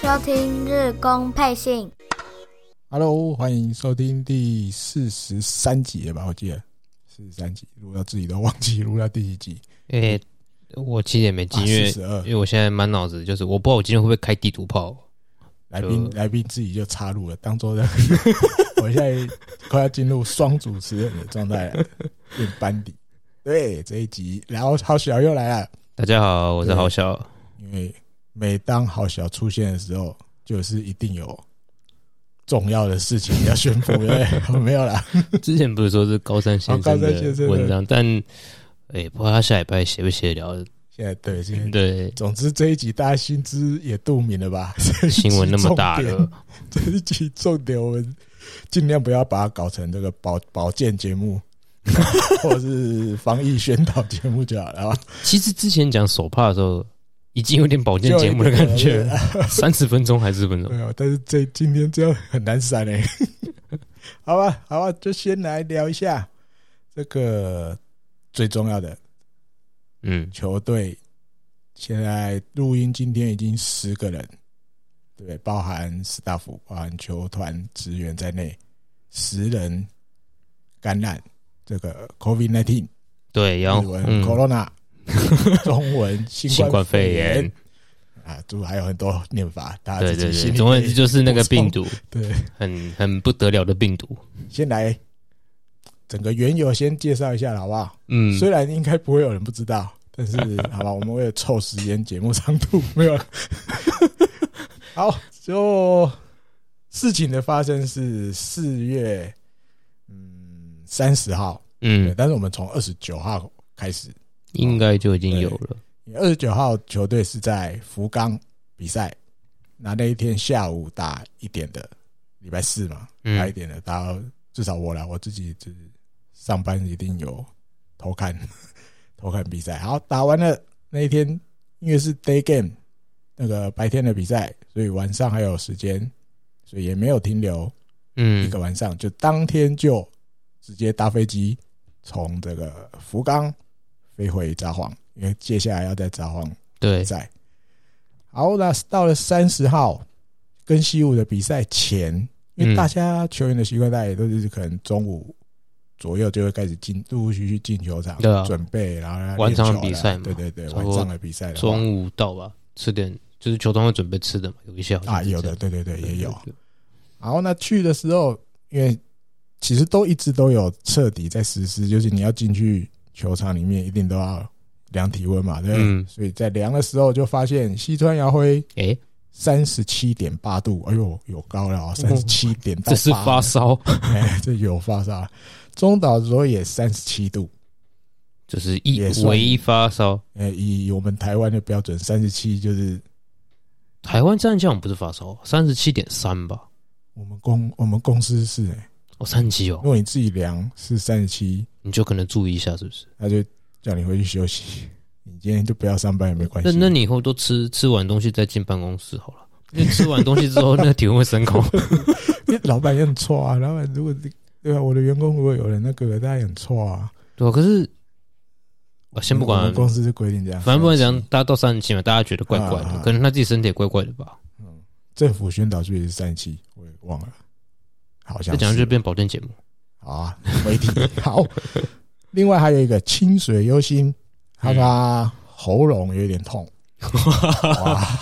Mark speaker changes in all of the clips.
Speaker 1: 收听日工配信，
Speaker 2: Hello，欢迎收听第四十三集了吧？我记得四十三集，录到自己都忘记录到第几集，
Speaker 3: 诶、我其实也没记，因
Speaker 2: 啊四
Speaker 3: 为
Speaker 2: 十二
Speaker 3: 因。为我现在满脑子就是我不知道我今天会不会开地图炮。
Speaker 2: 来宾来宾自己就插入了，当做的。 我现在快要进入双主持人的状态了，变班底。对这一集，然后好小又来了，
Speaker 3: 大家好，我是
Speaker 2: 对
Speaker 3: 郝小，
Speaker 2: 因为每当好小出现的时候，就是一定有重要的事情要宣布，对不对？没有啦，
Speaker 3: 之前不是说是高山先
Speaker 2: 哦高
Speaker 3: 生
Speaker 2: 山先生
Speaker 3: 的
Speaker 2: 的
Speaker 3: 文章，但诶、不知道他下礼拜写不写得了。
Speaker 2: 现在对现在，
Speaker 3: 对
Speaker 2: 总之这一集大家心知也肚明了吧？
Speaker 3: 新闻那么大了，
Speaker 2: 这一集重点我们尽量不要把它搞成这个保保健节目， 或是防疫宣导节目就好了啊。
Speaker 3: 其实之前讲手帕的时候，已经有点保健节目的感觉，三十分钟还是四十 分钟
Speaker 2: 没。有，但是这今天这样很难闪哎、 好吧，好吧，就先来聊一下这个最重要的
Speaker 3: 嗯，
Speaker 2: 球队。现在录音今天已经十个人，对，包含斯大夫、包含球团职员在内，十人感染这个 COVID nineteen。
Speaker 3: 对，然
Speaker 2: 日
Speaker 3: 后
Speaker 2: 文、
Speaker 3: 嗯，
Speaker 2: corona，中文新
Speaker 3: 新
Speaker 2: 冠
Speaker 3: 冠
Speaker 2: 肺
Speaker 3: 肺
Speaker 2: 炎
Speaker 3: 炎，
Speaker 2: 啊，就还有很多念法，大家
Speaker 3: 对
Speaker 2: 自
Speaker 3: 对
Speaker 2: 己心
Speaker 3: 对，
Speaker 2: 里
Speaker 3: 总而言之就是那个病毒，
Speaker 2: 对。
Speaker 3: 很很不得了的病毒。
Speaker 2: 先来整个缘由先介绍一下了，好不好？
Speaker 3: 嗯，
Speaker 2: 虽然应该不会有人不知道， 但是好吧，我们为了凑时间，节目长度 没有了。好，就事情的发生是四月嗯三十号，对，
Speaker 3: 嗯，
Speaker 2: 但是我们从二十九号开始
Speaker 3: 应该就已经有了。
Speaker 2: 二十九号球队是在福冈比赛，那那一天下午打一点的，礼拜四嘛，
Speaker 3: 嗯
Speaker 2: 打一点的，打到至少我啦，我自己就是上班一定有偷看 偷看比赛。好，打完了那一天，因为是 day game，那个白天的比赛，所以晚上还有时间，所以也没有停留一
Speaker 3: 嗯
Speaker 2: 个晚上，就当天就直接搭飞机从这个福冈飞回札幌，因为接下来要在札幌
Speaker 3: 对
Speaker 2: 比，赛。好，那到了三十号跟西武的比赛前，因为
Speaker 3: 嗯
Speaker 2: 大家球员的习惯，大家也都是可能中午左右就会开始进，陆陆续续进球场、
Speaker 3: 对啊
Speaker 2: 准备，然后要练
Speaker 3: 晚上
Speaker 2: 球
Speaker 3: 比
Speaker 2: 啦
Speaker 3: 赛嘛
Speaker 2: 对对对，
Speaker 3: 差不
Speaker 2: 晚
Speaker 3: 多
Speaker 2: 上的比赛的话
Speaker 3: 中午到吧，吃点就是球团会准备吃的嘛，有一些好像
Speaker 2: 啊，
Speaker 3: 是
Speaker 2: 有的，
Speaker 3: 这样
Speaker 2: 对对对，也有。
Speaker 3: 对对
Speaker 2: 然后呢，去的时候，因为其实都一直都有彻底在实施，就是你要进去球场里面，一定都要量体温嘛，对不对？
Speaker 3: 嗯
Speaker 2: 所以在量的时候就发现西川遥辉
Speaker 3: 诶，
Speaker 2: 三十七点八度，哎呦，有高了哦，三十七点到
Speaker 3: 嗯这是
Speaker 2: 烧，
Speaker 3: 发烧，
Speaker 2: 哎，这有发烧。中岛的时候也三十七度，
Speaker 3: 就是一
Speaker 2: 也算
Speaker 3: 唯一发烧。
Speaker 2: 哎，以我们台湾的标准，三十七就是
Speaker 3: 台湾战将不是发烧，三十七点三吧？
Speaker 2: 我们公我们公司是、哎
Speaker 3: 哦，三十七哦
Speaker 2: 如，果你自己量是三十七，
Speaker 3: 你就可能注意一下，是不是？
Speaker 2: 他就叫你回去休息，你今天就不要上班也没关系。
Speaker 3: 那那你以后都吃吃完东西再进办公室好了，因为吃完东西之后那个体温 会升高。
Speaker 2: 因为老板也很错啊，老板如果对啊，我的员工如果有人那个，他也很错啊。
Speaker 3: 对啊，可是我先不
Speaker 2: 我
Speaker 3: 管
Speaker 2: 们，公司是规定这样，
Speaker 3: 反正不管怎样，大家到三十七嘛，大家觉得怪怪
Speaker 2: 啊啊
Speaker 3: 的，
Speaker 2: 啊
Speaker 3: 可能他自己身体也怪怪的吧。
Speaker 2: 政府宣导出去是三七，我也忘了，好像
Speaker 3: 再讲下
Speaker 2: 是
Speaker 3: 就变保健节目。
Speaker 2: 好啊，媒体 好。另外还有一个清水优心，他把
Speaker 3: 嗯
Speaker 2: 喉咙有一点 痛，哇，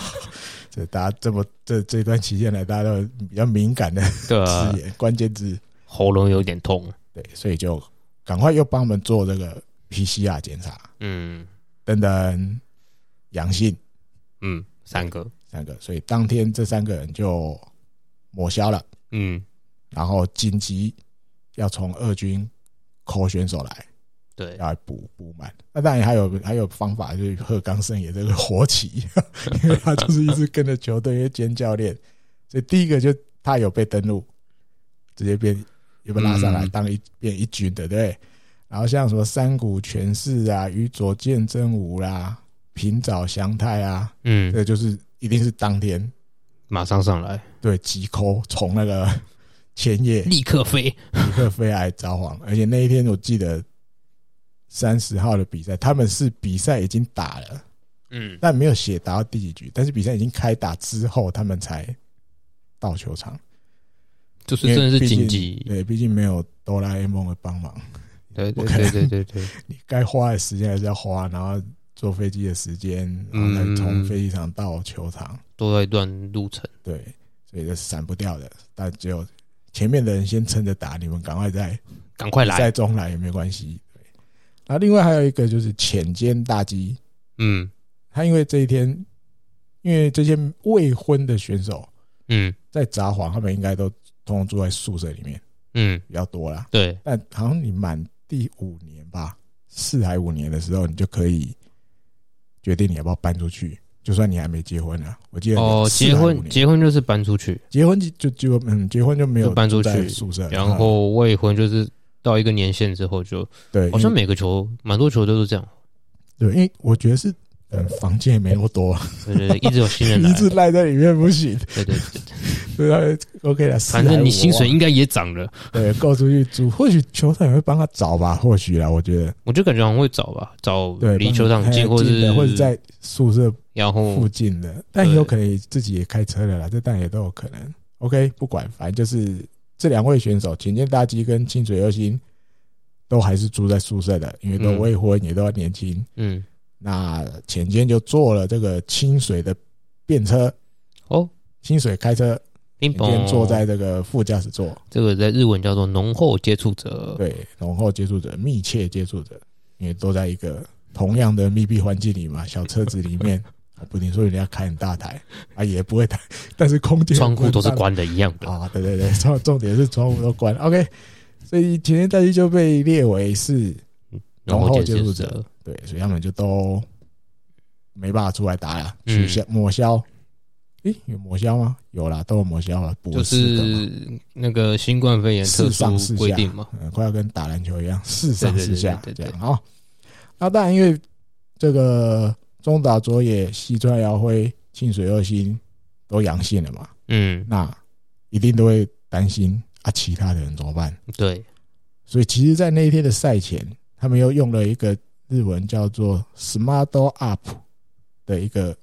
Speaker 2: 这大家这么这这段期间来，大家都比较敏感的
Speaker 3: 对啊
Speaker 2: 字，眼、关键字。
Speaker 3: 喉咙有点痛。
Speaker 2: 对，所以就赶快又帮我们做这个 PCR 检查，
Speaker 3: 嗯
Speaker 2: 等等阳性
Speaker 3: 嗯，三个。
Speaker 2: 三个，所以当天这三个人就抹消了，
Speaker 3: 嗯，
Speaker 2: 然后紧急要从二军扣选手来，
Speaker 3: 对，
Speaker 2: 要来补补满。那当然还有还有方法，就是贺刚胜也这个火起，因为他就是一直跟着球队，因为兼教练，所以第一个就他有被登录，直接变有被拉上来
Speaker 3: 嗯
Speaker 2: 当一变一军的，对不对。然后像什么山谷全士啊、宇佐见真吾啦、平沼祥太啊，这
Speaker 3: 嗯，
Speaker 2: 个就是一定是当天
Speaker 3: 马上上来，
Speaker 2: 对急抠从那个前夜
Speaker 3: 立刻飞。
Speaker 2: 尼克飞来札幌，而且那一天我记得三十号的比赛，他们是比赛已经打了，
Speaker 3: 嗯，
Speaker 2: 但没有写打到第几局，但是比赛已经开打之后，他们才到球场，
Speaker 3: 就是
Speaker 2: 因为
Speaker 3: 真的是
Speaker 2: 毕竟
Speaker 3: 紧急，
Speaker 2: 对，毕竟没有哆啦 A 梦的帮忙，
Speaker 3: 对
Speaker 2: 不
Speaker 3: 对
Speaker 2: 可能
Speaker 3: 对对对对，
Speaker 2: 你该花的时间还是要花，然后坐飞机的时间，然后再从
Speaker 3: 嗯
Speaker 2: 飞机场到球场，
Speaker 3: 多了一段路程，
Speaker 2: 对，所以这是闪不掉的。但只有前面的人先撑着打，你们赶快在
Speaker 3: 赶快
Speaker 2: 比赛
Speaker 3: 来，
Speaker 2: 中来也没关系。对，然后另外还有一个就是浅间大基，
Speaker 3: 嗯
Speaker 2: 他因为这一天，因为这些未婚的选手
Speaker 3: 嗯
Speaker 2: 在札幌，他们应该都通通住在宿舍里面
Speaker 3: 嗯，
Speaker 2: 比较多啦。
Speaker 3: 对，
Speaker 2: 但好像你满第五年吧，四还五年的时候，你就可以决定你要不要搬出去。就算你还没结婚啊，我记得
Speaker 3: 哦，
Speaker 2: 四
Speaker 3: 结
Speaker 2: 还五
Speaker 3: 婚
Speaker 2: 年
Speaker 3: 结婚就是搬出去，
Speaker 2: 结婚就就嗯结婚就没有
Speaker 3: 就搬出
Speaker 2: 住在
Speaker 3: 去
Speaker 2: 宿舍，啊
Speaker 3: 然后未婚就是到一个年限之后就，
Speaker 2: 对，
Speaker 3: 好
Speaker 2: 因
Speaker 3: 像
Speaker 2: 为
Speaker 3: 每个球蛮多球队都这样，
Speaker 2: 对，因为我觉得是嗯房间也没那么多，
Speaker 3: 对 对对，一直有新人来
Speaker 2: 一，直赖在里面不行，
Speaker 3: 对对对，对
Speaker 2: 对，OK 了，
Speaker 3: 反正你薪水
Speaker 2: 4还
Speaker 3: 应该也涨了，
Speaker 2: 5啊对够出去租，或许球场也会帮他找吧，或许啦，我觉得
Speaker 3: 我就感觉好像会找吧，找
Speaker 2: 对，
Speaker 3: 嗯离球场
Speaker 2: 帮你
Speaker 3: 近，
Speaker 2: 开
Speaker 3: 或
Speaker 2: 的
Speaker 3: 是嗯
Speaker 2: 或者在宿舍
Speaker 3: 然后
Speaker 2: 附近的，但也有可能也自己也开车的啦，这当然也都有可能。OK，不管，反正就是这两位选手，浅见大基跟清水优心，都还是住在宿舍的，因为都
Speaker 3: 嗯
Speaker 2: 未婚，也都年轻。
Speaker 3: 嗯
Speaker 2: 那浅见就坐了这个清水的便车，
Speaker 3: 哦，
Speaker 2: 清水开车，
Speaker 3: 冰
Speaker 2: 浅见
Speaker 3: 雹
Speaker 2: 坐在这
Speaker 3: 哦
Speaker 2: 个副驾驶座，
Speaker 3: 这个在日文叫做浓厚接触者，
Speaker 2: 对，浓厚接触者、密切接触者，因为都在一个同样的密闭环境里嘛，小车子里 面。啊不仅说人家开很大台啊，也不会太， 但是空间
Speaker 3: 窗户都是
Speaker 2: 很大
Speaker 3: 关的一样的，
Speaker 2: 啊，对对对，重重点是窗户都关。OK，所以前天大西就被列为是
Speaker 3: 浓
Speaker 2: 浓
Speaker 3: 厚
Speaker 2: 厚
Speaker 3: 接
Speaker 2: 接触
Speaker 3: 触
Speaker 2: 者
Speaker 3: 者，
Speaker 2: 对，所以他们就都没办法出来打了，
Speaker 3: 嗯
Speaker 2: 取消抹消。诶，有抹消吗？有啦，都有抹消了，补
Speaker 3: 就
Speaker 2: 了四个嘛，
Speaker 3: 是那个新冠肺炎特
Speaker 2: 四上
Speaker 3: 殊
Speaker 2: 四
Speaker 3: 规
Speaker 2: 下
Speaker 3: 定嘛，
Speaker 2: 嗯，快要跟打篮球一样，四上四下
Speaker 3: 对
Speaker 2: 这
Speaker 3: 对对对对
Speaker 2: 样啊。那当然，因为这个中岛佐野、西川遥辉、清水二星都阳性了嘛，
Speaker 3: 嗯，
Speaker 2: 那一定都会担心啊，其他的人怎么办？
Speaker 3: 对，
Speaker 2: 所以其实，在那一天的赛前，他们又用了一个日文叫做 “smart up” 的一个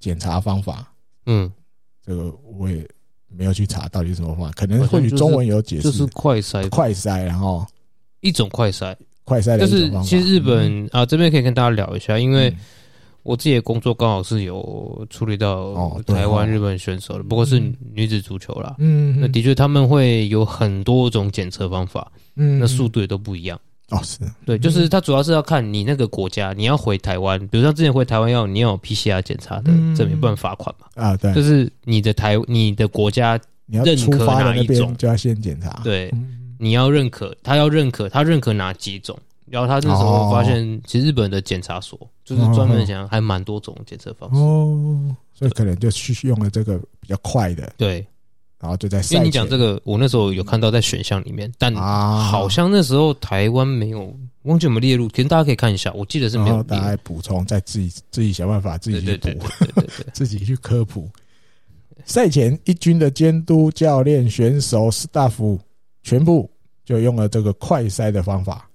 Speaker 2: 检查方法。
Speaker 3: 嗯，
Speaker 2: 这个我也没有去查到底是什么方法，可能
Speaker 3: 好像
Speaker 2: 或许
Speaker 3: 就是
Speaker 2: 中文有解释，
Speaker 3: 就是快筛，
Speaker 2: 快筛，然后
Speaker 3: 一种快筛，
Speaker 2: 快筛的
Speaker 3: 但
Speaker 2: 一
Speaker 3: 是
Speaker 2: 种方法。嗯
Speaker 3: 其实日本啊这边可以跟大家聊一下，因
Speaker 2: 因
Speaker 3: 为我自己的工作刚好是有处理到
Speaker 2: 哦对哦
Speaker 3: 台湾、日本选手的，不过是女子足球啦。
Speaker 2: 嗯，
Speaker 3: 那的确，他们会有很多种检测方法，
Speaker 2: 嗯
Speaker 3: 那速度也都不一样。
Speaker 2: 哦是
Speaker 3: 对，就是它主要是要看你那个国家，你要回台湾，比如像之前回台湾要你要有 PCR 检查的
Speaker 2: 嗯
Speaker 3: 证明，不然罚款嘛。
Speaker 2: 啊，对，
Speaker 3: 就是你的台你的国家，
Speaker 2: 你要
Speaker 3: 认
Speaker 2: 出
Speaker 3: 可
Speaker 2: 发的
Speaker 3: 哪
Speaker 2: 那
Speaker 3: 一
Speaker 2: 边
Speaker 3: 种
Speaker 2: 就要先检查。
Speaker 3: 对
Speaker 2: 嗯，
Speaker 3: 你要认可，他要认可，他认可哪几种？然后他那时候
Speaker 2: 哦
Speaker 3: 发现，其实日本的检查所就是专门讲还蛮多种检测方式。
Speaker 2: 哦，所以可能就去用了这个比较快的，
Speaker 3: 对，
Speaker 2: 然后就在赛
Speaker 3: 因为你
Speaker 2: 前
Speaker 3: 讲这个，我那时候有看到在选项里面，但
Speaker 2: 啊，
Speaker 3: 好像那时候台湾没有，忘记有没有列入，可能大家可以看一下，我记得是
Speaker 2: 然
Speaker 3: 没
Speaker 2: 后
Speaker 3: 有列
Speaker 2: 哦大
Speaker 3: 入。
Speaker 2: 家补充，再自己自己想办法，自
Speaker 3: 对
Speaker 2: 己去
Speaker 3: 对
Speaker 2: 补
Speaker 3: 对，对对对对，
Speaker 2: 自己去科普。赛前一军的监督、教练、选手、staff 全部就用了这个快筛的方法，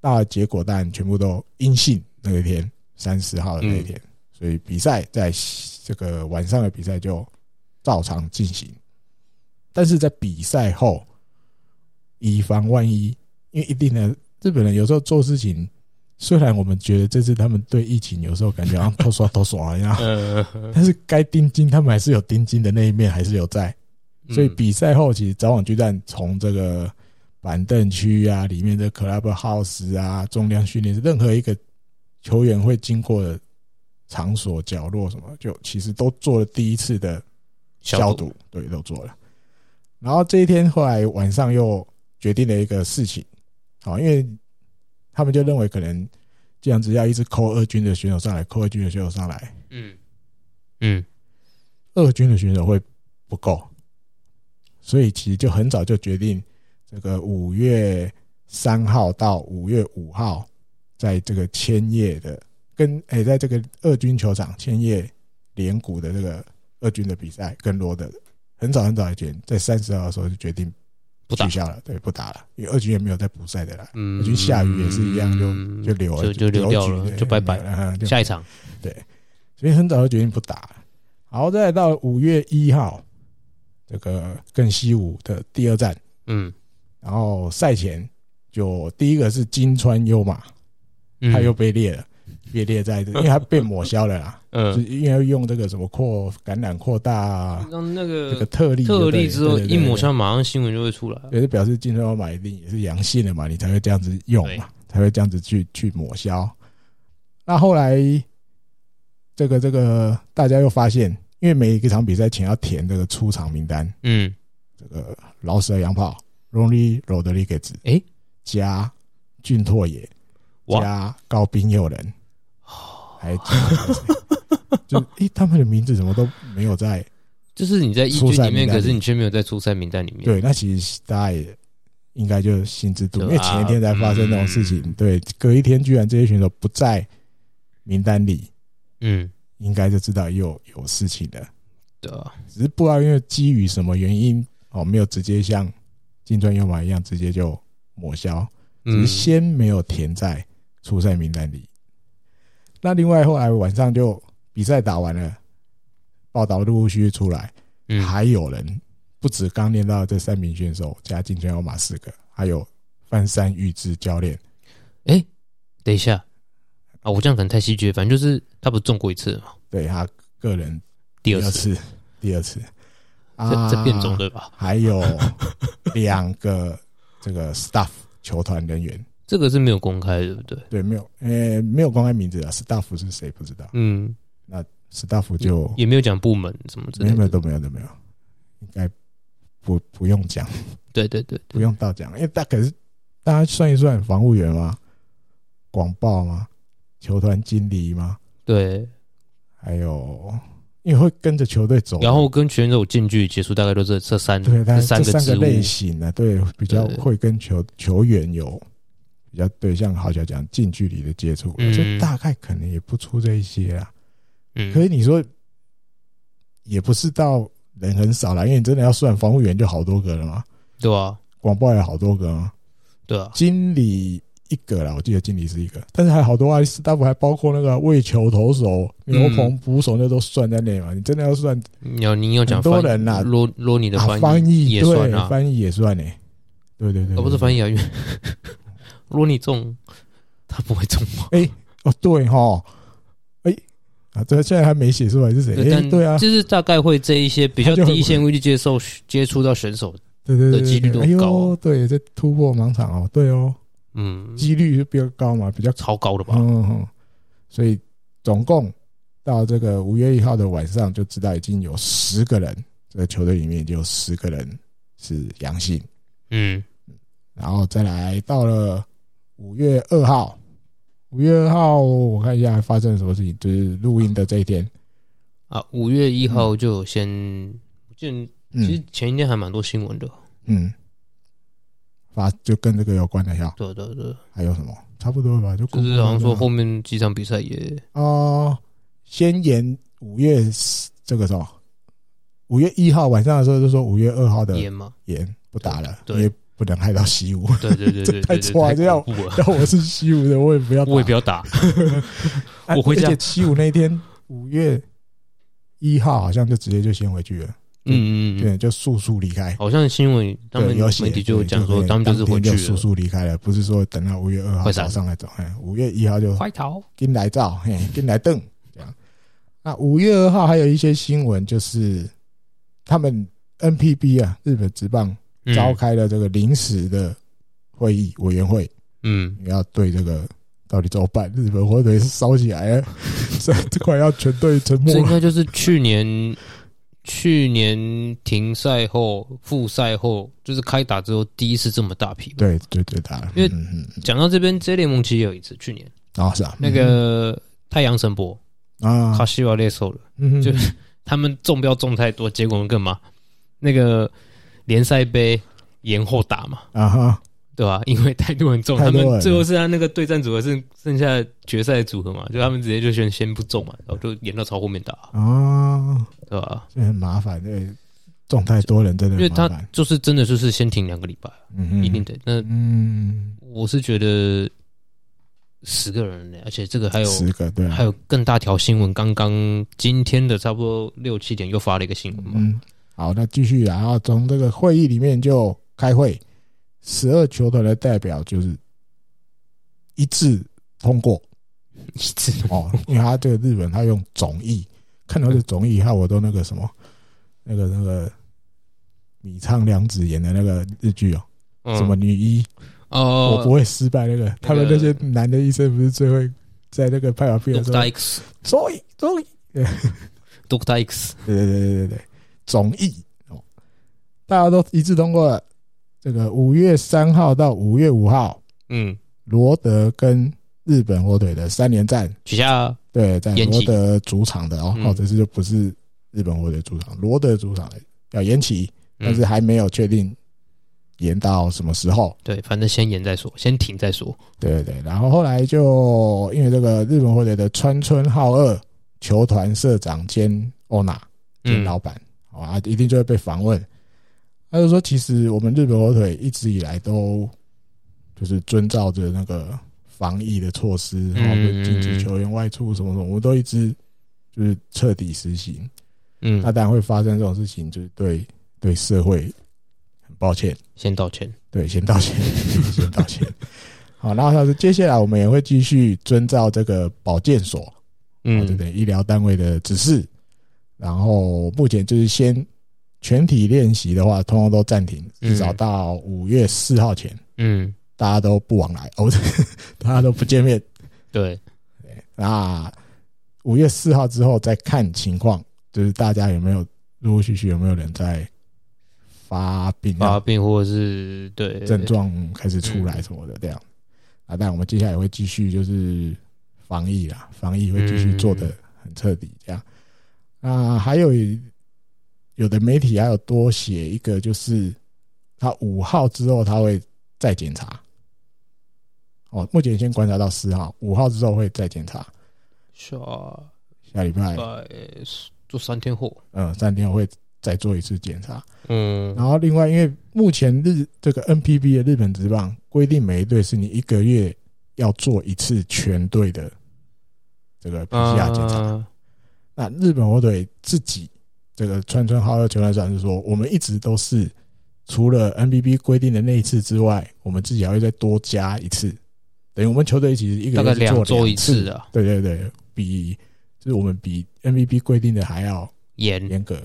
Speaker 2: 那结果当然全部都阴性。那一天三十号的那一天，所以比赛在这个晚上的比赛就照常进行。但是在比赛后，以防万一，因为一定的日本人有时候做事情，虽然我们觉得这次他们对疫情有时候感觉好像偷耍偷耍一样，
Speaker 3: 呃，
Speaker 2: 但是该钉金他们还是有钉金的那一面还是有在，所以
Speaker 3: 嗯
Speaker 2: 比赛后其实早晚巨蛋从这个板凳区啊里面的 club house 啊重量训练室任何一个球员会经过的场所角落什么，就其实都做了第一次的消
Speaker 3: 消
Speaker 2: 毒，对，都做了。然后这一天后来晚上又决定了一个事情，好，因为他们就认为可能这样子要一直扣二军的选手上来，扣二军的选手上来，
Speaker 3: 嗯嗯，
Speaker 2: 二军的选手会不够，所以其实就很早就决定，这个五月三号到五月五号，在这个千叶的跟诶、在这个二军球场千叶连谷的这个二军的比赛跟罗德，很早很早以前，在三十号的时候就决定
Speaker 3: 不打
Speaker 2: 取消了，对，不打了，因为二军也没有在补赛的啦。
Speaker 3: 嗯
Speaker 2: 我觉得下雨也是一样，
Speaker 3: 嗯
Speaker 2: 就就留
Speaker 3: 就
Speaker 2: 了，
Speaker 3: 就
Speaker 2: 留
Speaker 3: 留掉
Speaker 2: 局
Speaker 3: 了
Speaker 2: 对
Speaker 3: 就拜拜
Speaker 2: 没有了嗯就
Speaker 3: 下一场
Speaker 2: 所以很早就决定不打了。然后再到五月一号，这个更西武的第二站，
Speaker 3: 嗯，
Speaker 2: 然后赛前就第一个是金川优马，
Speaker 3: 嗯
Speaker 2: 他又被列了，被列在 这，因为他被抹消了啦，就是
Speaker 3: 嗯，
Speaker 2: 因为用这个什么扩感染扩大啊
Speaker 3: 让那
Speaker 2: 这个
Speaker 3: 个
Speaker 2: 特例就对
Speaker 3: 呃特
Speaker 2: 了
Speaker 3: 例之后
Speaker 2: 对对对
Speaker 3: 一抹
Speaker 2: 对
Speaker 3: 消，马上新闻就会出来。
Speaker 2: 也是表示金川优马一定也是阳性的嘛，你才会这样子用嘛，才会这样子去去抹消。那后来这个这个大家又发现，因为每一个场比赛前要填这个出场名单，
Speaker 3: 嗯，
Speaker 2: 这个老舍洋炮 Ronnie Rodriguez，
Speaker 3: 诶
Speaker 2: 加俊拓也，
Speaker 3: 哇哦
Speaker 2: 加高滨佑人，还加 就诶、他们的名字怎么都没有在？
Speaker 3: 就是你在一军
Speaker 2: 初赛
Speaker 3: 里面，
Speaker 2: 名单
Speaker 3: 可
Speaker 2: 里
Speaker 3: 是你却没有在初赛名单里面。
Speaker 2: 对，那其实大家也应该就心知肚明，
Speaker 3: 就
Speaker 2: 因为前一天才发生这种事情，
Speaker 3: 啊
Speaker 2: 对，隔一天居然这些选手不在名单里，
Speaker 3: 嗯，
Speaker 2: 应该就知道又有事情了。
Speaker 3: 对啊，
Speaker 2: 只是不知道因为基于什么原因哦，没有直接像金砖优马一样直接就抹消，只
Speaker 3: 嗯
Speaker 2: 是，先没有填在初赛名单里。那另外后来晚上就比赛打完了，报道陆陆续续出来，
Speaker 3: 嗯
Speaker 2: 还有人不止刚念到这三名选手加金砖优马四个，还有翻山玉之教练，
Speaker 3: 等一下啊，我这样可能太戏剧了，反正就是他不是中过一次嘛，
Speaker 2: 对他个人
Speaker 3: 第二次
Speaker 2: 次，第二次
Speaker 3: 在在变种
Speaker 2: 啊
Speaker 3: 对吧？
Speaker 2: 还 有两个这个 staff 球团人员，
Speaker 3: 这个是没有公开的，对不对？
Speaker 2: 对，没有，呃，没有公开名字啊，staff 是谁不知道
Speaker 3: 嗯，
Speaker 2: ，staff 就
Speaker 3: 也没有讲部门什么之
Speaker 2: 没
Speaker 3: 类
Speaker 2: 有没有
Speaker 3: 的。
Speaker 2: 都没有都没有，应该不不用讲，
Speaker 3: 对对对
Speaker 2: 不
Speaker 3: 对，
Speaker 2: 用到讲，因为大可是大家算一算，防务员吗？广报吗？球团经理吗？
Speaker 3: 对，
Speaker 2: 还有因为会跟着球队走的，
Speaker 3: 然后跟选手近距离接触，大概都是这三
Speaker 2: 对，但
Speaker 3: 这
Speaker 2: 是这
Speaker 3: 个
Speaker 2: 三
Speaker 3: 职
Speaker 2: 个
Speaker 3: 务。
Speaker 2: 类型呢、对，比较
Speaker 3: 对
Speaker 2: 会跟球球员有比较对，像好像讲近距离的接触，
Speaker 3: 嗯
Speaker 2: 这大概可能也不出这一些啊。
Speaker 3: 嗯，
Speaker 2: 可是你说也不是到人很少啦，因为你真的要算防务员就好多个了嘛，
Speaker 3: 对啊，
Speaker 2: 广报也好多个嘛，
Speaker 3: 对啊，
Speaker 2: 经理一个啦，我记得经理是一个，但是还好多啊，斯大夫还包括那个为球投手、牛棚捕手那都算在内嘛。你真的要算
Speaker 3: 你要你要讲
Speaker 2: 很多
Speaker 3: 翻
Speaker 2: 人啦
Speaker 3: 罗罗你的
Speaker 2: 啊，
Speaker 3: 翻
Speaker 2: 翻
Speaker 3: 译也算
Speaker 2: 对
Speaker 3: 啊，
Speaker 2: 翻译也算呢、对对对
Speaker 3: 哦，不是
Speaker 2: 译
Speaker 3: 翻译啊，因为 罗你中，他不会中吗？
Speaker 2: 哦，对哈，哎、啊，对，现在还没写出来是谁？哎、
Speaker 3: 但
Speaker 2: 对啊，
Speaker 3: 就是大概会这一些比较
Speaker 2: 他就很
Speaker 3: 低线位去接受接触到选手，
Speaker 2: 对对对
Speaker 3: 的几率
Speaker 2: 对
Speaker 3: 都
Speaker 2: 对，哎
Speaker 3: 高啊
Speaker 2: 呦，对，这突破盲场哦，对哦，
Speaker 3: 嗯，
Speaker 2: 几率是比较高嘛，比较
Speaker 3: 超高的吧？
Speaker 2: 嗯，嗯，所以总共到这个五月一号的晚上就知道已经有十个人，这个球队里面就有十个人是阳性，
Speaker 3: 嗯
Speaker 2: 然后再来到了五月二号，五月二号我看一下发生了什么事情，就是录音的这一天，
Speaker 3: 啊，五月一号就有先，我记得其
Speaker 2: 嗯
Speaker 3: 实前一天还蛮多新闻的，
Speaker 2: 嗯，发就跟这个有关的呀，
Speaker 3: 对对对，啊
Speaker 2: 还有什么差不多吧，就
Speaker 3: 就是好像说后面几场比赛也
Speaker 2: 哦，先延五月这个时候，五月一号晚上的时候就说五月二号的
Speaker 3: 淹嘛，
Speaker 2: 延不打了，
Speaker 3: 对
Speaker 2: 因为不能害到西武。
Speaker 3: 对对对对，
Speaker 2: 这太
Speaker 3: 对对
Speaker 2: 错了这样
Speaker 3: 恐怖了
Speaker 2: 要我是西武的，我也不要打，
Speaker 3: 我也不 要打，
Speaker 2: 啊
Speaker 3: 我回家
Speaker 2: 而且西武那天五月一号好像就直接就先回去了，
Speaker 3: 嗯嗯嗯，
Speaker 2: 对，就速速离开。
Speaker 3: 好像新闻他们
Speaker 2: 对，有写
Speaker 3: 媒体就有
Speaker 2: 对
Speaker 3: 讲说，他们就是
Speaker 2: 当
Speaker 3: 回
Speaker 2: 天
Speaker 3: 去
Speaker 2: 就速
Speaker 3: 了，
Speaker 2: 速离开了，不是说等到五月二号
Speaker 3: 快闪
Speaker 2: 早上来找。哎，五月一号就
Speaker 3: 快逃，
Speaker 2: 跟来照，嘿，跟来瞪这样。那五月二号还有一些新闻，就是他们 NPB 啊，日本职棒
Speaker 3: 嗯
Speaker 2: 召开了这个临时的会议委员会，
Speaker 3: 嗯，
Speaker 2: 要对这个到底怎么办？日本火腿是烧起来了， 这这快要全队沉默
Speaker 3: 这应
Speaker 2: 了。
Speaker 3: 该就是去年去年停赛后、复赛后，就是开打之后第一次这么大批。，
Speaker 2: 对对对，打了，
Speaker 3: 因为
Speaker 2: 嗯嗯嗯
Speaker 3: 讲到这边，J 联盟其实也有一次，去年
Speaker 2: 哦是啊，
Speaker 3: 那个太阳神博
Speaker 2: 嗯
Speaker 3: 卡
Speaker 2: 啊，
Speaker 3: 西瓦列受了，
Speaker 2: 嗯
Speaker 3: 就他们中标中太多，结果我们干嘛？那个联赛杯延后打嘛，
Speaker 2: 啊哈，
Speaker 3: 对吧、 因为太多人中，
Speaker 2: 太
Speaker 3: 他
Speaker 2: 多人
Speaker 3: 们最后是他那个对战组合剩剩下决赛组合嘛，就他们直接就先先不中嘛，然后就延到超后面打，
Speaker 2: 啊，
Speaker 3: 对吧、
Speaker 2: 这很麻烦，对，种太多人真的
Speaker 3: 因为
Speaker 2: 很麻
Speaker 3: 他
Speaker 2: 烦。
Speaker 3: 就是真的就是先停两个礼拜，
Speaker 2: 嗯
Speaker 3: 一定得。那
Speaker 2: 嗯，
Speaker 3: 我是觉得十个人呢，而且这个还有
Speaker 2: 十个对啊，
Speaker 3: 还有更大条新闻，刚刚今天的差不多六七点又发了一个新闻嘛，
Speaker 2: 嗯，好，那继续啊，然后从这个会议里面就开会，十二球团的代表就是一致通 过
Speaker 3: 一直
Speaker 2: 哦，因为他这个日本他用总意，看到这总意，害我都那个什么，那个那个米仓凉子演的那个日剧哦，什么女医，我不
Speaker 3: 嗯哦
Speaker 2: 会失败那个，他们那些男的医生不是最会在那个拍完片的时候
Speaker 3: ，Doctor，X
Speaker 2: 所以所以
Speaker 3: Doctor X
Speaker 2: 对对对对对对，总议哦，大家都一致通过了。这个五月三号到五月五号，
Speaker 3: 嗯，
Speaker 2: 罗德跟日本火腿的三连战，
Speaker 3: 取啊下
Speaker 2: 对，在
Speaker 3: 延
Speaker 2: 罗
Speaker 3: 期
Speaker 2: 德主场的哦，
Speaker 3: 嗯
Speaker 2: 哦，这次就不是日本火腿主场，罗德主场的要延期，但是
Speaker 3: 嗯，
Speaker 2: 还没有确定延到什么时候。
Speaker 3: 对，反正先延再说，先停再说，
Speaker 2: 对对对，然后后来就因为这个日本火腿的川村浩二球团社长兼欧娜，就是
Speaker 3: 嗯，
Speaker 2: 老板，哦啊，一定就会被访问。他就说，其实我们日本火腿一直以来都就是遵照着那个防疫的措施，然后
Speaker 3: 嗯
Speaker 2: 禁止球员外出什么什么，我们都一直就是彻底实行。那
Speaker 3: 嗯，
Speaker 2: 当然会发生这种事情，就是对对社会很抱歉，
Speaker 3: 先道歉，
Speaker 2: 对，先道歉， 先道歉。好，然后他说，接下来我们也会继续遵照这个保健所
Speaker 3: 嗯
Speaker 2: 哦，对对，医疗单位的指示。然后目前就是先全体练习的话，通通都暂停，
Speaker 3: 嗯
Speaker 2: 至少到五月四号前，
Speaker 3: 嗯，
Speaker 2: 大家都不往来，哦， 大家都不见面。
Speaker 3: 对，
Speaker 2: 那五月四号之后再看情况，就是大家有没有陆陆续续有没有人在发病啊
Speaker 3: 发病或者是对
Speaker 2: 症，状开始出来什么的这样。啊，但我们接下来会继续就是防疫啦，防疫会继续做的很彻底这样。啊，还有一有的媒体还有多写一个，就是他五号之后他会再检查。哦，目前先观察到四号，五号之后会再检查。
Speaker 3: 下
Speaker 2: 下礼拜，
Speaker 3: 拜做三天后，
Speaker 2: 嗯，三天后会再做一次检查。
Speaker 3: 嗯
Speaker 2: 然后另外，因为目前日这个 NPB 的日本职棒规定，每一队是你一个月要做一次全队的这
Speaker 3: 嗯
Speaker 2: 个 PCR 检查。
Speaker 3: 啊
Speaker 2: 那日本火腿自己这个川村浩二球团长是说，我们一直都是除了 NPB 规定的那一次之外，我们自己还会再多加一次，等于我们球队其实一个
Speaker 3: 大概
Speaker 2: 月是做
Speaker 3: 两周一
Speaker 2: 次
Speaker 3: 次。啊，
Speaker 2: 对对对，比就是我们比 NPB 规定的还要
Speaker 3: 延，
Speaker 2: 严格。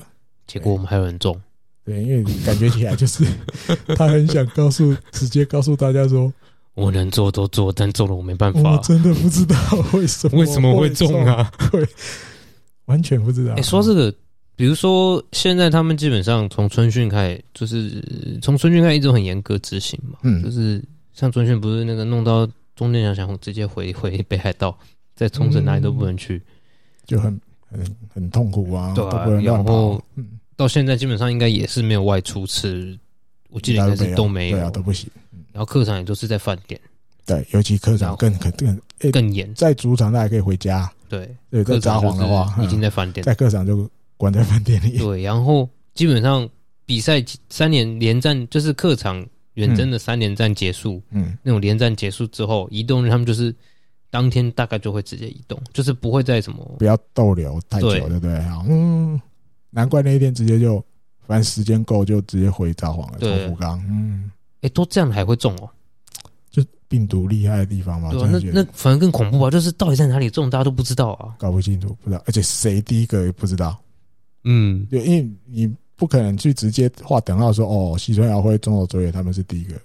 Speaker 3: 结果我们还有人中，
Speaker 2: 对，因为感觉起来就是 他很想告诉，直接告诉大家说，
Speaker 3: 我能做都做，但中了我没办
Speaker 2: 我
Speaker 3: 法，
Speaker 2: 真的不知道为什么
Speaker 3: 为什么会中
Speaker 2: 中，
Speaker 3: 啊？
Speaker 2: 完全不知道。
Speaker 3: 哎、说这个，比如说现在他们基本上从春训开始，就是呃从春训开始一直都很严格执行嘛，就
Speaker 2: 嗯，
Speaker 3: 是像春训不是那个弄到中间想想直接回回北海道，在冲绳哪里都不能去，
Speaker 2: 就很很很痛苦啊，
Speaker 3: 对啊
Speaker 2: 都不能乱
Speaker 3: 然后
Speaker 2: 跑，嗯，
Speaker 3: 到现在基本上应该也是没有外出吃，我记得应该是都没有，
Speaker 2: 对啊，都不行。
Speaker 3: 然后客场也都是在饭店
Speaker 2: 对，尤其客
Speaker 3: 然
Speaker 2: 场
Speaker 3: 后
Speaker 2: 更更更，哎，
Speaker 3: 更严，
Speaker 2: 在主场大家可以回家，
Speaker 3: 对，
Speaker 2: 对，在
Speaker 3: 客
Speaker 2: 札
Speaker 3: 场
Speaker 2: 幌的话
Speaker 3: 就是，已
Speaker 2: 嗯
Speaker 3: 经在饭 店，
Speaker 2: 在客场就关在饭店里。
Speaker 3: 对，然后基本上比赛三连连战就是客场远征的三连战结束。
Speaker 2: 嗯，
Speaker 3: 那种连战结束之后，移动日他们就是当天大概就会直接移动，就是不会在什么
Speaker 2: 不要逗留太久，
Speaker 3: 对
Speaker 2: 对不对？好嗯，难怪那一天直接就，反正时间够就直接回札幌了，
Speaker 3: 对
Speaker 2: 从福冈，嗯。
Speaker 3: 哎、都这样还会中哦，
Speaker 2: 病毒厉害的地方嘛，
Speaker 3: 对
Speaker 2: 真
Speaker 3: 吧、
Speaker 2: 的
Speaker 3: 那
Speaker 2: 觉
Speaker 3: 那
Speaker 2: 得
Speaker 3: 反而更恐怖吧，就是到底在哪里中，大家都不知道啊。
Speaker 2: 搞不清楚，不知道，而且谁第一个也不知道，
Speaker 3: 嗯，
Speaker 2: 对，因为你不可能去直接画等号说哦，西川遥辉、中岛卓也他们是第一个，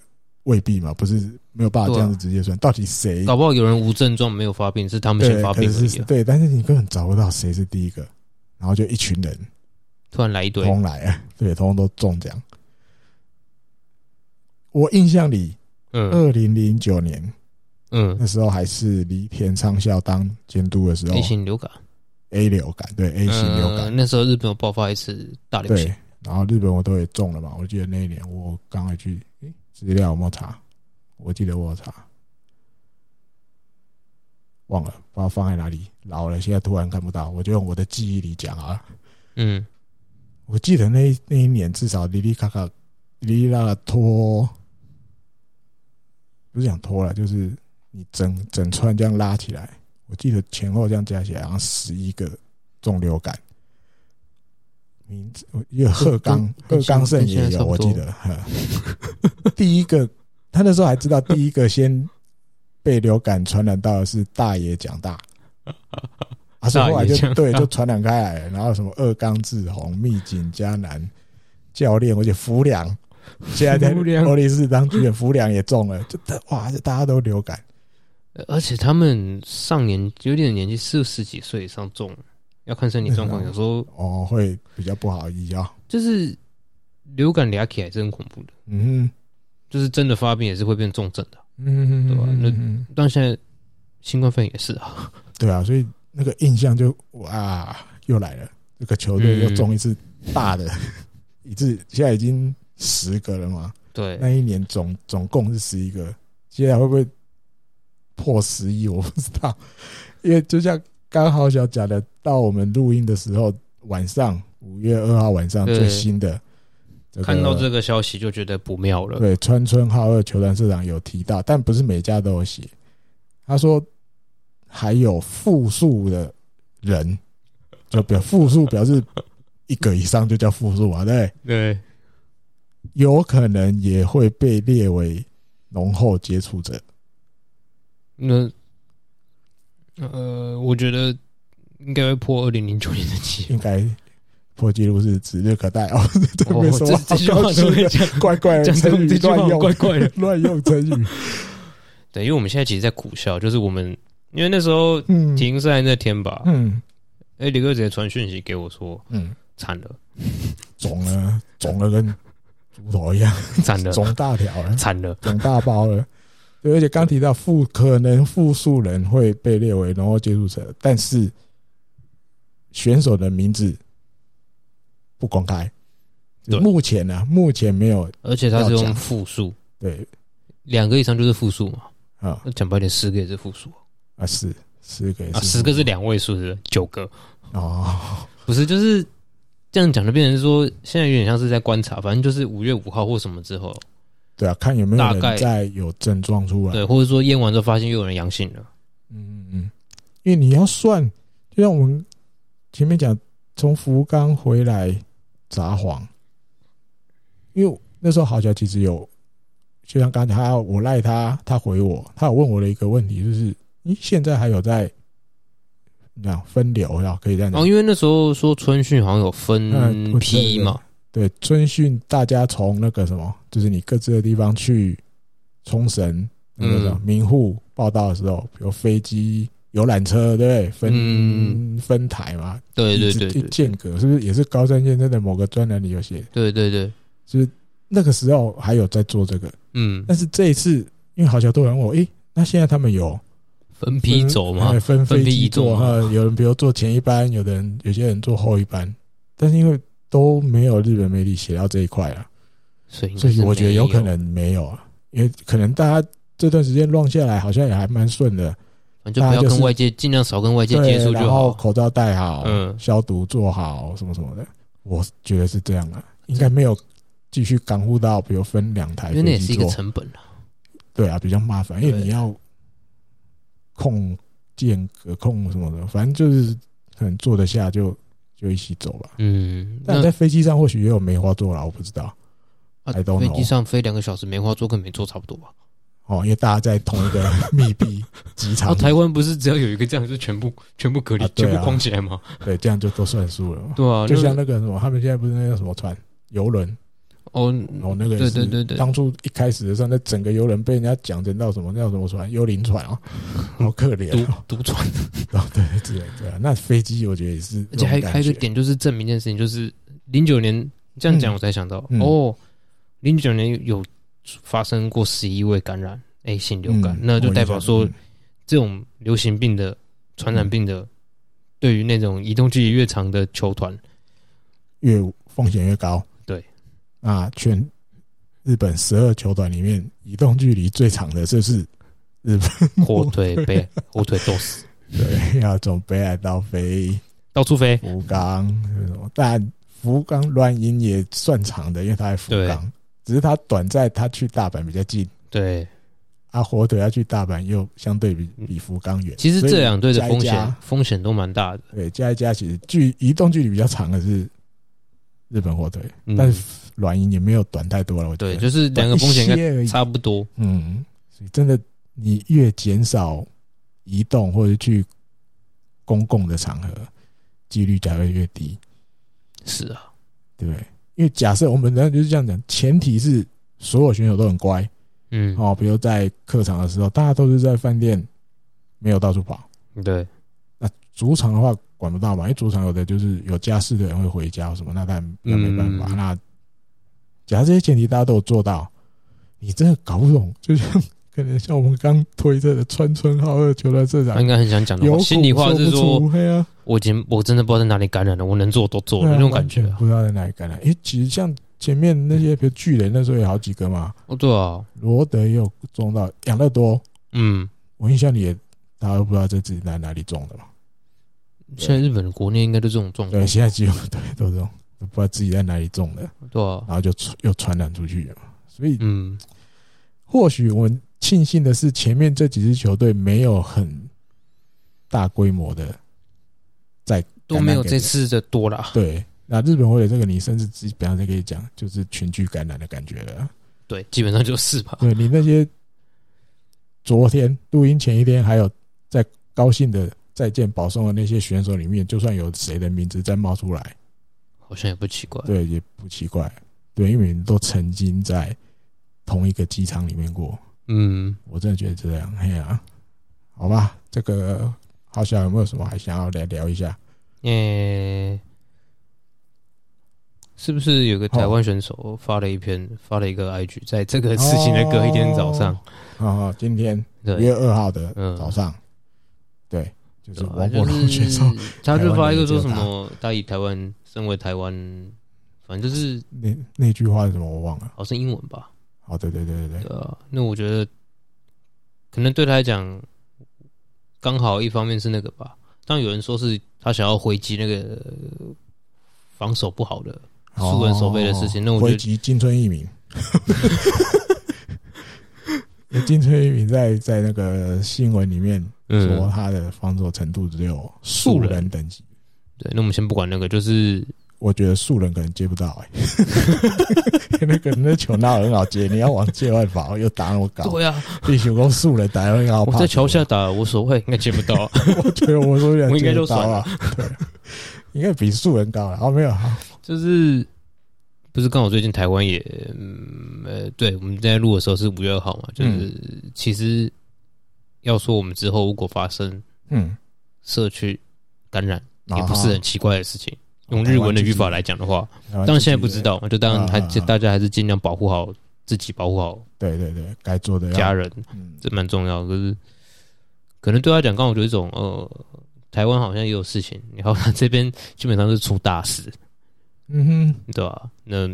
Speaker 2: 未必嘛，不是没有办法
Speaker 3: 对啊
Speaker 2: 这样子直接算，到底谁
Speaker 3: 搞不好有人无症状没有发病，是他们先
Speaker 2: 对，
Speaker 3: 发
Speaker 2: 可
Speaker 3: 病而
Speaker 2: 能
Speaker 3: 已
Speaker 2: 是
Speaker 3: 啊、
Speaker 2: 对，但是你根本找不到谁是第一个，然后就一群人
Speaker 3: 突然来一堆，
Speaker 2: 通来啊，对，通通都中奖。我印象里，
Speaker 3: 嗯
Speaker 2: 二零零九年
Speaker 3: 嗯，
Speaker 2: 那时候还是黎田昌孝当监督的时候
Speaker 3: A 型流感
Speaker 2: a 流感，对 A 型哦流感
Speaker 3: 嗯，那时候日本有爆发一次大流行
Speaker 2: 对，，然后日本我都也中了嘛。我记得那一年我刚回去，诶，资料有没有查？我记得我有查，忘了，不知道放在哪里。老了，现在突然看不到，我就用我的记忆里讲啊。
Speaker 3: 嗯，
Speaker 2: 我记得那一那一年至少里里卡卡里里拉拉拖，不是讲拖了，就是你整整串这样拉起来，我记得前后这样加起来好像十一个中流感。名字，我因为鹤冈
Speaker 3: 跟
Speaker 2: 鹤
Speaker 3: 跟
Speaker 2: 冈胜
Speaker 3: 现在
Speaker 2: 也
Speaker 3: 差
Speaker 2: 有，
Speaker 3: 不
Speaker 2: 我
Speaker 3: 多
Speaker 2: 记得。呵第一个，他那时候还知道第一个先被流感传染到的是大野蒋 大，啊，所以后来
Speaker 3: 大野
Speaker 2: 就
Speaker 3: 蒋
Speaker 2: 对
Speaker 3: 大
Speaker 2: 就传染开来了，然后什么二冈志宏、密井嘉南教练，而且福良现在在
Speaker 3: 福良
Speaker 2: 欧力士当主演，福良也中了，就哇，就大家都流感，
Speaker 3: 而且他们上年有点年纪，四十几岁以上中，要看身体状况。
Speaker 2: 嗯
Speaker 3: 有时候
Speaker 2: 哦，会比较不好医啊、
Speaker 3: 就是流感俩起来是很恐怖的，
Speaker 2: 嗯
Speaker 3: 就是真的发病也是会变重症的。
Speaker 2: 哼嗯哼，
Speaker 3: 对吧那
Speaker 2: 嗯哼
Speaker 3: 但现在新冠肺炎也是啊，
Speaker 2: 对啊，所以那个印象就哇，又来了，这个球队
Speaker 3: 嗯
Speaker 2: 又中一次大的， 一次现在已经十个了嘛，
Speaker 3: 对，
Speaker 2: 那一年总总共是十一个，接下来会不会破十一？我不知道，因为就像刚好小讲的，到我们录音的时候，晚上五月二号晚上
Speaker 3: 对
Speaker 2: 最新的、这个
Speaker 3: 看到这个消息就觉得不妙了。
Speaker 2: 对，川村浩二球团社长有提到，但不是每家都有写。他说还有复数的人，就表复数表示一个以上就叫复数啊，对不对，
Speaker 3: 对，
Speaker 2: 有可能也会被列为浓厚接触者。
Speaker 3: 那呃，我觉得应该会破二零零九年的记 录。
Speaker 2: 应该破纪录是指日可待 哦。这
Speaker 3: 哦
Speaker 2: 没什么
Speaker 3: 这这
Speaker 2: 好高
Speaker 3: 句话
Speaker 2: 兴啊
Speaker 3: 都会
Speaker 2: 的，
Speaker 3: 讲，
Speaker 2: 怪怪的
Speaker 3: 讲这
Speaker 2: 成
Speaker 3: 种
Speaker 2: 语
Speaker 3: 这句
Speaker 2: 乱
Speaker 3: 话
Speaker 2: 用，。
Speaker 3: 怪怪的
Speaker 2: 乱用成语。
Speaker 3: 对，因为我们现在其实，在苦笑，就是我们因为那时候
Speaker 2: 嗯
Speaker 3: 停赛那 天吧，
Speaker 2: 嗯
Speaker 3: 哎、李哥直接传讯息给我说，
Speaker 2: 嗯，
Speaker 3: 惨了，
Speaker 2: 肿了肿了跟猪头一样，
Speaker 3: 惨了，
Speaker 2: 肿大条了。
Speaker 3: 惨了，
Speaker 2: 长大包了。对，而且刚提到复可能复数人会被列为浓厚接触者，但是选手的名字不公开。就
Speaker 3: 对
Speaker 2: 目前呢、目前没有
Speaker 3: 而且他是
Speaker 2: 要
Speaker 3: 用
Speaker 2: 讲
Speaker 3: 复数，
Speaker 2: 对
Speaker 3: 两个以上就是复数嘛。
Speaker 2: 啊
Speaker 3: 那讲白点，十个也是复数
Speaker 2: 啊是十个也
Speaker 3: 啊，十个是两位数的，九个
Speaker 2: 哦，
Speaker 3: 不是，就是这样讲就变成说，现在有点像是在观察，反正就是五月五号或什么之后，
Speaker 2: 对啊，看有没有
Speaker 3: 大概
Speaker 2: 人在有症状出来。
Speaker 3: 对，啊或者说验完之后发现又有人阳性了，
Speaker 2: 嗯嗯嗯，因为你要算，就像我们前面讲，从福冈回来札幌，因为那时候好巧其实有，就像刚才他我赖他，他回我，他有问我的一个问题，就是你现在还有在，你讲分流呀，可以这样
Speaker 3: 然
Speaker 2: 讲，
Speaker 3: 后因为那时候说春训好像有
Speaker 2: 嗯
Speaker 3: 分
Speaker 2: 我知道
Speaker 3: 批嘛，
Speaker 2: 对，遵循大家从那个什么，就是你各自的地方去冲绳那个什么
Speaker 3: 嗯
Speaker 2: 名护报道的时候，比如飞机、游览车，对不对？分、
Speaker 3: 嗯
Speaker 2: 分台嘛，
Speaker 3: 对对
Speaker 2: 一直
Speaker 3: 对对
Speaker 2: 间隔是不是也是高山先生的某个专栏里有写？
Speaker 3: 对对对，
Speaker 2: 就是那个时候还有在做这个，
Speaker 3: 嗯，
Speaker 2: 但是这一次因为好像多人问我，诶、那现在他们有
Speaker 3: 分批走嘛
Speaker 2: 哎，分
Speaker 3: 分
Speaker 2: 飞
Speaker 3: 批
Speaker 2: 机
Speaker 3: 移动
Speaker 2: 坐哈
Speaker 3: 嘛，
Speaker 2: 有人比如坐前一班，有的人有些人坐后一班，但是因为都没有日本媒体写到这一块啊了。
Speaker 3: 所以应该
Speaker 2: 所以
Speaker 3: 是
Speaker 2: 我觉得
Speaker 3: 没
Speaker 2: 有
Speaker 3: 有
Speaker 2: 可，能没有啊，也可能大家这段时间乱下来，好像也还蛮顺的。
Speaker 3: 反正不
Speaker 2: 大
Speaker 3: 要
Speaker 2: 家就
Speaker 3: 跟
Speaker 2: 是
Speaker 3: 外界尽量少跟外界接
Speaker 2: 对，
Speaker 3: 触
Speaker 2: 然
Speaker 3: 就
Speaker 2: 后
Speaker 3: 好，
Speaker 2: 口罩戴好，
Speaker 3: 嗯
Speaker 2: 消毒做好，什么什么的，我觉得是这样啊，应该没有继续港护到，比如分两台
Speaker 3: 因为那
Speaker 2: 飞
Speaker 3: 也是
Speaker 2: 机
Speaker 3: 一个
Speaker 2: 坐，
Speaker 3: 成本啊，
Speaker 2: 对啊，比较麻烦，因为
Speaker 3: 对
Speaker 2: 你要控间隔、控什么的，反正就是可能坐得下就就一起走吧。
Speaker 3: 嗯，
Speaker 2: 但
Speaker 3: 那
Speaker 2: 在飞机上或许也有梅花座啦，我不知道
Speaker 3: 啊
Speaker 2: I don't
Speaker 3: 飞
Speaker 2: know
Speaker 3: 机上飞两个小时，梅花座跟没做差不多啊吧？
Speaker 2: 哦，因为大家在同一个 密闭机
Speaker 3: 然
Speaker 2: 场
Speaker 3: 后
Speaker 2: 里面
Speaker 3: 啊台湾不是只要有一个这样，就全部全部隔离
Speaker 2: 啊，对啊
Speaker 3: 全部框起来吗？
Speaker 2: 对，这样就都算数了嘛。
Speaker 3: 对啊，
Speaker 2: 就像
Speaker 3: 那
Speaker 2: 那个什么，他们现在不是那个什么船游轮，
Speaker 3: 哦，
Speaker 2: 然后那个也
Speaker 3: 对
Speaker 2: 是
Speaker 3: 对对对，
Speaker 2: 当初一开始的时候，那整个游轮被人家讲成到什么叫什么船，幽灵船 哦，好可怜
Speaker 3: 独
Speaker 2: 哦，
Speaker 3: 独传，
Speaker 2: 哦对对对啊，那飞机我觉得也是这
Speaker 3: 而且
Speaker 2: 种感
Speaker 3: 还有
Speaker 2: 觉，
Speaker 3: 还有一个点就是证明一件事情，就是零九年这样讲
Speaker 2: 嗯
Speaker 3: 我才想到、
Speaker 2: 嗯
Speaker 3: 哦，零九年有发生过十一位感染 A 型流感，
Speaker 2: 嗯
Speaker 3: 那就代表
Speaker 2: 我
Speaker 3: 说
Speaker 2: 印象
Speaker 3: 这种流行病的传染病的，对于那种移动距离越长的球 团，
Speaker 2: 嗯越风险越高，
Speaker 3: 对
Speaker 2: 啊，全日本十二球团里面移动距离最长的就是日本
Speaker 3: 火腿被火腿冻死，
Speaker 2: 对，要从北海道飞
Speaker 3: 到处飞，
Speaker 2: 福冈，什么但福冈乱音也算长的，因为他在福冈，只是他短在他去大阪比较近，
Speaker 3: 对，
Speaker 2: 啊，火腿要去大阪又相对比比福冈远。
Speaker 3: 其实
Speaker 2: 所以
Speaker 3: 这两队的
Speaker 2: 加一
Speaker 3: 风
Speaker 2: 加
Speaker 3: 险风险都蛮大的。
Speaker 2: 对，加一加其实距移动距离比较长的是日本火腿，
Speaker 3: 嗯
Speaker 2: 但是软银也没有短太多了，我觉
Speaker 3: 对，
Speaker 2: 得。
Speaker 3: 就是两个风险应
Speaker 2: 短一
Speaker 3: 该
Speaker 2: 些而已
Speaker 3: 差不多。
Speaker 2: 嗯，所以真的，你越减少移动或者去公共的场合，几率才会越低，
Speaker 3: 是啊，
Speaker 2: 对不对？因为假设我们人就是这样讲，前提是所有选手都很乖
Speaker 3: 嗯，
Speaker 2: 哦，比如在客场的时候，大家都是在饭店，没有到处跑。
Speaker 3: 对，
Speaker 2: 主场的话管不到嘛，因为主场有的就是有家室的人会回家或什么，那当然那没办法。
Speaker 3: 嗯
Speaker 2: 那假设这些前提大家都有做到，你真的搞不懂，就像可能像我们刚推测的川村浩二球队社
Speaker 3: 他
Speaker 2: 长
Speaker 3: 应，该很想讲的
Speaker 2: 有
Speaker 3: 话，
Speaker 2: 苦
Speaker 3: 心里话是
Speaker 2: 说
Speaker 3: 说
Speaker 2: 不，出，嘿啊，
Speaker 3: 我已经我真的不知道在哪里感染了，我能做都做了
Speaker 2: 对啊
Speaker 3: 那种感觉
Speaker 2: 完全
Speaker 3: 啊。
Speaker 2: 不知道在哪里感染。诶，其实像前面那些，比如巨人那时候有好几个嘛，
Speaker 3: 哦，对啊，
Speaker 2: 罗德也有中到，养乐多，
Speaker 3: 嗯，
Speaker 2: 我印象里也大家都不知道这自己在哪里中的嘛。
Speaker 3: 现在日本的国内应该都这种状况
Speaker 2: 对，，现在只有对都中，都不知道自己在哪里中的。
Speaker 3: 对啊，
Speaker 2: 然后就传又传染出去了嘛。所以
Speaker 3: 嗯，
Speaker 2: 或许我们庆幸的是，前面这几支球队没有很大规模的在
Speaker 3: 都没有这次的多啦。
Speaker 2: 对。那日本火腿这个，你甚至基本上就可以讲，就是群聚感染的感觉了。
Speaker 3: 对，基本上就是吧。
Speaker 2: 对你那些昨天录音前一天还有在高兴的再见保送的那些选手里面，就算有谁的名字再冒出来，
Speaker 3: 好像也不奇怪。
Speaker 2: 对，也不奇怪。对，因为你们都曾经在同一个机场里面过。
Speaker 3: 嗯，
Speaker 2: 我真的觉得这样，嘿呀、好吧，这个好像有没有什么还想要来聊一下？
Speaker 3: 诶、是不是有个台湾选手发了一篇、发了一个 IG，在这个事情的隔一天早上，
Speaker 2: 啊、哦哦，今天五
Speaker 3: 对
Speaker 2: 月，二号的
Speaker 3: 嗯
Speaker 2: 早上，对，就是
Speaker 3: 对啊
Speaker 2: 王柏荣选手，
Speaker 3: 就是他就发一个说什
Speaker 2: 台湾
Speaker 3: 么，他以台湾身为台湾，反正就是
Speaker 2: 那那句话是什么我忘了。
Speaker 3: 好像英文吧，
Speaker 2: 哦，对对对对
Speaker 3: 对
Speaker 2: 对，
Speaker 3: 啊，那我觉得可能对他来讲，刚好一方面是那个吧，当然有人说是他想要回击那个呃防守不好的素人守备的事情那我觉得
Speaker 2: 回击哦金春一鸣。 金春一鸣在在那个新闻里面说
Speaker 3: 嗯，
Speaker 2: 他的防守程度只有
Speaker 3: 素
Speaker 2: 素
Speaker 3: 人
Speaker 2: 人等级，
Speaker 3: 对，那我们先不管那个，就是
Speaker 2: 我觉得素人可能接不到、欸， 那个那球那很好接，你要往界外跑又打那么高，
Speaker 3: 对啊，
Speaker 2: 地球攻素人打得很好
Speaker 3: 我
Speaker 2: 跑。
Speaker 3: 在桥下，打无所谓，应该接不 到。
Speaker 2: 我觉得我说
Speaker 3: 我
Speaker 2: 人
Speaker 3: 应该就
Speaker 2: 接不到啊，对， 应该比素人高了。哦，没有，好
Speaker 3: 就是不是刚好最近台湾也，嗯呃，对，我们在录的时候是五月二号嘛，就是、
Speaker 2: 嗯
Speaker 3: 其实要说我们之后如果发生
Speaker 2: 嗯，
Speaker 3: 社区感染，
Speaker 2: 啊
Speaker 3: 也不是很奇怪的事情。
Speaker 2: 哦
Speaker 3: 用日文的语法来讲的话，
Speaker 2: 好，
Speaker 3: 当然现在不知
Speaker 2: 道。
Speaker 3: 道嘛，就当然还
Speaker 2: 啊啊啊
Speaker 3: 大家还是尽量保护好自己，保护好
Speaker 2: 对对对，该做的要
Speaker 3: 家，人，
Speaker 2: 嗯，
Speaker 3: 这蛮重要的。可是可能对他讲，刚好有一种呃，台湾好像也有事情，然后他这边基本上是出大事，
Speaker 2: 嗯哼，
Speaker 3: 对吧、那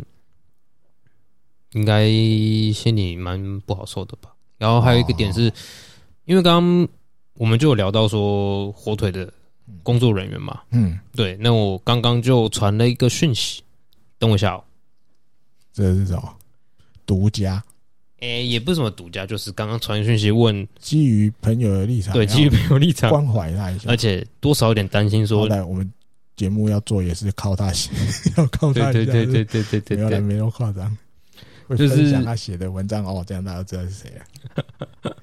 Speaker 3: 应该心里蛮不好受的吧。然后还有一个点是，因为刚刚我们就有聊到说火腿的工作人员嘛，
Speaker 2: 嗯，
Speaker 3: 对，那我刚刚就传了一个讯息，等我一下哦。
Speaker 2: 这是什么？独家
Speaker 3: 诶、也不是什么独家，就是刚刚传讯息问，
Speaker 2: 基于朋友的立场，
Speaker 3: 对，基于
Speaker 2: 要
Speaker 3: 朋友立场，
Speaker 2: 关怀他一下
Speaker 3: 而。且多少有点担心说
Speaker 2: 后，来我们节目要做也是靠他写，要靠
Speaker 3: 对
Speaker 2: 他一下
Speaker 3: 对对
Speaker 2: 是
Speaker 3: 对对对
Speaker 2: 没有
Speaker 3: 对
Speaker 2: 人
Speaker 3: 对，
Speaker 2: 没有夸张，会
Speaker 3: 就是
Speaker 2: 分享他写的文章哦，这样大家就知道是谁了。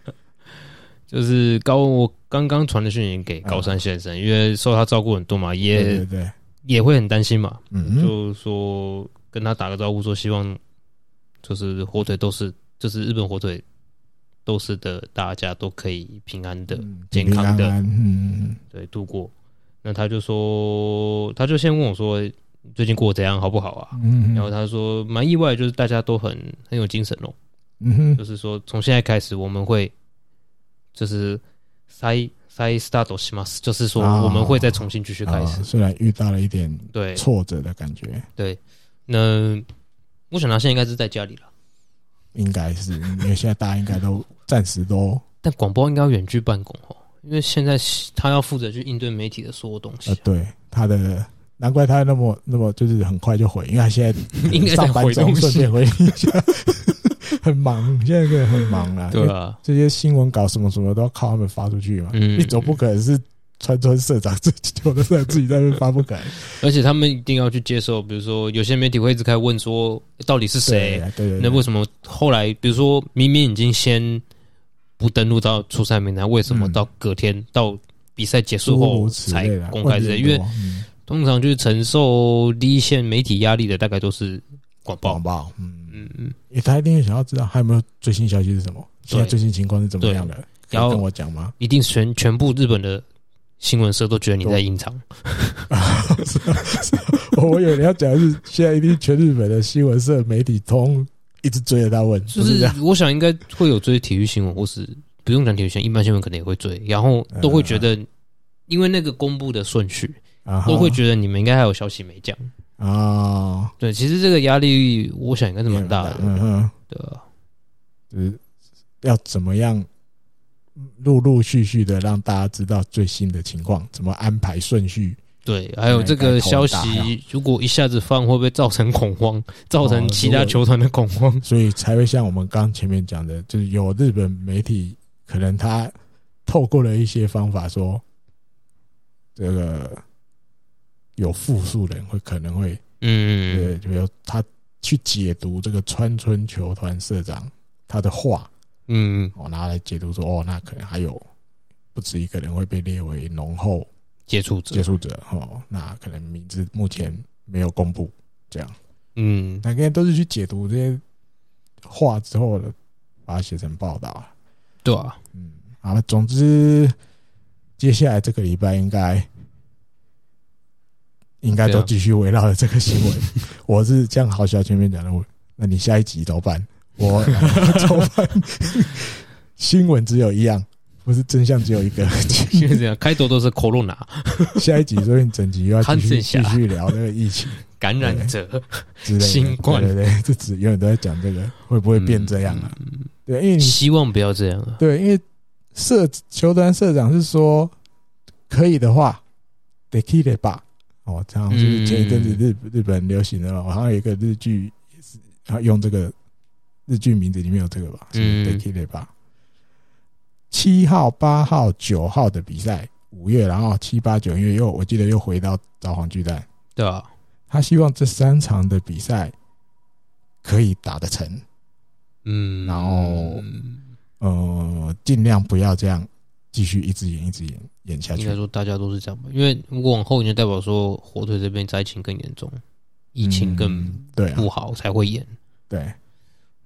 Speaker 3: 就是高我刚刚传的讯息给高山先生，因为受他照顾很多嘛，
Speaker 2: 对
Speaker 3: 也
Speaker 2: 对对，
Speaker 3: 也会很担心嘛，
Speaker 2: 嗯，
Speaker 3: 就说跟他打个招呼，说希望就是火腿都是，就是日本火腿都是的，大家都可以平安的
Speaker 2: 嗯
Speaker 3: 健康的
Speaker 2: 平平安安嗯，
Speaker 3: 对度过。那他就说，他就先问我说最近过得怎样，好不好啊？
Speaker 2: 嗯，
Speaker 3: 然后他说蛮意外，就是大家都很很有精神哦，
Speaker 2: 嗯
Speaker 3: 就
Speaker 2: 哼，
Speaker 3: 是说从现在开始我们会就是塞塞 start s 就是说
Speaker 2: 啊
Speaker 3: 我们会再重新继续开始
Speaker 2: 啊。虽然遇到了一点
Speaker 3: 对，
Speaker 2: 挫折的感觉，
Speaker 3: 那我想他现在应该是在家里了，
Speaker 2: 应该是因为现在大家应该都暂时都
Speaker 3: 但广播应该要远距办公哦，因为现在他要负责去应对媒体的所有东西
Speaker 2: 呃呃，，对他的难怪他那么那么就是很快就回，因为他 现
Speaker 3: 应
Speaker 2: 在
Speaker 3: 该在
Speaker 2: 上班
Speaker 3: 回
Speaker 2: 中
Speaker 3: 东西
Speaker 2: 顺便回一下，很忙，现在真的很忙啦。
Speaker 3: 对啊，
Speaker 2: 这些新闻稿什么什么都要靠他们发出去嘛，
Speaker 3: 嗯
Speaker 2: 你总不可能是川川社长自己就在自己在那边发，不可能。
Speaker 3: 而且他们一定要去接受，比如说有些媒体会一直开始问说到底是 谁，
Speaker 2: 对对对，
Speaker 3: 那为什么后来比如说明明已经先不登录到初赛名单，为什么
Speaker 2: 嗯
Speaker 3: 到隔天到比赛结束
Speaker 2: 诸
Speaker 3: 后
Speaker 2: 如此
Speaker 3: 才
Speaker 2: 类的啊
Speaker 3: 公开
Speaker 2: 问
Speaker 3: 这
Speaker 2: 题很
Speaker 3: 些？因为
Speaker 2: 多嗯
Speaker 3: 通常就是承受第一线媒体压力的，大概都是广
Speaker 2: 广
Speaker 3: 报。
Speaker 2: 报，嗯，
Speaker 3: 嗯嗯，
Speaker 2: 因为他一定想要知道还有没有最新消息是什么，现在最新情况是怎么样的，可
Speaker 3: 然
Speaker 2: 以
Speaker 3: 后
Speaker 2: 跟我讲吗？
Speaker 3: 一定全全部日本的新闻社都觉得你在隐藏。
Speaker 2: 我以为你要讲的是现在一定全日本的新闻社媒体通一直追着他问，
Speaker 3: 就
Speaker 2: 不是这
Speaker 3: 是
Speaker 2: 样，
Speaker 3: 我想应该会有追体育新闻，或是不用讲体育新闻，一般新闻可能也会追，然后都会觉得，因为那个公布的顺序，
Speaker 2: 嗯啊哈
Speaker 3: 都会觉得你们应该还有消息没讲。
Speaker 2: 啊，
Speaker 3: 对，其实这个压力，我想应该是蛮大
Speaker 2: 嗯
Speaker 3: 的，
Speaker 2: 哼，
Speaker 3: 对啊
Speaker 2: 就是要怎么样陆陆续续的让大家知道最新的情况，怎么安排顺序，
Speaker 3: 对，还有这个消息， 如果一下子放，会不会造成恐慌，造
Speaker 2: 哦
Speaker 3: 成其他球团的 恐慌？
Speaker 2: 所以才会像我们刚前面讲的，就是有日本媒体可能他透过了一些方法说，这个有复数人会可能会
Speaker 3: 嗯，
Speaker 2: 对，就比如他去解读这个川村球团社长他的话，
Speaker 3: 嗯，
Speaker 2: 我、拿来解读说，哦，那可能还有不止一个人会被列为浓厚
Speaker 3: 接触
Speaker 2: 接
Speaker 3: 者，
Speaker 2: 触者，哦，那可能名字目前没有公布，这样，
Speaker 3: 嗯，
Speaker 2: 那应该都是去解读这些话之后的，把它写成报道啊，
Speaker 3: 对啊，
Speaker 2: 嗯，好了，总之，接下来这个礼拜应该。应该
Speaker 3: 对
Speaker 2: 都
Speaker 3: 啊
Speaker 2: 继续围绕着这个新 闻。我是这样，好小前面讲的，我那你下一集怎么办？我怎么 办？新闻只有一样，不是真相只有一个。
Speaker 3: 因为这样，开头都是 corona
Speaker 2: 下一集说不定整集又要继续
Speaker 3: 看正下
Speaker 2: 继续聊那个疫情
Speaker 3: 感染者，
Speaker 2: 之类的，
Speaker 3: 新冠
Speaker 2: 对对对，这只永远都在讲这个会不会变这样啊？
Speaker 3: 嗯？嗯
Speaker 2: 对，因为
Speaker 3: 嗯
Speaker 2: 你
Speaker 3: 希望不要这样啊。
Speaker 2: 对，因为社球团社长是说，可以的话，得 k i d 吧。哦，这样就是前一阵子
Speaker 3: 嗯
Speaker 2: 日、日本流行的嘛，好像有一个日剧也是，然后用这个日剧名字里面有这个吧，是
Speaker 3: 嗯
Speaker 2: 得 k i d 吧。七号、八号、九号的比赛，五月，然后七八九月又，我记得又回到札幌巨蛋。
Speaker 3: 对啊，
Speaker 2: 他希望这三场的比赛可以打得成，
Speaker 3: 嗯，
Speaker 2: 然后呃，尽量不要这样继续一直演一直演演下
Speaker 3: 应
Speaker 2: 去
Speaker 3: 该。说大家都是这样吧，因为如果往后你就代表说火腿这边灾情更严重，疫情更
Speaker 2: 嗯对啊
Speaker 3: 不，好才会演，
Speaker 2: 对，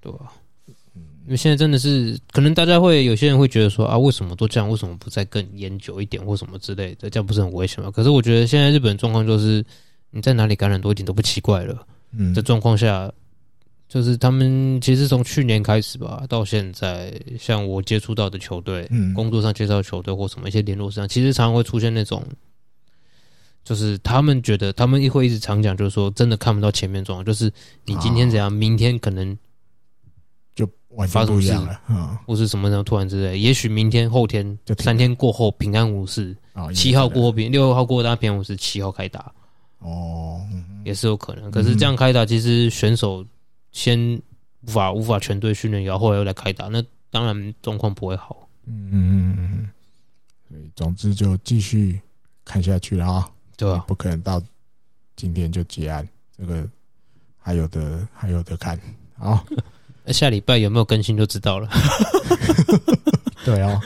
Speaker 3: 对啊吧、因
Speaker 2: 嗯
Speaker 3: 为现在真的是，可能大家会有些人会觉得说啊，为什么都这样？为什么不再更研究一点，或什么之类的？这样不是很危险吗？可是我觉得现在日本状况就是，你在哪里感染多一点都不奇怪了。
Speaker 2: 嗯
Speaker 3: 的状况下，就是他们其实从去年开始吧，到现在，像我接触到的球队，
Speaker 2: 嗯
Speaker 3: 工作上介绍球队或什么一些联络上，其实常常会出现那种，就是他们觉得他们会一直常讲，就是说真的看不到前面状况，就是你今天怎样，明天可能
Speaker 2: 就完全不一样了啊
Speaker 3: 或是什么什么突然之类，也许明天后天
Speaker 2: 就停了
Speaker 3: 三天过后平安无事，
Speaker 2: 啊！
Speaker 3: 七号过后
Speaker 2: 锅
Speaker 3: 平六号过后大家平安无事，七号开打，
Speaker 2: 哦，嗯
Speaker 3: 也是有可能。可是这样开打，其实选手先无法无法全队训练，然后后来又来开打，那当然状况不会好。
Speaker 2: 嗯嗯嗯嗯，所以总之就继续看下去了啊，
Speaker 3: 对啊，
Speaker 2: 不可能到今天就结案，这个还有的还有的看。哦好，
Speaker 3: 那哎下礼拜有没有更新就知道了。
Speaker 2: 对哦，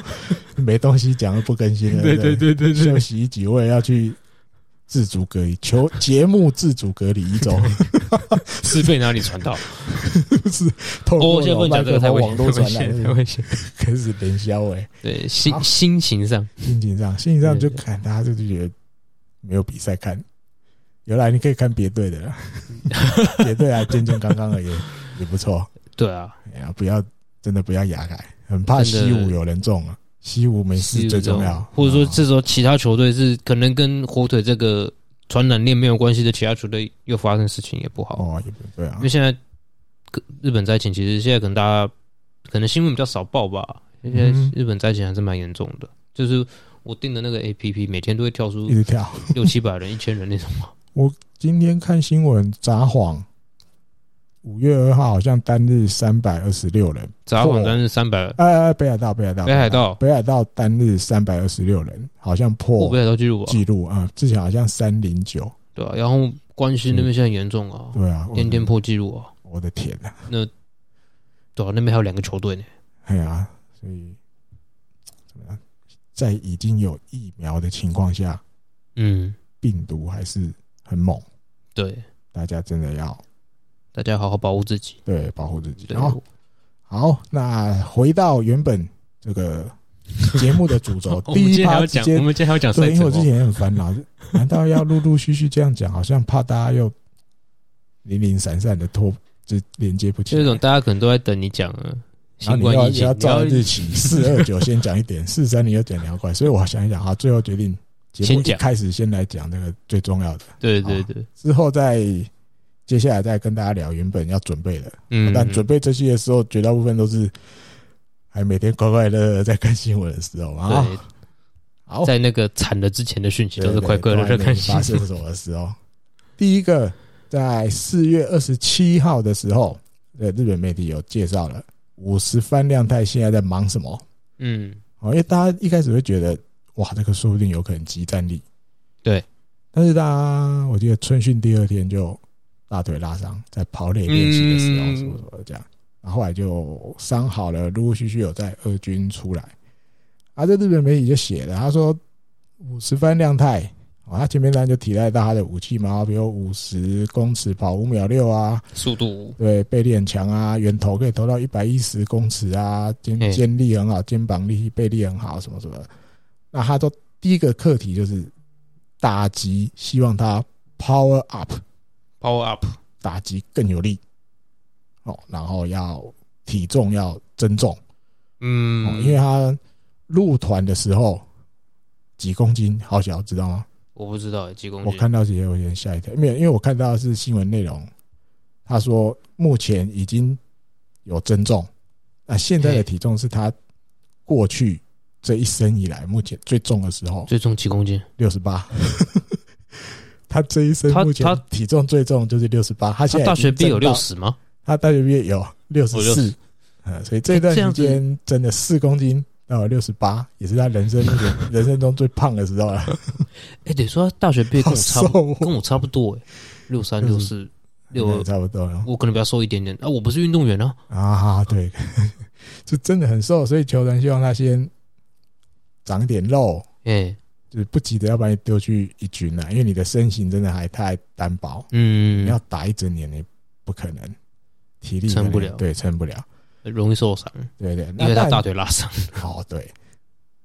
Speaker 2: 没东西讲就不更新了。不
Speaker 3: 对对
Speaker 2: 休，息几位要去自主隔离，求节目自主隔离一周，
Speaker 3: 是被哪里 传到？
Speaker 2: 就是透
Speaker 3: 哦，
Speaker 2: 过
Speaker 3: 现在不
Speaker 2: 老
Speaker 3: 能
Speaker 2: 麦
Speaker 3: 讲
Speaker 2: 克
Speaker 3: 这个太
Speaker 2: 风
Speaker 3: 危
Speaker 2: 网络
Speaker 3: 险，太危
Speaker 2: 传
Speaker 3: 险，太
Speaker 2: 来，
Speaker 3: 危险。
Speaker 2: 开始连销哎，
Speaker 3: 对，
Speaker 2: 好
Speaker 3: 心心情上，
Speaker 2: 心情上，心情上就
Speaker 3: 对对
Speaker 2: 看大家就觉得没有比赛看，原来你可以看别队的 啦，别队啊，健健康康的也也不错，
Speaker 3: 对啊，
Speaker 2: 哎呀，不要真的不要牙改，很怕
Speaker 3: 真的
Speaker 2: 西武有人中啊，西武没事最重要，
Speaker 3: 或者说
Speaker 2: 啊
Speaker 3: 这时候其他球队是可能跟火腿这个传染链没有关系的，其他球队又发生事情也不好。
Speaker 2: 哦，也不对啊
Speaker 3: 因为，现在可日本灾情，其实现在可能大家可能新闻比较少报吧。现在
Speaker 2: 嗯
Speaker 3: 日本灾情还是蛮严重的，就是我订的那个 A P P，每天都会跳出
Speaker 2: 一直跳，
Speaker 3: 六七百人、一千人那种嘛。
Speaker 2: 我今天看新闻，札幌五月二号好像单日三百二十六人，
Speaker 3: 札幌单是三百，
Speaker 2: 呃，北海道，北海道，
Speaker 3: 北海道
Speaker 2: 北海道单日三百二十六人，好像
Speaker 3: 哦，
Speaker 2: 破
Speaker 3: 北海道记录啊，
Speaker 2: 纪录啊，之前好像三零九，
Speaker 3: 对啊，然后关西
Speaker 2: 嗯
Speaker 3: 那边现在很严重啊，
Speaker 2: 对啊，我
Speaker 3: 天天破纪录啊，
Speaker 2: 我的天呐、
Speaker 3: 对啊，那边还有两个球队呢，
Speaker 2: 哎呀，所以怎么样，在已经有疫苗的情况下，
Speaker 3: 嗯，
Speaker 2: 病毒还是很猛，
Speaker 3: 对，
Speaker 2: 大家真的要
Speaker 3: 大家好好保护自己，
Speaker 2: 对保护自己。
Speaker 3: 对，
Speaker 2: 好，好，那回到原本这 个节目的主轴
Speaker 3: 哦，我
Speaker 2: 第
Speaker 3: 们今
Speaker 2: 一
Speaker 3: 天还
Speaker 2: 趴
Speaker 3: 要
Speaker 2: 直
Speaker 3: 讲，
Speaker 2: 接
Speaker 3: 我们今天还要讲赛
Speaker 2: 对，因为
Speaker 3: 程
Speaker 2: 我之
Speaker 3: 哦，
Speaker 2: 前也很烦恼， 就难道要陆陆续续这样讲，好像怕大家又零零散散的拖，就连接不起
Speaker 3: 这种
Speaker 2: 来。
Speaker 3: 大家可能都在等你讲啊，
Speaker 2: 啊然后
Speaker 3: 新
Speaker 2: 你又
Speaker 3: 冠
Speaker 2: 要
Speaker 3: 疫
Speaker 2: 又要
Speaker 3: 情，你
Speaker 2: 照日 期，四二九先讲一点，四三零又讲两块，所以我想一想啊，最后决定节目
Speaker 3: 先
Speaker 2: 一
Speaker 3: 讲
Speaker 2: 开始先来讲那个最重要的，
Speaker 3: 对对对，
Speaker 2: 之后再接下来再跟大家聊原本要准备的。
Speaker 3: 嗯，
Speaker 2: 但准备这些的时候，绝大部分都是还每天快快乐乐在看新闻的时候啊。
Speaker 3: 对，
Speaker 2: 好，
Speaker 3: 在那个惨了之前的讯息
Speaker 2: 对
Speaker 3: 都是快快乐乐
Speaker 2: 对都还
Speaker 3: 看
Speaker 2: 没
Speaker 3: 新
Speaker 2: 发
Speaker 3: 闻，
Speaker 2: 生什么时候？第一个，在四月二十七号的时候，呃，日本媒体有介绍了五十番亮太现在在忙什么。
Speaker 3: 嗯，
Speaker 2: 哦，因为大家一开始会觉得，哇，这个说不定有可能集战力。
Speaker 3: 对，
Speaker 2: 但是大家，我记得春训第二天就大腿拉伤，在跑垒练习的时候
Speaker 3: 嗯
Speaker 2: 什么什么的这样，然后后来就伤好了，陆陆续续有在二军出来。啊，这日本媒体就写了，他说五十番亮太，啊、他前面当然就提到他的武器嘛，比如五十公尺跑五秒六啊，
Speaker 3: 速度，
Speaker 2: 对，背力很强啊，远投可以投到一百一十公尺啊，肩
Speaker 3: 嗯
Speaker 2: 肩力很好，肩膀力、背力很好，什么什么的。那他都第一个课题就是打击，希望他 power up，
Speaker 3: power up，
Speaker 2: 打击更有力。哦，然后要体重要增重，哦
Speaker 3: 嗯，
Speaker 2: 因为他入团的时候几公斤，好小哦知道吗？
Speaker 3: 我不知道欸几公
Speaker 2: 我
Speaker 3: 斤，
Speaker 2: 看到也有点吓一跳，没有，因为我看到的是新闻内容，他说目前已经有增重，啊，现在的
Speaker 3: 嘿
Speaker 2: 体重是他过去这一生以来目前最重的时候，
Speaker 3: 最重几公斤，
Speaker 2: 六十 八。他这一生
Speaker 3: 他
Speaker 2: 目前
Speaker 3: 他
Speaker 2: 体重最重就是六十八，他
Speaker 3: 他
Speaker 2: 现在
Speaker 3: 大
Speaker 2: 已经
Speaker 3: 学毕业有
Speaker 2: 增
Speaker 3: 六
Speaker 2: 到，
Speaker 3: 十吗？
Speaker 2: 他大学毕业有六十
Speaker 3: 哦
Speaker 2: 四
Speaker 3: 60，
Speaker 2: 呃，所以这段
Speaker 3: 这
Speaker 2: 时
Speaker 3: 样子
Speaker 2: 间真的四公斤到六十八，也是他人生目前 人生中最胖的时候了，
Speaker 3: 哎，得说他大学毕业
Speaker 2: 好
Speaker 3: 跟我差
Speaker 2: 瘦
Speaker 3: 不
Speaker 2: 哦，
Speaker 3: 跟我差不多哎，六三六四六
Speaker 2: 嗯
Speaker 3: 二，
Speaker 2: 差不多了。
Speaker 3: 我可能比较瘦一点点啊，我不是运动员啊，
Speaker 2: 啊，对， 就真的很瘦，所以球团希望他先长点肉，
Speaker 3: 哎，
Speaker 2: 就是不急着要把你丢去一军啊了、因为你的身形真的还太单薄，你
Speaker 3: 嗯
Speaker 2: 要，打一整年你不可能，体力
Speaker 3: 撑不
Speaker 2: 可能
Speaker 3: 了
Speaker 2: 对，撑不了，
Speaker 3: 容易受伤，
Speaker 2: 对对，
Speaker 3: 因为他
Speaker 2: 那
Speaker 3: 大腿拉伤，
Speaker 2: 好对。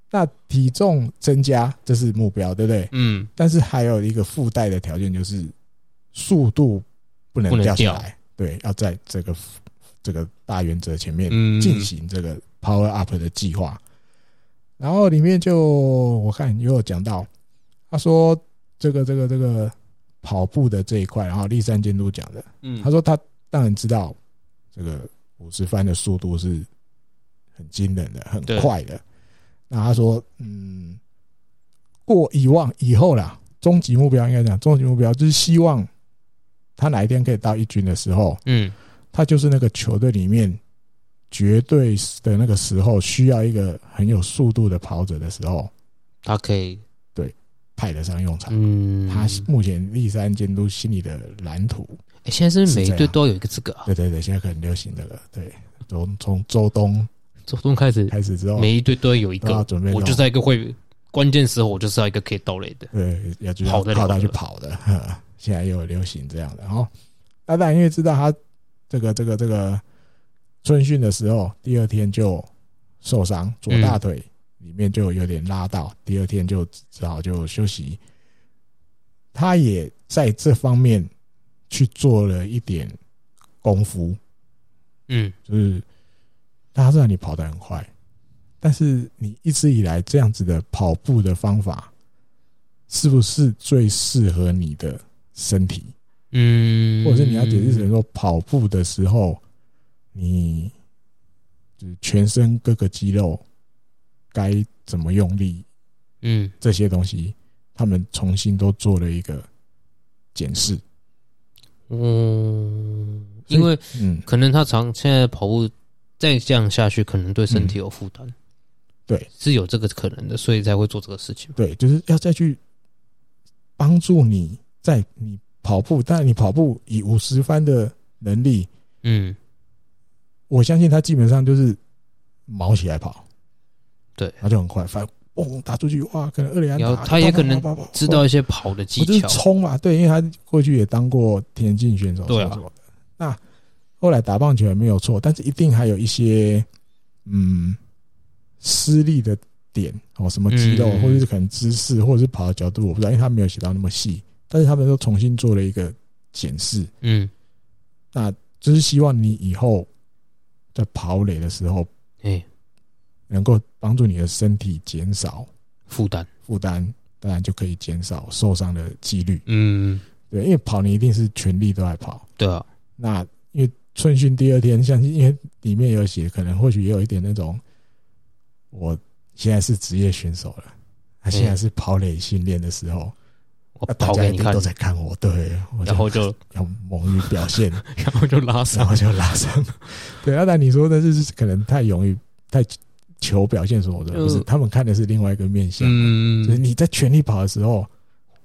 Speaker 2: 那体重增加这是目标，对不对？
Speaker 3: 嗯，
Speaker 2: 但是还有一个附带的条件就是速度不能
Speaker 3: 不能
Speaker 2: 掉下
Speaker 3: 掉
Speaker 2: 来，对，要在这个这个大原则前面
Speaker 3: 嗯
Speaker 2: 进行这个 Power Up 的计划。然后里面就我看也有讲到，他说这个这个这个跑步的这一块，然后立山监督讲的，
Speaker 3: 嗯
Speaker 2: 他说他当然知道这个五十番的速度是很惊人的，很
Speaker 3: 对
Speaker 2: 快的。那他说，嗯，过以往以后啦，终极目标应该讲，终极目标就是希望他哪一天可以到一军的时候，
Speaker 3: 嗯，
Speaker 2: 他就是那个球队里面绝对的那个时候需要一个很有速度的跑者的时候
Speaker 3: 他可以，
Speaker 2: 派得上用场。
Speaker 3: 嗯，
Speaker 2: 他目前立山监督心里的蓝图，
Speaker 3: 哎现在是不是
Speaker 2: 是这
Speaker 3: 每一
Speaker 2: 样
Speaker 3: 队都要有一个这个啊，
Speaker 2: 对对对，现在很流行这个，对，从从周东
Speaker 3: 从从开始
Speaker 2: 开始之后，
Speaker 3: 每一队都要有一
Speaker 2: 都要
Speaker 3: 个，
Speaker 2: 准备弄
Speaker 3: 我就是要一个会关键时候，我就是要一个可以倒垒的，
Speaker 2: 对，要就是
Speaker 3: 跑得了
Speaker 2: 靠他
Speaker 3: 的
Speaker 2: 去跑的。呵现在又有流行这样的哦。那当然，因为知道他这个这个这个春训的时候，第二天就受伤，左大腿里面就有点拉到，第二天就只好就休息。他也在这方面去做了一点功夫，
Speaker 3: 嗯，
Speaker 2: 就是大家知道你跑得很快，但是你一直以来这样子的跑步的方法，是不是最适合你的身体？
Speaker 3: 嗯，
Speaker 2: 或者是你要解释成说，跑步的时候，你就是全身各个肌肉该怎么用力，
Speaker 3: 嗯，
Speaker 2: 这些东西，他们重新都做了一个检视。
Speaker 3: 嗯，
Speaker 2: 所以
Speaker 3: 因为
Speaker 2: 嗯，
Speaker 3: 可能他长现在的跑步再这样下去，可能对身体有负担。
Speaker 2: 嗯对，
Speaker 3: 是有这个可能的，所以才会做这个事情。
Speaker 2: 对，就是要再去帮助你在你跑步，但你跑步以五十番的能力，
Speaker 3: 嗯，
Speaker 2: 我相信他基本上就是毛起来跑，
Speaker 3: 对
Speaker 2: 然后就很快，反正嘣打出去，哇，可能二连
Speaker 3: 然后
Speaker 2: 打，
Speaker 3: 他也可能
Speaker 2: 啪啪啪啪啪
Speaker 3: 知道一些跑的技
Speaker 2: 我就是
Speaker 3: 巧。
Speaker 2: 冲嘛，对，因为他过去也当过田径选手，
Speaker 3: 对
Speaker 2: 什
Speaker 3: 啊
Speaker 2: 么什么的。那后来打棒球也没有错，但是一定还有一些嗯失利的点哦，什么肌肉，
Speaker 3: 嗯
Speaker 2: 或者是可能姿势，或者是跑的角度，我不知道，因为他没有写到那么细。但是他们都重新做了一个检视，
Speaker 3: 嗯，
Speaker 2: 就是希望你以后在跑垒的时候，
Speaker 3: 哎、
Speaker 2: 能够帮助你的身体减少
Speaker 3: 负担。
Speaker 2: 负担，当然就可以减少受伤的几率。
Speaker 3: 嗯，
Speaker 2: 对，因为跑你一定是全力都在跑，
Speaker 3: 对啊，
Speaker 2: 那因为春训第二天，相信因为里面有写，可能或许也有一点那种，我现在是职业选手了，他现在是跑垒训练的时候，
Speaker 3: 我
Speaker 2: 那大
Speaker 3: 嗯跑
Speaker 2: 家
Speaker 3: 给
Speaker 2: 一
Speaker 3: 你
Speaker 2: 定
Speaker 3: 看
Speaker 2: 都，在看我，对，我
Speaker 3: 然后就
Speaker 2: 要猛于表现，
Speaker 3: 然后就拉
Speaker 2: 然
Speaker 3: 伤。
Speaker 2: 后就拉伤。 对，阿丹你说的是可能太容易太求表现什么的，
Speaker 3: 就
Speaker 2: 不是他们看的是另外一个面向，就是
Speaker 3: 嗯，
Speaker 2: 你在全力跑的时候，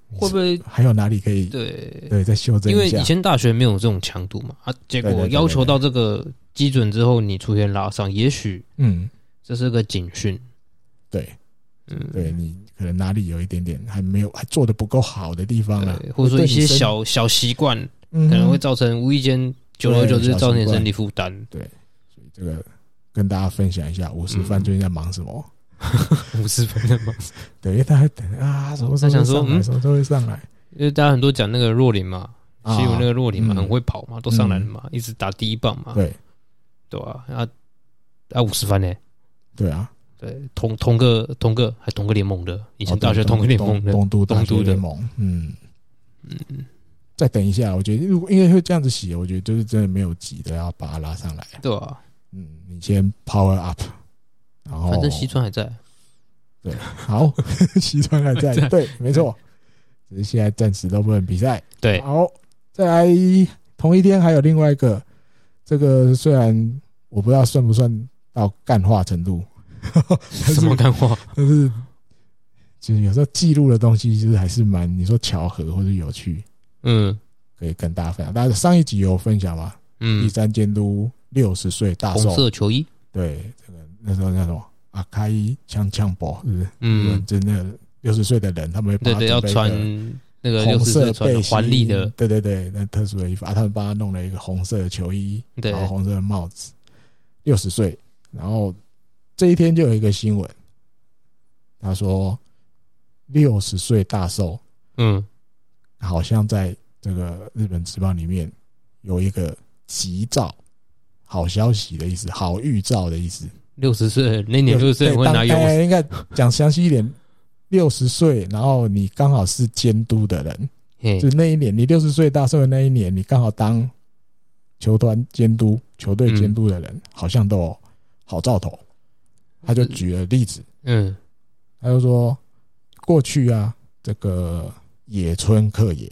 Speaker 2: 你
Speaker 3: 会不会
Speaker 2: 还有哪里可以
Speaker 3: 对？
Speaker 2: 对再修正
Speaker 3: 因为
Speaker 2: 一下
Speaker 3: 以？前大学没有这种强度嘛，啊，结
Speaker 2: 对对
Speaker 3: 果
Speaker 2: 对
Speaker 3: 要求到这个基准之后，你出现拉伤，也许
Speaker 2: 嗯，
Speaker 3: 这是个警讯。
Speaker 2: 对。
Speaker 3: 嗯，
Speaker 2: 对你可能哪里有一点点还没有还做的不够好的地方啊
Speaker 3: 对，，或者说一些小小习惯，
Speaker 2: 可
Speaker 3: 可能会造成无意间，久而久之
Speaker 2: 对
Speaker 3: 造成你
Speaker 2: 小习惯
Speaker 3: 身体负担。
Speaker 2: 这个跟大家分享一下五十
Speaker 3: 嗯
Speaker 2: 番最近在忙什么。
Speaker 3: 五十分的嘛，
Speaker 2: 对，因为他还等啊，什么时候
Speaker 3: 他想
Speaker 2: 会
Speaker 3: 说
Speaker 2: 上来，
Speaker 3: 嗯
Speaker 2: 什么时候会上来？
Speaker 3: 因为大家很多讲那个若林嘛，
Speaker 2: 啊
Speaker 3: 西武那个若林嘛，
Speaker 2: 嗯
Speaker 3: 很会跑嘛，都上来了嘛，一直打第一棒嘛，
Speaker 2: 对
Speaker 3: 对吧？啊啊，五十分呢？
Speaker 2: 对啊，
Speaker 3: 对，同同个同个还同个联盟的，以
Speaker 2: 以
Speaker 3: 前大学同个联盟
Speaker 2: 啊
Speaker 3: 的，
Speaker 2: 东都大
Speaker 3: 东
Speaker 2: 学
Speaker 3: 都的
Speaker 2: 联盟，嗯嗯。再等一下，我觉得如果因为会这样子写，我觉得就是真的没有急的要把他拉上来。
Speaker 3: 对吧？
Speaker 2: 嗯，你先 power up，然后
Speaker 3: 反正西川还在，
Speaker 2: 好， 西川还 在，
Speaker 3: 在
Speaker 2: 对，没错，只是现在暂时都不能比赛。
Speaker 3: 对，
Speaker 2: 好，再来同一天还有另外一个，这个虽然我不知道算不算到干化程度，
Speaker 3: 什么干话？
Speaker 2: 但是就是有时候记录的东西，就是还是蛮你说巧合或者有趣，
Speaker 3: 嗯
Speaker 2: 可以跟大家分享。大家上一集有分享嘛？第
Speaker 3: 嗯，
Speaker 2: 三监督六十岁大
Speaker 3: 红
Speaker 2: 寿，
Speaker 3: 色球衣，
Speaker 2: 对，这个那时候叫什么？阿开枪枪博是不是？
Speaker 3: 嗯，
Speaker 2: 真的六十岁的人，他们会帮
Speaker 3: 对
Speaker 2: 他
Speaker 3: 对，要
Speaker 2: 准备一个
Speaker 3: 穿那个
Speaker 2: 红
Speaker 3: 六十
Speaker 2: 色
Speaker 3: 岁
Speaker 2: 背
Speaker 3: 穿
Speaker 2: 心
Speaker 3: 环力的，
Speaker 2: 对对对，那特殊的衣服啊，他们帮他弄了一个红色的球衣，
Speaker 3: 对
Speaker 2: 然后红色的帽子，六十岁，然后这一天就有一个新闻，他说六十岁大寿，
Speaker 3: 嗯，
Speaker 2: 好像在这个日本职棒里面有一个吉兆，好消息的意思，好预兆的意思，
Speaker 3: 六十岁那年六十岁
Speaker 2: 对
Speaker 3: 会
Speaker 2: 当
Speaker 3: 拿
Speaker 2: 哎
Speaker 3: 勇，
Speaker 2: 应该讲详细一点，六十岁，然后你刚好是监督的人。
Speaker 3: 嘿
Speaker 2: 就，是那一年，你六十岁大寿的那一年，你刚好当球团监督、球队监督的人，好像都有好兆头。他就举了例子，
Speaker 3: 嗯
Speaker 2: 他就说，过去啊，这个野村克也，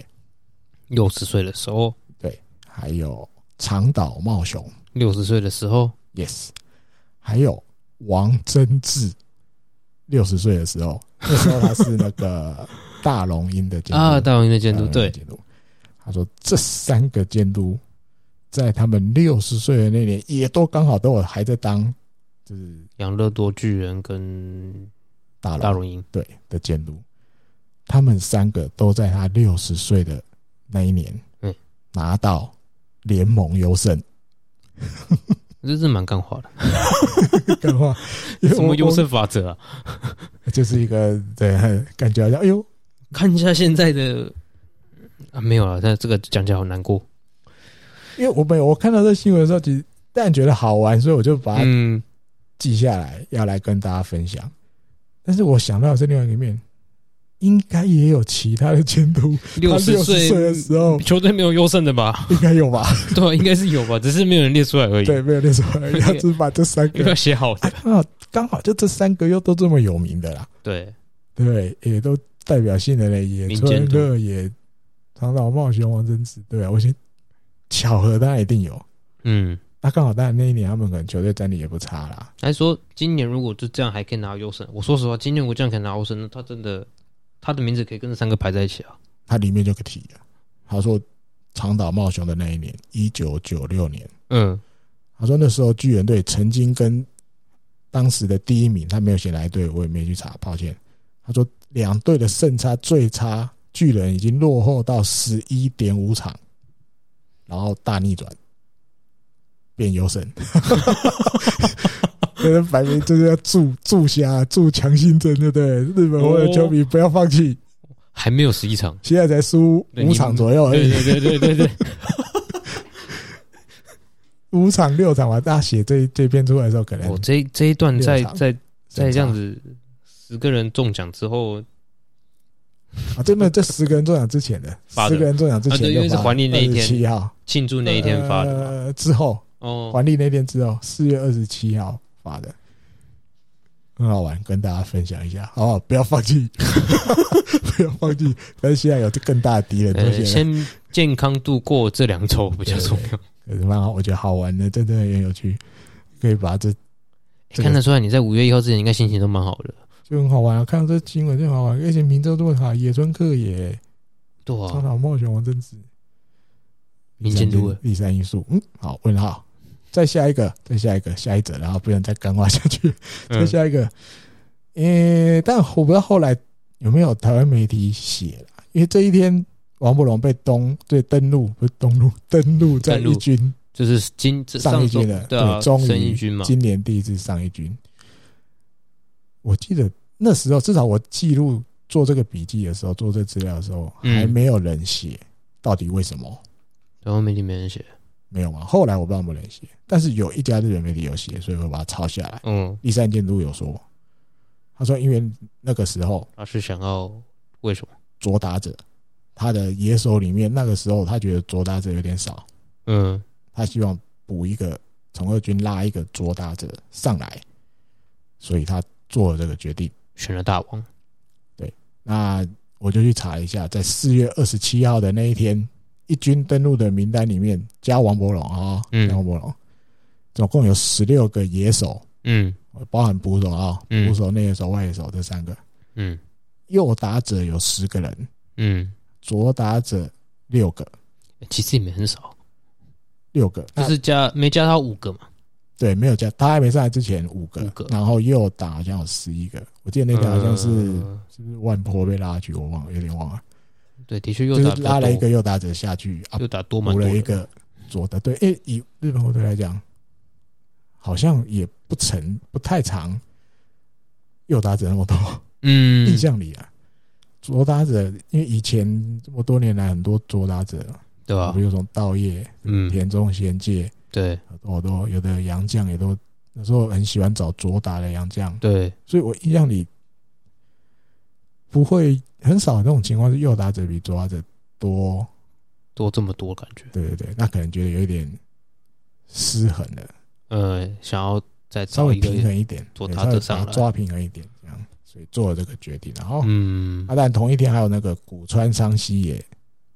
Speaker 3: 六十岁的时候，
Speaker 2: 还有长岛茂雄
Speaker 3: 六十岁的时候，
Speaker 2: ，yes，还有王贞治，六十岁的时候，那时候他是那个大龙鹰的监督
Speaker 3: 啊，大龙鹰的监督，
Speaker 2: 呃
Speaker 3: 对，
Speaker 2: 监督。他说这三个监督在他们六十岁的那年，也都刚好都有还在当就是
Speaker 3: 养乐多巨人跟
Speaker 2: 大
Speaker 3: 大
Speaker 2: 佬
Speaker 3: 龙鹰，
Speaker 2: 对的监督，他们三个都在他六十岁的那一年，
Speaker 3: 嗯，
Speaker 2: 拿到联盟优胜。
Speaker 3: 这是蛮干话的，
Speaker 2: 干话，因为
Speaker 3: 什 么
Speaker 2: 我
Speaker 3: 优胜法则啊？
Speaker 2: 我就是一个对，感觉好像哎呦，
Speaker 3: 看一下现在的啊，没有了，但这个讲起来好难过，
Speaker 2: 因为我没有我看到这新闻的时候，其实但觉得好玩，所以我就把它
Speaker 3: 嗯，
Speaker 2: 记下来，要来跟大家分享。但是我想到的是另外一个面，应该也有其他的监督。
Speaker 3: 六
Speaker 2: 他
Speaker 3: 十
Speaker 2: 六十
Speaker 3: 岁
Speaker 2: 岁的时候
Speaker 3: 球队没有优胜的 吧？
Speaker 2: 应该有吧？
Speaker 3: 对啊，应该是有吧，只是没有人列出来而已。
Speaker 2: 对，没有那时
Speaker 3: 哎
Speaker 2: 候，他只把这三
Speaker 3: 有没
Speaker 2: 个 哎
Speaker 3: 有写好的？
Speaker 2: 刚好刚好就这三个又都这么有名的啦，
Speaker 3: 对，
Speaker 2: 对，也都代表性的嘞，野
Speaker 3: 民间
Speaker 2: 村
Speaker 3: 的
Speaker 2: 乐也长岛茂雄、王贞治，对啊，我先巧合当然一定有，
Speaker 3: 嗯，
Speaker 2: 那刚好当然那一年他们可能球队战力也不差啦，
Speaker 3: 还说今年如果就这样还可以拿优胜，我说实话，今年我这样可以拿优胜，那他真的他的名字可以跟这三个排在一起啊。
Speaker 2: 他里面就可以提了。啊他说长岛茂雄的那一年，一九九六年，
Speaker 3: 嗯，
Speaker 2: 他说那时候巨人队曾经跟当时的第一名，他没有写来队，我也没去查，抱歉。他说两队的胜差最差，巨人已经落后到十一点五场，然后大逆转变优胜。这是摆明就是要助助瞎助强心针，对不对？日本我的球迷不要放弃，
Speaker 3: 还没有十一场，
Speaker 2: 现在才输
Speaker 3: 对
Speaker 2: 五
Speaker 3: 你
Speaker 2: 场左右而
Speaker 3: 对
Speaker 2: 已，
Speaker 3: 对对对对对，
Speaker 2: 五场六场吧。大家写这这篇出来的时候，可能
Speaker 3: 我哦这这一段在
Speaker 2: 六场
Speaker 3: 在在这样
Speaker 2: 子。
Speaker 3: 子十个人中奖之后，
Speaker 2: 啊， 真的，这十个人中奖之前的，
Speaker 3: 发的
Speaker 2: 十个人中奖之前
Speaker 3: 啊对因为是还利那一天
Speaker 2: 七号
Speaker 3: 庆祝那一天发的嘛。
Speaker 2: 呃，之后
Speaker 3: 哦，
Speaker 2: 还利那天之后，四月二十七号发的，很好玩，跟大家分享一下，好不好？不要放 弃， 不要放弃，但是现在有更大的敌人出
Speaker 3: 呃，
Speaker 2: 现
Speaker 3: 先
Speaker 2: 了，
Speaker 3: 健康度过这两周比较重要。
Speaker 2: 可是蛮好，我觉得好玩的，真的很有趣，可以把这这个
Speaker 3: 哎看得出来，你在五月一号之前应该心情都蛮好的。
Speaker 2: 就很好玩啊，看到这新闻就很好玩，而且明州这么好，野村克也。
Speaker 3: 对
Speaker 2: 长
Speaker 3: 啊，
Speaker 2: 岛茂雄、王贞治，
Speaker 3: 民间都会
Speaker 2: 第三因素。嗯，好，问号。再下一个，再下一个，下一则，然后不能再干化下去。再
Speaker 3: 嗯
Speaker 2: 下一个，呃、但我不知道后来有没有台湾媒体写了，因为这一天王伯龙被东对登陆不是东陆登陆在
Speaker 3: 登陆
Speaker 2: 一军
Speaker 3: 就是今这
Speaker 2: 上一
Speaker 3: 周
Speaker 2: 军了，
Speaker 3: 对啊，
Speaker 2: 终
Speaker 3: 升一
Speaker 2: 于
Speaker 3: 军嘛，
Speaker 2: 今年第一次上一军。我记得那时候，至少我记录做这个笔记的时候，做这资料的时候，
Speaker 3: 嗯
Speaker 2: 还没有人写到底为什么。
Speaker 3: 然后媒体没人写，
Speaker 2: 没有嘛？后来我不知道有没有人写，但是有一家日本媒体有写，所以我把它抄下来。
Speaker 3: 嗯，
Speaker 2: 第三监督有说，他说因为那个时候
Speaker 3: 他是想要为什么？
Speaker 2: 左打者他的野手里面，那个时候他觉得左打者有点少，
Speaker 3: 嗯
Speaker 2: 他希望补一个从二军拉一个左打者上来，所以他做了这个决定。，
Speaker 3: 选了大王，
Speaker 2: 那我就去查一下，在四月二十七号的那一天，一军登陆的名单里面加王伯龙啊，
Speaker 3: 嗯
Speaker 2: 加王伯龙，总共有十六个野手。
Speaker 3: 嗯
Speaker 2: 包含捕手啊、
Speaker 3: 嗯
Speaker 2: 捕手、内野手、外野手这三个，
Speaker 3: 嗯
Speaker 2: 右打者有十个人，
Speaker 3: 嗯，
Speaker 2: 左打者六个，
Speaker 3: 其实也没很少，
Speaker 2: 六个，
Speaker 3: 就
Speaker 2: 那
Speaker 3: 是加没加他五个嘛，
Speaker 2: 对，没有加，他还没上来之前五个，
Speaker 3: 五个
Speaker 2: 然后右打好像有十一个，我记得那个好像是、
Speaker 3: 嗯
Speaker 2: 是不是万坡被拉去，我忘了，有点忘了，
Speaker 3: 对，的确
Speaker 2: 就
Speaker 3: 又
Speaker 2: 是
Speaker 3: 打比较
Speaker 2: 拉了一
Speaker 3: 多
Speaker 2: 个右打者下去啊，
Speaker 3: 又打多蛮
Speaker 2: 补
Speaker 3: 多
Speaker 2: 了一
Speaker 3: 的，
Speaker 2: 个左的，对，因为以日本国队来讲，好像也不成不太长，右打者那么多。
Speaker 3: 嗯，
Speaker 2: 印象里啊，左打者，因为以前这么多年来很多左打者，
Speaker 3: 对吧
Speaker 2: 比？如从道业、
Speaker 3: 嗯，
Speaker 2: 田中贤介，
Speaker 3: 对
Speaker 2: 我都有的洋将也都那时候很喜欢找左打的洋将，
Speaker 3: 对，
Speaker 2: 所以我印象里不会很少那种情况是右打者比左打者多，
Speaker 3: 多这么多感觉，
Speaker 2: 对对对，那可能觉得有一点失衡了，
Speaker 3: 呃，想要再
Speaker 2: 稍
Speaker 3: 找
Speaker 2: 微
Speaker 3: 一个，
Speaker 2: 平衡一点，
Speaker 3: 左
Speaker 2: 对
Speaker 3: 打
Speaker 2: 稍微
Speaker 3: 者
Speaker 2: 把
Speaker 3: 上
Speaker 2: 它
Speaker 3: 来
Speaker 2: 抓平衡一点，这样，所以做了这个决定，然后。
Speaker 3: 嗯
Speaker 2: 啊，，但同一天还有那个古川商西也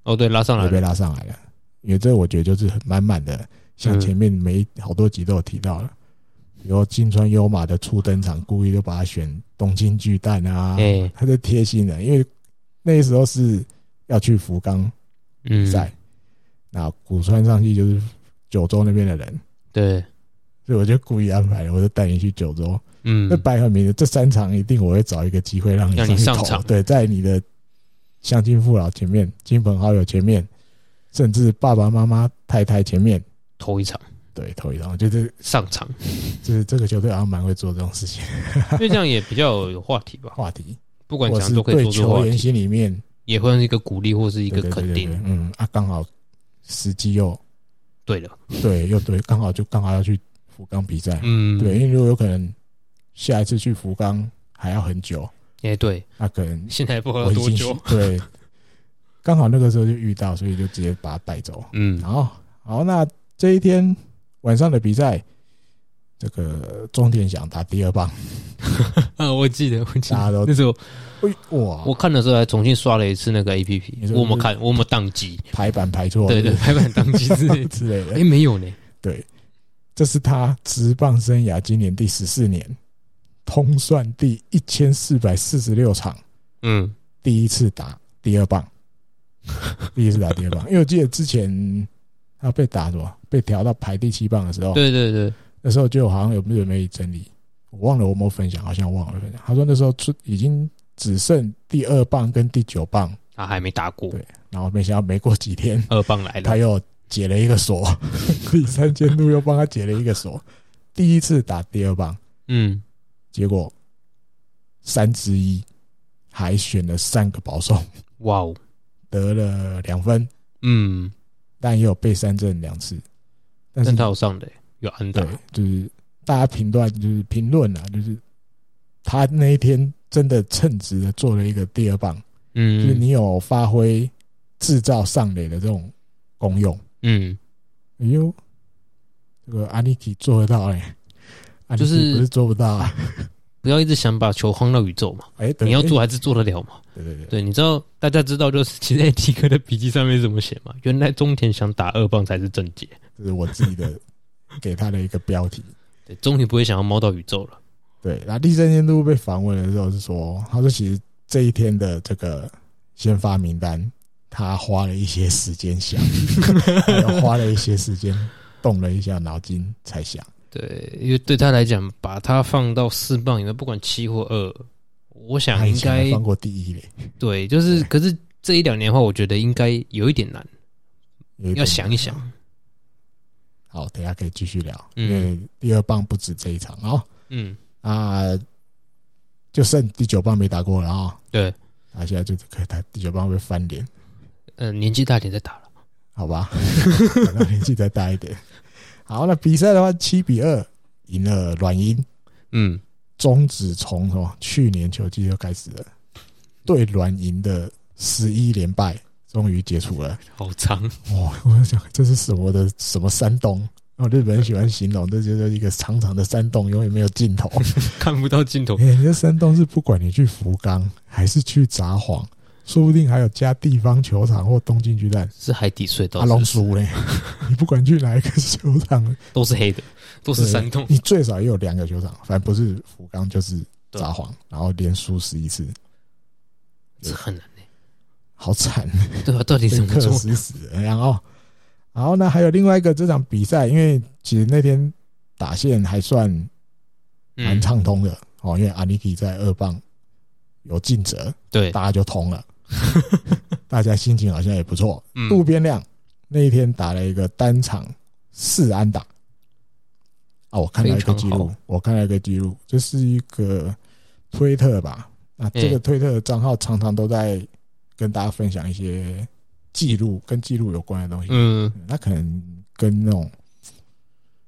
Speaker 3: 哦，对，拉上来
Speaker 2: 也被
Speaker 3: 了，
Speaker 2: 拉上来了。因为这我觉得就是很满满的，像
Speaker 3: 嗯
Speaker 2: 前面每好多集都有提到了，比如金川优马的初登场，故意就把他选东京巨蛋啊，
Speaker 3: 哎，
Speaker 2: 他就贴心了，因为那时候是要去福冈
Speaker 3: 嗯，
Speaker 2: 赛，那古川上去就是九州那边的人，
Speaker 3: 对，
Speaker 2: 所以我就故意安排了，我就带你去九州。
Speaker 3: 嗯
Speaker 2: 那，摆很明的，这三场一定我会找一个机会让你
Speaker 3: 让你
Speaker 2: 去
Speaker 3: 上
Speaker 2: 投
Speaker 3: 场
Speaker 2: 对，在你的乡亲父老前面、亲朋好友前面，甚至爸爸妈妈、太太前面，
Speaker 3: 头一场
Speaker 2: 对，投一张，我觉得
Speaker 3: 上 场，
Speaker 2: 就是这个球队好像蛮会做这种事情。
Speaker 3: 因为这样也比较有有话 题吧，
Speaker 2: 话 题，
Speaker 3: 不管
Speaker 2: 或
Speaker 3: 怎
Speaker 2: 是
Speaker 3: 样都可以
Speaker 2: 对
Speaker 3: 做出话
Speaker 2: 球员
Speaker 3: 题，
Speaker 2: 心里面
Speaker 3: 也会是一个鼓励或是一
Speaker 2: 一
Speaker 3: 个肯定，
Speaker 2: 嗯啊，刚好时机又
Speaker 3: 对的，
Speaker 2: 对，又对，刚好就刚好要去福冈比赛，
Speaker 3: 嗯，
Speaker 2: 对，因为如果有可能下一次去福冈还要很久，
Speaker 3: 哎，对，
Speaker 2: 那可能
Speaker 3: 现在不知道
Speaker 2: 我已
Speaker 3: 多
Speaker 2: 经
Speaker 3: 久，
Speaker 2: 对，刚好那个时候就遇到，所以就直接把他带走。
Speaker 3: 嗯
Speaker 2: 然后，好，那这 一天晚上的比赛，这个中田想打第二棒，
Speaker 3: 啊，我记得，我记
Speaker 2: 大家
Speaker 3: 得
Speaker 2: 都
Speaker 3: 那时候
Speaker 2: 哎哇，
Speaker 3: 我看的时候还重新刷了一次那个 A P
Speaker 2: 你
Speaker 3: P，
Speaker 2: 说
Speaker 3: 我有没有看，我有没有宕机？
Speaker 2: 排版排错，
Speaker 3: 对对，
Speaker 2: 是
Speaker 3: 排版宕机之类
Speaker 2: 不
Speaker 3: 的。
Speaker 2: 是之类
Speaker 3: 哎，
Speaker 2: 的。
Speaker 3: 没有呢，
Speaker 2: 对，这是他职棒生涯今年第十四年，通算第一千四百四十六场，
Speaker 3: 嗯，
Speaker 2: 第一次打第 二棒，第一次打第二棒，因为我记得之前他被打什么，被调到排第七棒的时候，
Speaker 3: 对对对，
Speaker 2: 那时候就好像有日媒整理，我忘了我有没有分享，好像忘了分享。他说那时候出已经只剩第二棒跟第九棒，
Speaker 3: 他啊还没打过
Speaker 2: 对，然后没想到没过几天
Speaker 3: 二棒来
Speaker 2: 他
Speaker 3: 了，
Speaker 2: 又解了一个锁，第三监督又帮他解了一个锁，第一次打第二棒，
Speaker 3: 嗯，
Speaker 2: 结果三之一还选了三个保送，
Speaker 3: 哇哦，
Speaker 2: 得了两分，
Speaker 3: 嗯，
Speaker 2: 但也有被三振两次，但是
Speaker 3: 但他有上的，有安打
Speaker 2: 对，，就是大家评断就是评论啊，就是他那一天真的称职的做了一个第二棒，就是
Speaker 3: 嗯
Speaker 2: 你有发挥制造上垒的这种功用。
Speaker 3: 嗯，
Speaker 2: 哎呦，这个阿尼基做得到哎、阿尼
Speaker 3: 就
Speaker 2: 基
Speaker 3: 是
Speaker 2: 不是做不到啊？
Speaker 3: 不要一直想把球晃到宇宙嘛，
Speaker 2: 哎、对
Speaker 3: 你要做还是做得了嘛？
Speaker 2: 对对对，
Speaker 3: 对，你知道大家知道就是其实 A T 哥的笔记上面是怎么写吗？原来中田想打二棒才是正解，
Speaker 2: 这是我自己的给他的一个标题。
Speaker 3: 对，中田不会想要猫到宇宙了，
Speaker 2: 对，然后第三监督被访问的时候是说，他说其实这一天的这个先发名单，他花了一些时间想， 还有花了一些时间动了一下脑筋才想。
Speaker 3: 对，因为对他来讲，把他放到四棒里面，不管七或二，我
Speaker 2: 他
Speaker 3: 想
Speaker 2: 以
Speaker 3: 应
Speaker 2: 前还
Speaker 3: 该
Speaker 2: 放过第一嘞，
Speaker 3: 对，就是可是这一两年的话，我觉得应该有一点难，
Speaker 2: 有点
Speaker 3: 要想一想，
Speaker 2: 好，等一下可以继续聊，
Speaker 3: 嗯
Speaker 2: 因为第二棒不止这一场哦。
Speaker 3: 嗯，
Speaker 2: 啊，就剩第九棒没打过了啊、
Speaker 3: 对，
Speaker 2: 他现在就可以打第九棒会翻脸，
Speaker 3: 呃，年纪大点再打了，
Speaker 2: 好 吧？等到年纪再大一点。好，那比赛的话，七比二赢了软银，
Speaker 3: 嗯，
Speaker 2: 终止从什么去年球季就开始了对软银的十一连败，终于解除了。
Speaker 3: 好长，
Speaker 2: 哇、我在想这是什么的什么山洞？哦，日本人喜欢形容，这就是一个长长的山洞，永远没有尽 头。
Speaker 3: 看不到 尽头，
Speaker 2: 哎、你这山洞是不管你去福冈还是去札幌，说不定还有加地方球场或东京巨蛋。
Speaker 3: 是海底隧道，
Speaker 2: 阿啊龙叔嘞， 你不管去哪一个球 场，
Speaker 3: 都是黑的，都是山洞，
Speaker 2: 你最少也有两个球场，反正不是福冈就是
Speaker 3: 对
Speaker 2: 札幌，然后连输十一次，
Speaker 3: 这很难欸，
Speaker 2: 好惨，
Speaker 3: 对吧？到底怎
Speaker 2: 被
Speaker 3: 么
Speaker 2: 克
Speaker 3: 做？
Speaker 2: 死死。然后，然后哦呢，还有另外一个这场比赛，因为其实那天打线还算蛮
Speaker 3: 嗯，
Speaker 2: 畅通的、哦，因为阿尼基在二棒有尽责，
Speaker 3: 对，
Speaker 2: 大家就通了， 大家心情好像也不错。
Speaker 3: 嗯
Speaker 2: 渡边亮那一天打了一个单场四安打，啊，我看到一个记
Speaker 3: 非常
Speaker 2: 录
Speaker 3: 好，
Speaker 2: 我看到一个记录，这是一个推特吧？那这个
Speaker 3: 嗯
Speaker 2: 推特的账号常常都在跟大家分享一些记录跟记录有关的东西，
Speaker 3: 嗯，
Speaker 2: 那可能跟那种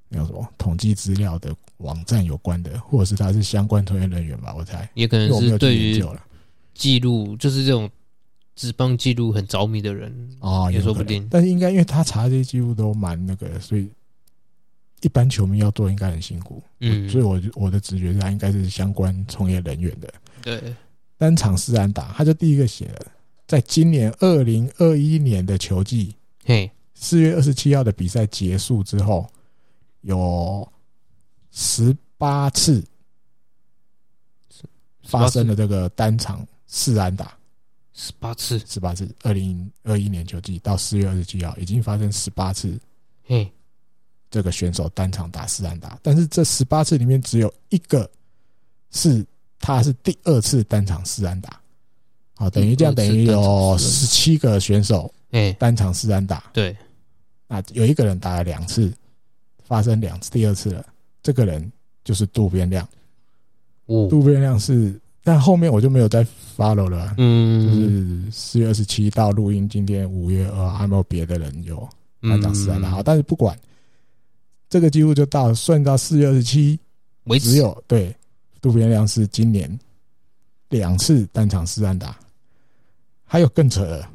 Speaker 2: 那叫什么统计资料的网站有关的，或者是他是相关从业人员吧，我猜。
Speaker 3: 也可
Speaker 2: 因为
Speaker 3: 能
Speaker 2: 我没
Speaker 3: 是
Speaker 2: 有
Speaker 3: 对
Speaker 2: 去研
Speaker 3: 于
Speaker 2: 究了
Speaker 3: 记录，就是这种职棒记录很着迷的人，
Speaker 2: 哦，
Speaker 3: 也
Speaker 2: 有
Speaker 3: 说
Speaker 2: 可
Speaker 3: 不
Speaker 2: 能
Speaker 3: 定
Speaker 2: 但是应该因为他查这些记录都蛮那个，所以一般球迷要做应该很辛苦。
Speaker 3: 嗯，
Speaker 2: 所以我就我的直觉是他应该是相关从业人员的。
Speaker 3: 对，
Speaker 2: 单场四安打，他就第一个写了，在今年二零二一年的球季
Speaker 3: 嘿，
Speaker 2: 四月二十七号的比赛结束之后，有十八次发生了这个单场四安打。
Speaker 3: 十八次，
Speaker 2: 十八次，二零二一年球季到四月二十七号，已经发生十八次
Speaker 3: 嘿，
Speaker 2: 这个选手单场打四安打，但是这十八次里面只有一个是他是第二次单场四安打，好，等于这样
Speaker 3: 第二
Speaker 2: 等
Speaker 3: 次
Speaker 2: 于有
Speaker 3: 单场
Speaker 2: 十
Speaker 3: 四
Speaker 2: 七个选手
Speaker 3: 嘿，
Speaker 2: 单场四安打，
Speaker 3: 对，
Speaker 2: 那有一个人打了两次，发生两次，第二次了，这个人就是渡边亮，
Speaker 3: 哦，
Speaker 2: 渡边亮是，但后面我就没有再 follow 了啊，就
Speaker 3: 嗯，
Speaker 2: 是四月二十七到录音，今天五月二，还没有别的人有班长四安打，好，
Speaker 3: 嗯
Speaker 2: 但是不管。这个记录就到算到四月二十七，
Speaker 3: 为止
Speaker 2: 只有对渡边亮是今年两次单场四安打，还有更扯的，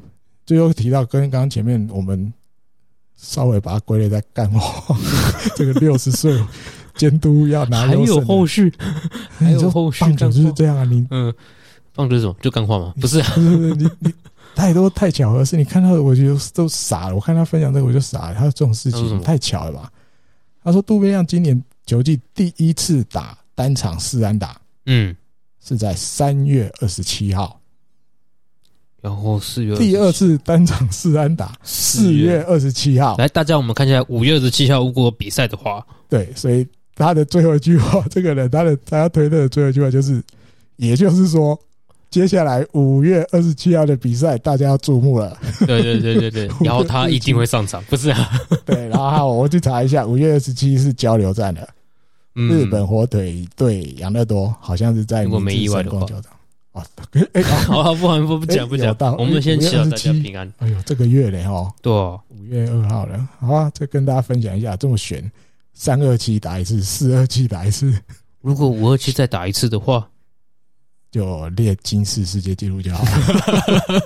Speaker 2: 最后提到跟刚刚前 面我们稍微把它归类在干话，这个六十岁监督要拿
Speaker 3: 还
Speaker 2: 优胜
Speaker 3: 有
Speaker 2: 啊
Speaker 3: 后续，还
Speaker 2: 你
Speaker 3: 有
Speaker 2: 说
Speaker 3: 后续
Speaker 2: 棒球
Speaker 3: 干
Speaker 2: 就是
Speaker 3: 话
Speaker 2: 这样啊，你
Speaker 3: 嗯，棒球是什么？就干话吗？不是啊，
Speaker 2: 不是不是你你太多太巧合的事，你看到我就都傻了。我看他分享这个我就傻了，他说这种事
Speaker 3: 他说什
Speaker 2: 情
Speaker 3: 么
Speaker 2: 太巧了吧？他说渡边亮今年球季第一次打单场四安打
Speaker 3: 嗯，
Speaker 2: 是在三月二十七号，
Speaker 3: 然后四月
Speaker 2: 第二
Speaker 3: 27
Speaker 2: 次单场四安打四月二十七号。
Speaker 3: 来，大家我们看一下五月二十七号如果有比赛的 话，
Speaker 2: 对，所以他的最后一句话，这个人他的他推特的最后一句话就是，也就是说，接下来五月二十七号的比赛大家要注目了。
Speaker 3: 对对对对 对，然后他一定会上场，不是啊？
Speaker 2: 对，然后我去查一下，五月二十七是交流战的，
Speaker 3: 嗯，
Speaker 2: 日本火腿对养乐多，好像是在
Speaker 3: 如果没
Speaker 2: 明治
Speaker 3: 意外
Speaker 2: 神
Speaker 3: 的
Speaker 2: 宫
Speaker 3: 话
Speaker 2: 球场。哦，哎、
Speaker 3: 好啊，不不不讲不
Speaker 2: 哎有
Speaker 3: 讲
Speaker 2: 道，
Speaker 3: 我们先祈
Speaker 2: 5
Speaker 3: 祷
Speaker 2: 月
Speaker 3: 大家
Speaker 2: 27
Speaker 3: 平安。
Speaker 2: 哎呦，这个月嘞哦，
Speaker 3: 对哦，
Speaker 2: 五月二号了，好啊，这跟大家分享一下，这么悬，三二七打一次，四二七打一次，
Speaker 3: 如果五二七再打一次的话，
Speaker 2: 就列金氏世界纪录就好了。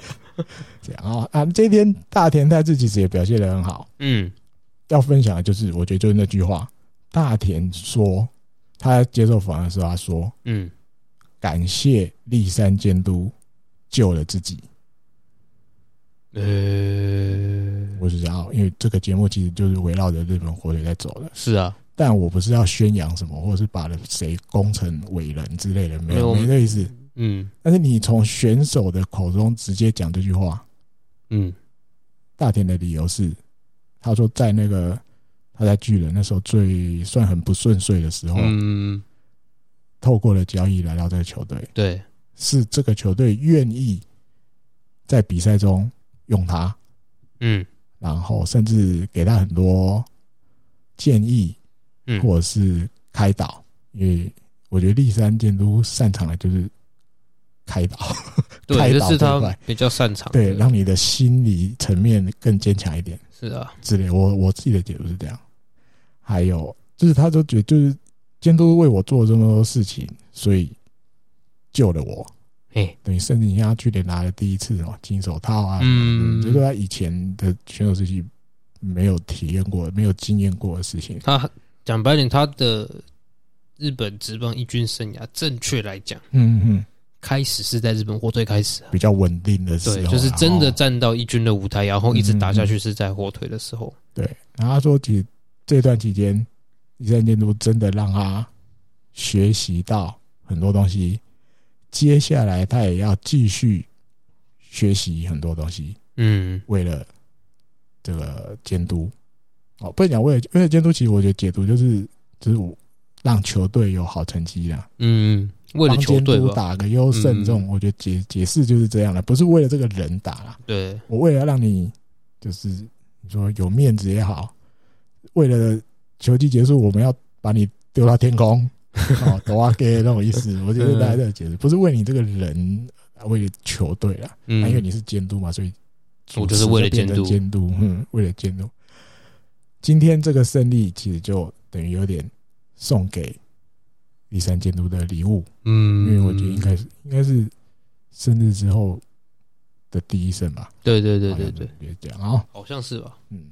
Speaker 2: 这样啊、啊，这天大田太志其实也表现得很好。
Speaker 3: 嗯，
Speaker 2: 要分享的就是，我觉得就是那句话，大田说他接受访问的时候，他说
Speaker 3: 嗯，
Speaker 2: 感谢立山监督救了自己。
Speaker 3: 呃，
Speaker 2: 我只知道，因为这个节目其实就是围绕着日本火腿在走的，
Speaker 3: 是啊，
Speaker 2: 但我不是要宣扬什么，或者是把谁功成伟人之类的，没
Speaker 3: 没有
Speaker 2: 有没这意思。
Speaker 3: 嗯
Speaker 2: 但是你从选手的口中直接讲这句话，
Speaker 3: 嗯
Speaker 2: 大田的理由是，他说在那个他在巨人那时候最算很不顺遂的时候，
Speaker 3: 嗯，
Speaker 2: 透过了交易来到这个球队，
Speaker 3: 对，
Speaker 2: 是这个球队愿意在比赛中用他，
Speaker 3: 嗯
Speaker 2: 然后甚至给他很多建议
Speaker 3: 嗯，
Speaker 2: 或者是开导，因为我觉得立山监督擅长的就是开导，开
Speaker 3: 对，这
Speaker 2: 导
Speaker 3: 是
Speaker 2: 这一
Speaker 3: 他
Speaker 2: 块
Speaker 3: 比较擅长的。
Speaker 2: 对，让你的心理层面更坚强一点。
Speaker 3: 是啊，
Speaker 2: 之类。我我自己的解读是这样。还有就是，他都觉得就是监督为我做了这么多事情，所以救了我。
Speaker 3: 哎，
Speaker 2: 等于甚至你像他去年拿了第一次哦金手套啊，
Speaker 3: 嗯
Speaker 2: 这都他以前的选手时期没有体验过、没有经验过的事情。
Speaker 3: 他讲白点，他的日本职棒一军生涯，正确来讲，
Speaker 2: 嗯嗯，
Speaker 3: 开始是在日本火腿开始啊，
Speaker 2: 比较稳定的时候，哦
Speaker 3: 对，就是哦真的
Speaker 2: 然后
Speaker 3: 站到一军的舞台，然后一直打下去是在火腿的时候，
Speaker 2: 对。然后他说，其实这段期间，第三监督真的让他学习到很多东西。接下来他也要继续学习很多东西，
Speaker 3: 嗯
Speaker 2: 为了这个监督。哦，不能讲为了为了监督，其实我觉得解读就是就是我让球队有好成绩啦，
Speaker 3: 嗯，为了
Speaker 2: 帮
Speaker 3: 球
Speaker 2: 监
Speaker 3: 队
Speaker 2: 督
Speaker 3: 吧，
Speaker 2: 打个优胜
Speaker 3: 嗯
Speaker 2: 这种，我觉得解解释就是这样的，不是为了这个人打啦。
Speaker 3: 对，
Speaker 2: 我为了让你就是你说有面子也好，为了球季结束，我们要把你丢到天空， 哦，都啊给那种意 思。我觉得大家的解释不是为你这个人，啊为了球队啦，
Speaker 3: 嗯
Speaker 2: 那，因为你是监督嘛，所以
Speaker 3: 我就是为了监督
Speaker 2: 主持就变成监督，嗯，为了监督。今天这个胜利其实就等于有点送给第三监督的礼物，因
Speaker 3: 嗯，
Speaker 2: 为我觉得应该是应该是生日之后的第一胜吧。
Speaker 3: 对对对对对，，
Speaker 2: 别讲啊。
Speaker 3: 好像是吧，
Speaker 2: 嗯，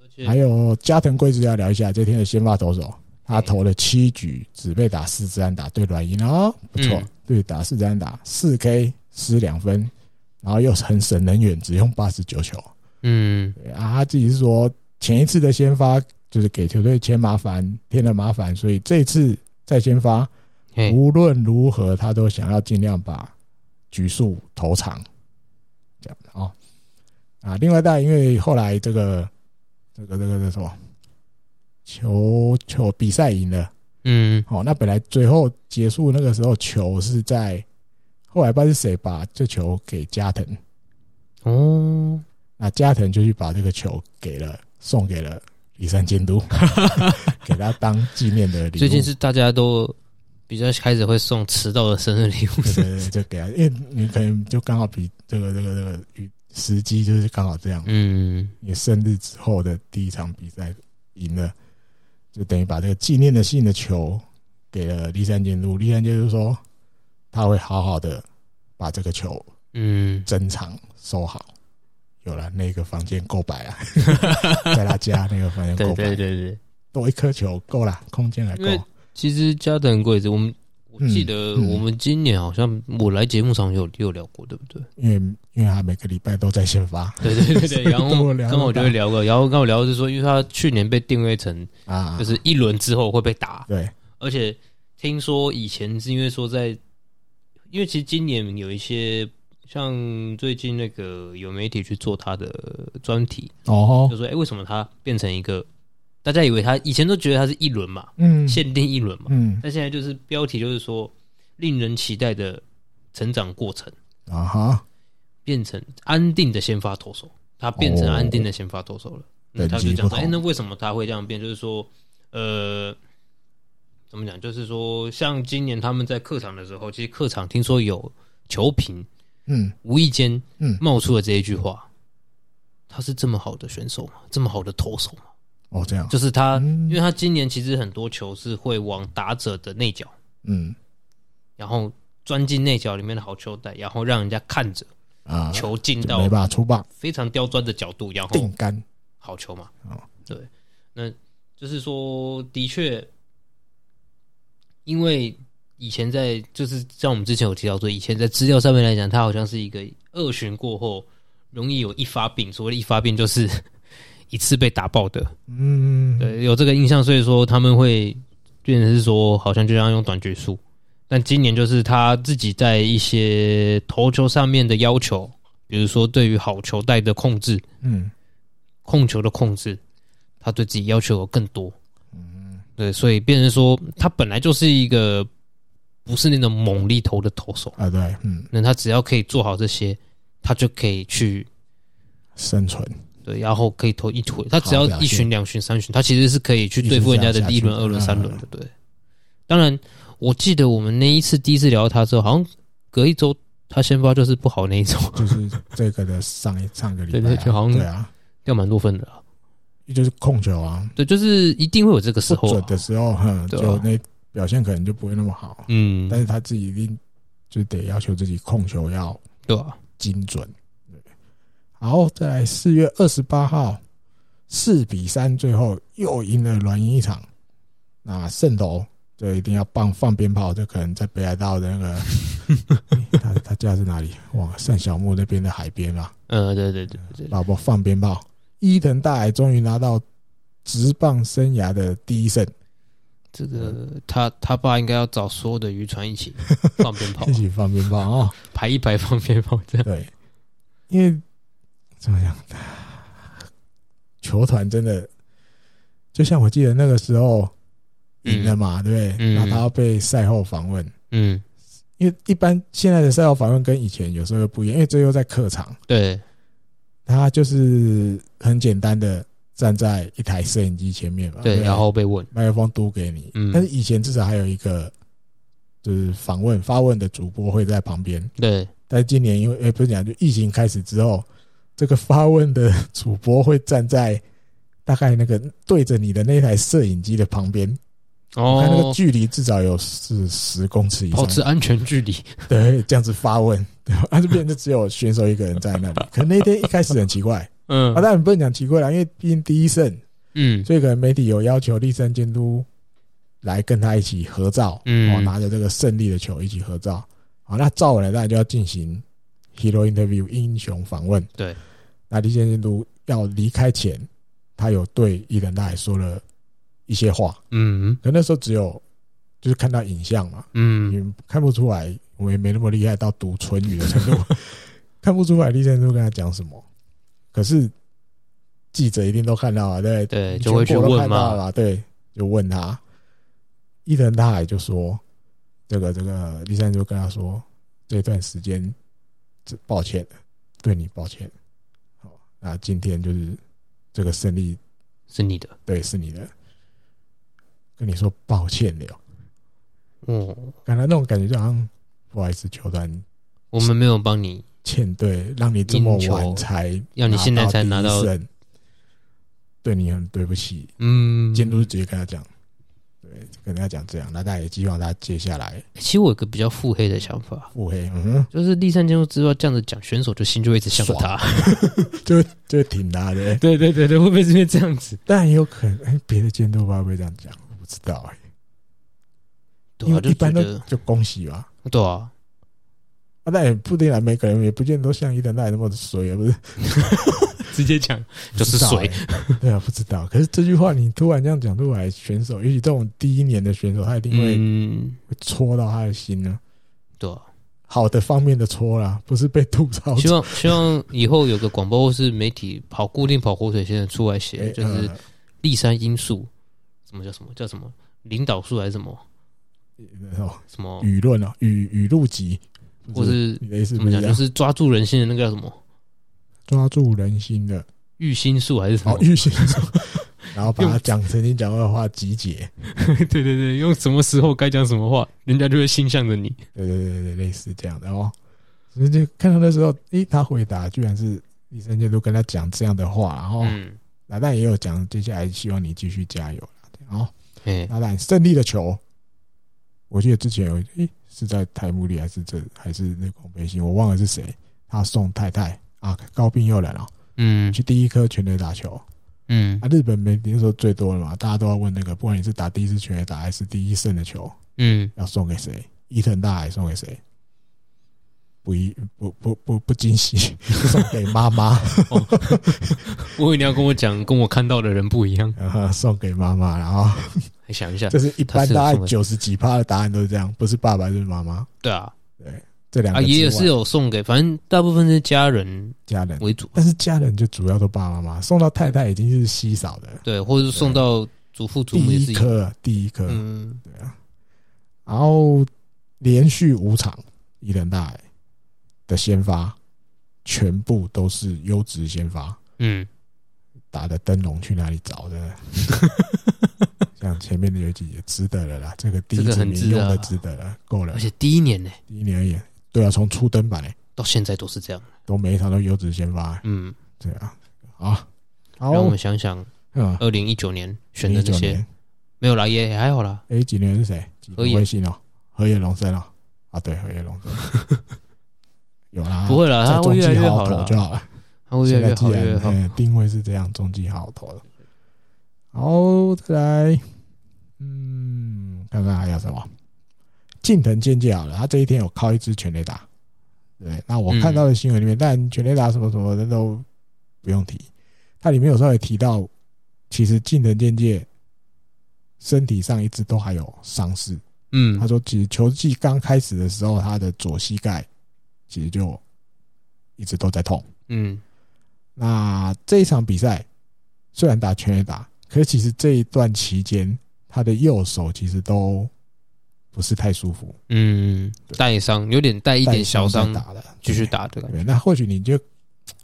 Speaker 3: 而且
Speaker 2: 还有加藤贵之要聊一下这天的先发投手，他
Speaker 3: 哎
Speaker 2: 投了七局，只被打四支安打，对软银哦，不错
Speaker 3: 嗯，
Speaker 2: 对打四支安打，四 K 失两分，然后又很省能源，只用八十九球。
Speaker 3: 嗯
Speaker 2: 对啊，他自己是说前一次的先发就是给球队添麻烦，添了麻烦，所以这一次再先发，
Speaker 3: 嘿，
Speaker 2: 无论如何他都想要尽量把局数投长，这样子哦。啊，另外当然因为后来这个这个这个这个什么球球比赛赢了，
Speaker 3: 嗯
Speaker 2: 哦，那本来最后结束那个时候球是在后来不知道是谁把这球给加藤，
Speaker 3: 哦，
Speaker 2: 那加藤就去把这个球给了送给了李山监督， 给他当纪念的礼物。
Speaker 3: 最近是大家都比较开始会送迟到的生日礼物，
Speaker 2: 对对对，就给他，因为你可能就刚好比这个这个这个与时机就是刚好这样，
Speaker 3: 嗯
Speaker 2: 你生日之后的第一场比赛赢了，就等于把这个纪念的性的球给了立山监督，立山监督说他会好好的把这个球
Speaker 3: 嗯，
Speaker 2: 珍藏收好。有了那个房间够摆啊，在他家那个房间
Speaker 3: 对
Speaker 2: 够摆
Speaker 3: 对对，对，
Speaker 2: 多一颗球够啦，空间还够
Speaker 3: 因。为其实加藤很贵子，我们我记
Speaker 2: 嗯
Speaker 3: 得
Speaker 2: 嗯
Speaker 3: 我们今年好像我来节目上有有聊过，对不对？
Speaker 2: 因为因为他每个礼拜都在先发
Speaker 3: 对对对对，然后
Speaker 2: 多聊
Speaker 3: 刚好我就
Speaker 2: 到
Speaker 3: 会 聊过，然后刚好聊的是说，因为他去年被定位成
Speaker 2: 啊，
Speaker 3: 就是一轮之后会被打，
Speaker 2: 对
Speaker 3: 而且听说以前是因为说在，因为其实今年有一些像最近那个有媒体去做他的专题，
Speaker 2: 哦
Speaker 3: 就，说哎、诶为什么他变成一个大家以为他以前都觉得他是一轮嘛，
Speaker 2: 嗯
Speaker 3: 限定一轮嘛，
Speaker 2: 嗯
Speaker 3: 但现在就是标题就是说令人期待的成长过程，
Speaker 2: 啊哈，
Speaker 3: 变成安定的先发投手，他变成安定的先发投手了。那他
Speaker 2: 哦
Speaker 3: 就
Speaker 2: 等级
Speaker 3: 讲
Speaker 2: 不
Speaker 3: 说，
Speaker 2: 同
Speaker 3: 哎、那为什么他会这样变？就是说，呃，怎么讲？就是说，像今年他们在客场的时候，其实客场听说有球评
Speaker 2: 嗯
Speaker 3: 无意间
Speaker 2: 嗯
Speaker 3: 冒出了这一句话。他是这么好的选手吗？这么好的投手吗？
Speaker 2: 哦这样，
Speaker 3: 就是他，
Speaker 2: 嗯
Speaker 3: 因为他今年其实很多球是会往打者的内角，
Speaker 2: 嗯
Speaker 3: 然后钻进内角里面的好球带，然后让人家看着
Speaker 2: 啊，
Speaker 3: 球进
Speaker 2: 就
Speaker 3: 到
Speaker 2: 没办法出棒
Speaker 3: 非常刁钻的角度，然后
Speaker 2: 定杆，
Speaker 3: 好球嘛
Speaker 2: 哦。
Speaker 3: 对，那就是说，的确，因为以前在就是像我们之前有提到说，以前在资料上面来讲，他好像是一个二巡过后容易有一发病，所谓的一发病就是 一次被打爆的，
Speaker 2: 嗯，
Speaker 3: 对，有这个印象，所以说他们会变成是说，好像就要用短局数。但今年就是他自己在一些投球上面的要求，比如说对于好球带的控制、
Speaker 2: 嗯
Speaker 3: 控球的控制，他对自己要求有更多。嗯，对，所以变成说他本来就是一个不是那种猛力投的投手，
Speaker 2: 啊对，嗯
Speaker 3: 那他只要可以做好这些，他就可以去
Speaker 2: 生存，
Speaker 3: 对，然后可以投一腿，他只要
Speaker 2: 好了解
Speaker 3: 一巡、两巡、三巡，他其实是可以去对付人家的第一轮、
Speaker 2: 一直这样下去
Speaker 3: 二轮、三轮
Speaker 2: 嗯
Speaker 3: 的。对，当然，我记得我们那一次第一次聊到他之后，好像隔一周他先发就是不好那一周，
Speaker 2: 就是这个的上一上个礼拜
Speaker 3: 对对就好
Speaker 2: 啊，
Speaker 3: 像
Speaker 2: 对啊，
Speaker 3: 掉蛮多分的啊。
Speaker 2: 就是控球啊，
Speaker 3: 对，就是一定会有这个时
Speaker 2: 不
Speaker 3: 候
Speaker 2: 准
Speaker 3: 啊、
Speaker 2: 的时候，哼，
Speaker 3: 对啊
Speaker 2: 就那表现可能就不会那么好，
Speaker 3: 嗯
Speaker 2: 但，是他自己一定就得要求自己控球要
Speaker 3: 对啊吧、
Speaker 2: 精准。对好，再来四月二十八号，四比三，最后又赢了软银一场。那圣斗这一定要放放鞭炮，这可能在北海道的那个， 诶他他家是哪里？哇，圣小木那边的海边吧。
Speaker 3: 嗯，对对对对对，
Speaker 2: 老婆放鞭炮，伊藤大海终于拿到职棒生涯的第一胜，
Speaker 3: 这个
Speaker 2: 嗯
Speaker 3: 他他爸应该要找所有的渔船一 起放鞭炮
Speaker 2: 一，起放鞭炮啊、哦！
Speaker 3: 排一排放鞭炮这样。
Speaker 2: 对，因为怎么讲，球团真的就像我记得那个时候赢了嘛，对不对？
Speaker 3: 嗯
Speaker 2: 然后他要被赛后访问，
Speaker 3: 嗯，
Speaker 2: 因为一般现在的赛后访问跟以前有时候又不一样，因为这又在客场，
Speaker 3: 对，
Speaker 2: 啊他就是很简单的站在一台摄影机前面嘛，对啊
Speaker 3: 对，
Speaker 2: 不对，
Speaker 3: 然后被问，
Speaker 2: 麦克风嘟给你，
Speaker 3: 嗯
Speaker 2: 但是以前至少还有一个。就是访问发问的主播会在旁边，
Speaker 3: 对，
Speaker 2: 但今年因为诶、呃不是讲，就疫情开始之后，这个发问的主播会站在大概那个对着你的那台摄影机的旁边，看那个
Speaker 3: 哦，
Speaker 2: 距离至少有是十公尺以
Speaker 3: 保
Speaker 2: 上，
Speaker 3: 持安全距离，
Speaker 2: 对，这样子发问，对吧？他就变成只有选手一个人在那里。可能那天一开始很奇怪，
Speaker 3: 嗯
Speaker 2: 啊，当然不能讲奇怪啦，因为毕竟第一胜，
Speaker 3: 嗯，
Speaker 2: 所以可能媒体有要求立山监督来跟他一起合照，
Speaker 3: 嗯
Speaker 2: 哦，拿着这个胜利的球一起合照。好，那照完了，当然就要进行 hero interview 英雄访问。
Speaker 3: 对，
Speaker 2: 那立山监督要离开前，他有对伊藤大海说了一些话，
Speaker 3: 嗯
Speaker 2: 可那时候只有就是看到影像嘛，
Speaker 3: 嗯，
Speaker 2: 你看不出来，我也没那么厉害到读唇语的程度， 看不出来立山监督跟他讲什么。可是记者一定都看到啊，对不对
Speaker 3: 对，就会去
Speaker 2: 全部都
Speaker 3: 问
Speaker 2: 看到
Speaker 3: 嘛。
Speaker 2: 了，对，就问他。伊藤大海就说：“这个这个，立山就跟他说，这段时间，这抱歉，对你抱歉。好，那今天就是这个胜利，
Speaker 3: 是你的，
Speaker 2: 对，是你的，跟你说抱歉了。
Speaker 3: 哦，
Speaker 2: 感觉那种感觉就好像不好意思，球团
Speaker 3: 我们没有帮你，
Speaker 2: 欠队，让你这么
Speaker 3: 赢球
Speaker 2: 晚才，
Speaker 3: 要你现在才拿到，
Speaker 2: 胜，对你很对不起。”
Speaker 3: 嗯，
Speaker 2: 监督直接跟他讲，对，跟大家讲这样，那大家也希望他接下来
Speaker 3: 其实我有个比较腹黑的想法，
Speaker 2: 腹黑，嗯
Speaker 3: 就是立山监督知道这样子讲，选手就心就会一直向着他。
Speaker 2: 哼，就就挺他的。
Speaker 3: 对对对对，会不会是因为这样子？
Speaker 2: 但也有可能，哎，别的监督会不会这样讲？我不知道哎、
Speaker 3: 对
Speaker 2: 因
Speaker 3: 啊，
Speaker 2: 为
Speaker 3: 就
Speaker 2: 一
Speaker 3: 觉
Speaker 2: 般都
Speaker 3: 得
Speaker 2: 就恭喜吧。
Speaker 3: 对啊，
Speaker 2: 啊，但也不一定啊，每个人也不见得都像伊藤奈那么水，也不是
Speaker 3: 直接讲就是
Speaker 2: 水
Speaker 3: 水，。
Speaker 2: 对啊，不知道。可是这句话你突然这样讲出来，选手，尤其这种第一年的选手，他一定会
Speaker 3: 嗯，
Speaker 2: 会戳到他的心呢、
Speaker 3: 对啊。
Speaker 2: 好的方面的戳啦，不是被吐槽。
Speaker 3: 希望希望以后有个广播或是媒体跑固定跑火腿先生出来
Speaker 2: 哎
Speaker 3: 写，就是
Speaker 2: 呃
Speaker 3: 立山因素，什么叫什么叫什么领导数还是什么
Speaker 2: 那种
Speaker 3: 什么，
Speaker 2: 呃舆论啊，语语录集，
Speaker 3: 或是
Speaker 2: 你的意思
Speaker 3: 嗯怎
Speaker 2: 不
Speaker 3: 么
Speaker 2: 是这
Speaker 3: 讲，就
Speaker 2: 样？
Speaker 3: 是抓住人心的那个叫什么
Speaker 2: 抓住人心 的
Speaker 3: 育心术还是什么
Speaker 2: 哦，？预先 说，然后把他讲曾经讲过的话集结，
Speaker 3: 对对 对，用什么时候该讲什么话，人家就会心向着你。
Speaker 2: 对对对对，类似这样的哦。所以就看到那时候，诶，他回答居然是医生监督跟他讲这样的话，然后
Speaker 3: 嗯，
Speaker 2: 那蛋也有讲，接下来希望你继续加油啦，这样哦。
Speaker 3: 哎，
Speaker 2: 那蛋胜利的球，我记得之前有，诶，是在台幕里还是这还是那个孔培信，我忘了是谁，他送太太啊，高病又来了，
Speaker 3: 嗯
Speaker 2: 去第一颗全垒打球，
Speaker 3: 嗯
Speaker 2: 啊，日本媒体那时候最多了嘛，大家都要问那个，不管你是打第一次全垒打还是第一胜的球，
Speaker 3: 嗯，
Speaker 2: 要送给谁？伊藤大海送给谁？不一不不不不惊喜， 送给妈妈，
Speaker 3: 我以为你要跟我讲，跟我看到的人不一样。
Speaker 2: 然后送给妈妈，然后
Speaker 3: 还想一下
Speaker 2: 这，是一般
Speaker 3: 他是有
Speaker 2: 大概
Speaker 3: 送给
Speaker 2: 九十几趴的答案都是这样，不是爸爸就是妈妈，
Speaker 3: 对啊，
Speaker 2: 这两
Speaker 3: 啊
Speaker 2: 个
Speaker 3: 也
Speaker 2: 之
Speaker 3: 是
Speaker 2: 外
Speaker 3: 有送给，反正大部分是家人
Speaker 2: 家人，
Speaker 3: 为主，
Speaker 2: 但是家人就主要都爸爸妈妈，送到太太已经是稀少的，
Speaker 3: 对，或者是送到祖父祖
Speaker 2: 第
Speaker 3: 母也
Speaker 2: 一
Speaker 3: 是有。
Speaker 2: 颗第一颗，
Speaker 3: 嗯，
Speaker 2: 对啊，然后连续五场伊藤大海的先发，全部都是优质先发，
Speaker 3: 嗯，
Speaker 2: 打的灯笼去哪里找 的？像前面的有几也值得了啦，这个第一
Speaker 3: 这个
Speaker 2: 次
Speaker 3: 很
Speaker 2: 名
Speaker 3: 值
Speaker 2: 用
Speaker 3: 得啊
Speaker 2: 的值得了，够了
Speaker 3: 而。且第一年呢、
Speaker 2: 第一年而已，对啊，从初登版诶，
Speaker 3: 到现在都是这样。
Speaker 2: 都每一场都优质先发欸，
Speaker 3: 嗯，
Speaker 2: 对啊，好，好，
Speaker 3: 让我们想想，
Speaker 2: 嗯，
Speaker 3: 二零一九年选的
Speaker 2: 哦零
Speaker 3: 那
Speaker 2: 九
Speaker 3: 些
Speaker 2: 年，
Speaker 3: 没有啦，也也还好啦。
Speaker 2: 哎，几年是谁？几
Speaker 3: 河野
Speaker 2: 微信哦，河野龙生哦，啊，对，河野龙生 有啦，
Speaker 3: 不会啦，
Speaker 2: 啊在
Speaker 3: 他会
Speaker 2: 中
Speaker 3: 啊越来
Speaker 2: 继
Speaker 3: 越
Speaker 2: 好
Speaker 3: 好
Speaker 2: 投
Speaker 3: 了，
Speaker 2: 就好了。
Speaker 3: 他会越
Speaker 2: 现在
Speaker 3: 来越
Speaker 2: 既
Speaker 3: 好，越来越
Speaker 2: 然
Speaker 3: 好。
Speaker 2: 呃定位是这样，中继好投的。好，再来，嗯，看看还有什么？近藤健介好了，他这一天有靠一支全垒打。对，那我看到
Speaker 3: 嗯
Speaker 2: 的新闻里面，但全垒打什么什么的都不用提。它里面有时候也提到，其实近藤健介身体上一直都还有伤势，
Speaker 3: 嗯
Speaker 2: 他，说，其实球季刚开始的时候，他的左膝盖其实就一直都在痛。
Speaker 3: 嗯，
Speaker 2: 那这一场比赛虽然打全垒打，可是其实这一段期间，他的右手其实都不是太舒服，
Speaker 3: 嗯，带伤有点带一点小
Speaker 2: 带
Speaker 3: 伤，
Speaker 2: 打的，
Speaker 3: 继续打的感觉。
Speaker 2: 对。那或许你就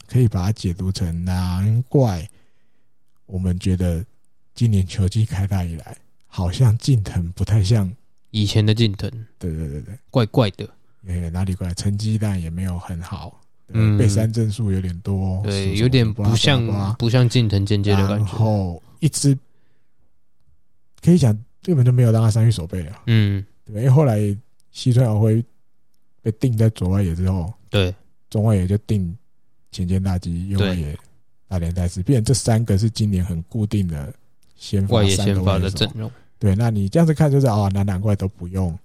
Speaker 2: 可以把它解读成，难怪我们觉得今年球季开打以来，好像近藤不太像，
Speaker 3: 以前的近藤
Speaker 2: 对对对对。
Speaker 3: 怪怪的，
Speaker 2: 也哪里怪，成绩但也没有很好，对
Speaker 3: 嗯
Speaker 2: 被三振数有点多，什么
Speaker 3: 对，
Speaker 2: 什么
Speaker 3: 有点
Speaker 2: 巴
Speaker 3: 不
Speaker 2: 拉巴拉巴
Speaker 3: 像
Speaker 2: 拉
Speaker 3: 不像近藤间接的感
Speaker 2: 啊然
Speaker 3: 觉。
Speaker 2: 后一直可以讲根本就没有让他伤愈守备了，
Speaker 3: 嗯，
Speaker 2: 对吧因为后来西川遥辉被定在左外野之后，
Speaker 3: 对，
Speaker 2: 中外野就定前间大吉，右外野大连代斯，变成这三个是今年很固定的先发
Speaker 3: 外野
Speaker 2: 三个
Speaker 3: 先发
Speaker 2: 外
Speaker 3: 的
Speaker 2: 手
Speaker 3: 阵容。
Speaker 2: 对，那你这样子看就是啊，难难怪都不用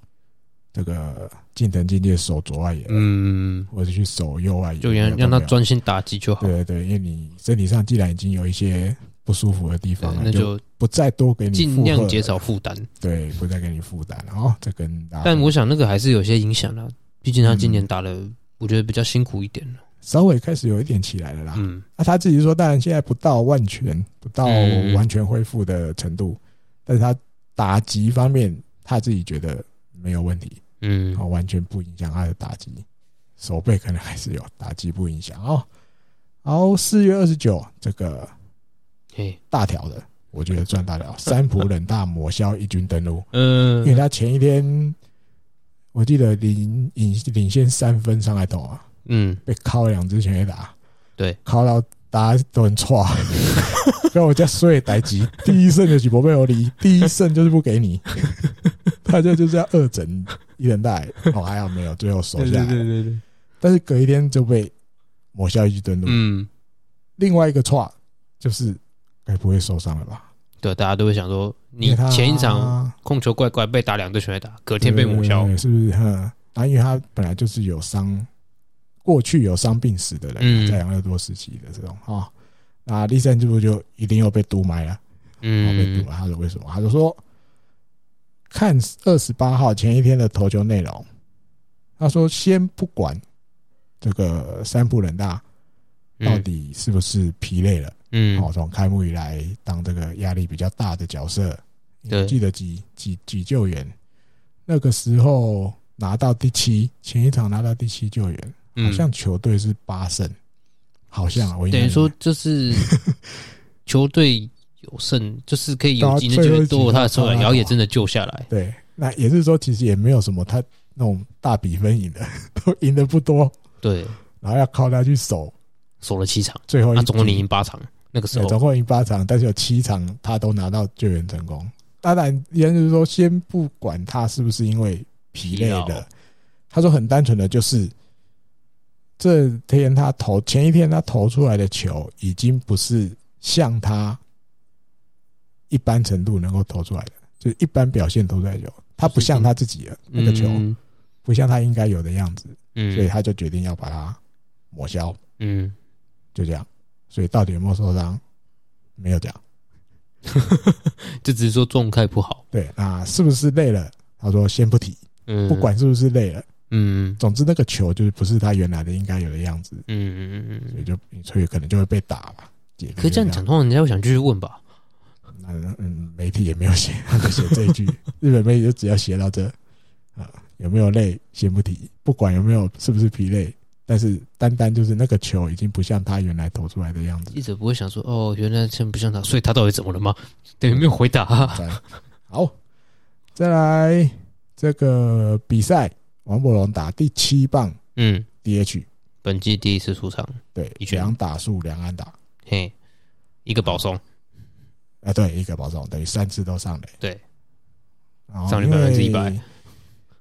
Speaker 2: 这个近藤进介守左外野，
Speaker 3: 嗯，
Speaker 2: 或者去啊守右外野，
Speaker 3: 就让让他专心打击就好。
Speaker 2: 对对对，因为你身体上既然已经有一些不舒服的地
Speaker 3: 对
Speaker 2: 方了，
Speaker 3: 那
Speaker 2: 就
Speaker 3: 就
Speaker 2: 不再多给你
Speaker 3: 尽
Speaker 2: 负
Speaker 3: 量
Speaker 2: 荷
Speaker 3: 减
Speaker 2: 了
Speaker 3: 少负担。
Speaker 2: 对，不再给你负担了哦。这跟大家
Speaker 3: 但我想那个还是有些影响啦，毕竟他今
Speaker 2: 嗯
Speaker 3: 年打的，我觉得比较辛苦一点了。
Speaker 2: 稍微开始有一点起来了啦。
Speaker 3: 嗯
Speaker 2: 那他自己说，当然现在不到万全，不到
Speaker 3: 嗯
Speaker 2: 完全恢复的程度，但是他打击方面他自己觉得没有问题，
Speaker 3: 嗯
Speaker 2: 哦，完全不影响他的打击，手背可能还是有打击不影响哦。然后四月二十九这个
Speaker 3: 嘿，
Speaker 2: 大条的，我觉得赚大条。 三浦冷大抹消一军登陆，因为
Speaker 3: 嗯
Speaker 2: 他前一天我记得领领领先三分上来投啊，
Speaker 3: 嗯，
Speaker 2: 被敲了两支全垒打，
Speaker 3: 对，
Speaker 2: 敲到大家都很差， 跟我家衰代级，第一胜就举博贝有理，第一胜就是不给你， 他就就是要二整一人带，哦，还好没有，最后守
Speaker 3: 对
Speaker 2: 下
Speaker 3: 对
Speaker 2: 来，
Speaker 3: 对对对，
Speaker 2: 但是隔一天就被抹消一顿路。
Speaker 3: 嗯，
Speaker 2: 另外一个差就是该不会受伤了吧？
Speaker 3: 对，大家都会想说，
Speaker 2: 因
Speaker 3: 你
Speaker 2: 为他
Speaker 3: 前一场控球怪怪被打两队全垒打，隔天被抹消
Speaker 2: 对，是不是？嗯，然后因为他本来就是有伤，过去有伤病史的人，啊
Speaker 3: 嗯
Speaker 2: 在养乐多时期的这种啊，那第三支部就一定又被毒埋了，然后被
Speaker 3: 嗯
Speaker 2: 毒埋。他说为什么？他就说看二十八号前一天的投球内容，他说先不管这个三浦人大到
Speaker 3: 嗯
Speaker 2: 底是不是疲累了。
Speaker 3: 嗯
Speaker 2: 哦，从开幕以来当这个压力比较大的角色，
Speaker 3: 对
Speaker 2: 记得几几几救援，那个时候拿到第七，前一场拿到第七救援，好
Speaker 3: 嗯，
Speaker 2: 像球队是八胜，好像啊我应该
Speaker 3: 等于说就是 球队有胜，就是可以
Speaker 2: 对
Speaker 3: 有
Speaker 2: 啊
Speaker 3: 几能
Speaker 2: 最
Speaker 3: 救
Speaker 2: 后
Speaker 3: 援
Speaker 2: 几
Speaker 3: 多，
Speaker 2: 个
Speaker 3: 他的手
Speaker 2: 当然
Speaker 3: 感，然后也
Speaker 2: 好
Speaker 3: 真的救下来，
Speaker 2: 对，那也是说其实也没有什么他那种大比分赢的， 都赢的不多，
Speaker 3: 对，
Speaker 2: 然后要靠他去守
Speaker 3: 守了七场，
Speaker 2: 最后一
Speaker 3: 那
Speaker 2: 局，
Speaker 3: 啊总共你赢八场，那个时
Speaker 2: 对总
Speaker 3: 候，
Speaker 2: 共赢八场，但是有七场他都拿到救援成功。当然，也就是说，先不管他是不是因为疲累
Speaker 3: 疲劳
Speaker 2: 的，他说很单纯的就是，这天他投前一天他投出来的球已经不是像他一般程度能够投出来的，就是一般表现投出来的球，他不像他自己了，那个球
Speaker 3: 嗯
Speaker 2: 不像他应该有的样子，所以
Speaker 3: 嗯
Speaker 2: 他就决定要把它抹消，
Speaker 3: 嗯，
Speaker 2: 就这样。所以到底有没有受伤，没有讲。
Speaker 3: 就只是说状态不好，
Speaker 2: 对啊，是不是累了？他说先不提，
Speaker 3: 嗯，
Speaker 2: 不，管是不是累了，
Speaker 3: 嗯
Speaker 2: 总之那个球就是不是他原来的应该有的样子，
Speaker 3: 嗯嗯嗯
Speaker 2: 所以
Speaker 3: 嗯。
Speaker 2: 就所以可能就会被打吧。解
Speaker 3: 可是这样讲，，通常人家会想继续问吧？
Speaker 2: 那嗯，媒体也没有写，他就写这一句，日本媒体就只要写到这啊，有没有累先不提，不管有没有是不是疲累，但是单单就是那个球已经不像他原来投出来的样 子
Speaker 3: 记。者不会想说哦，原来真不像他，所以他到底怎么了吗？等于没有回答、
Speaker 2: 对好，再来这个比赛，王柏龙打第七棒
Speaker 3: 嗯，
Speaker 2: DH。
Speaker 3: 本季第一次出场，
Speaker 2: 对
Speaker 3: 一，拳
Speaker 2: 两打数两安打，
Speaker 3: 嘿，一个保送，
Speaker 2: 啊，对，一个保送等于三次都上垒。
Speaker 3: 对，
Speaker 2: 然后
Speaker 3: 上垒
Speaker 2: 因为
Speaker 3: 100%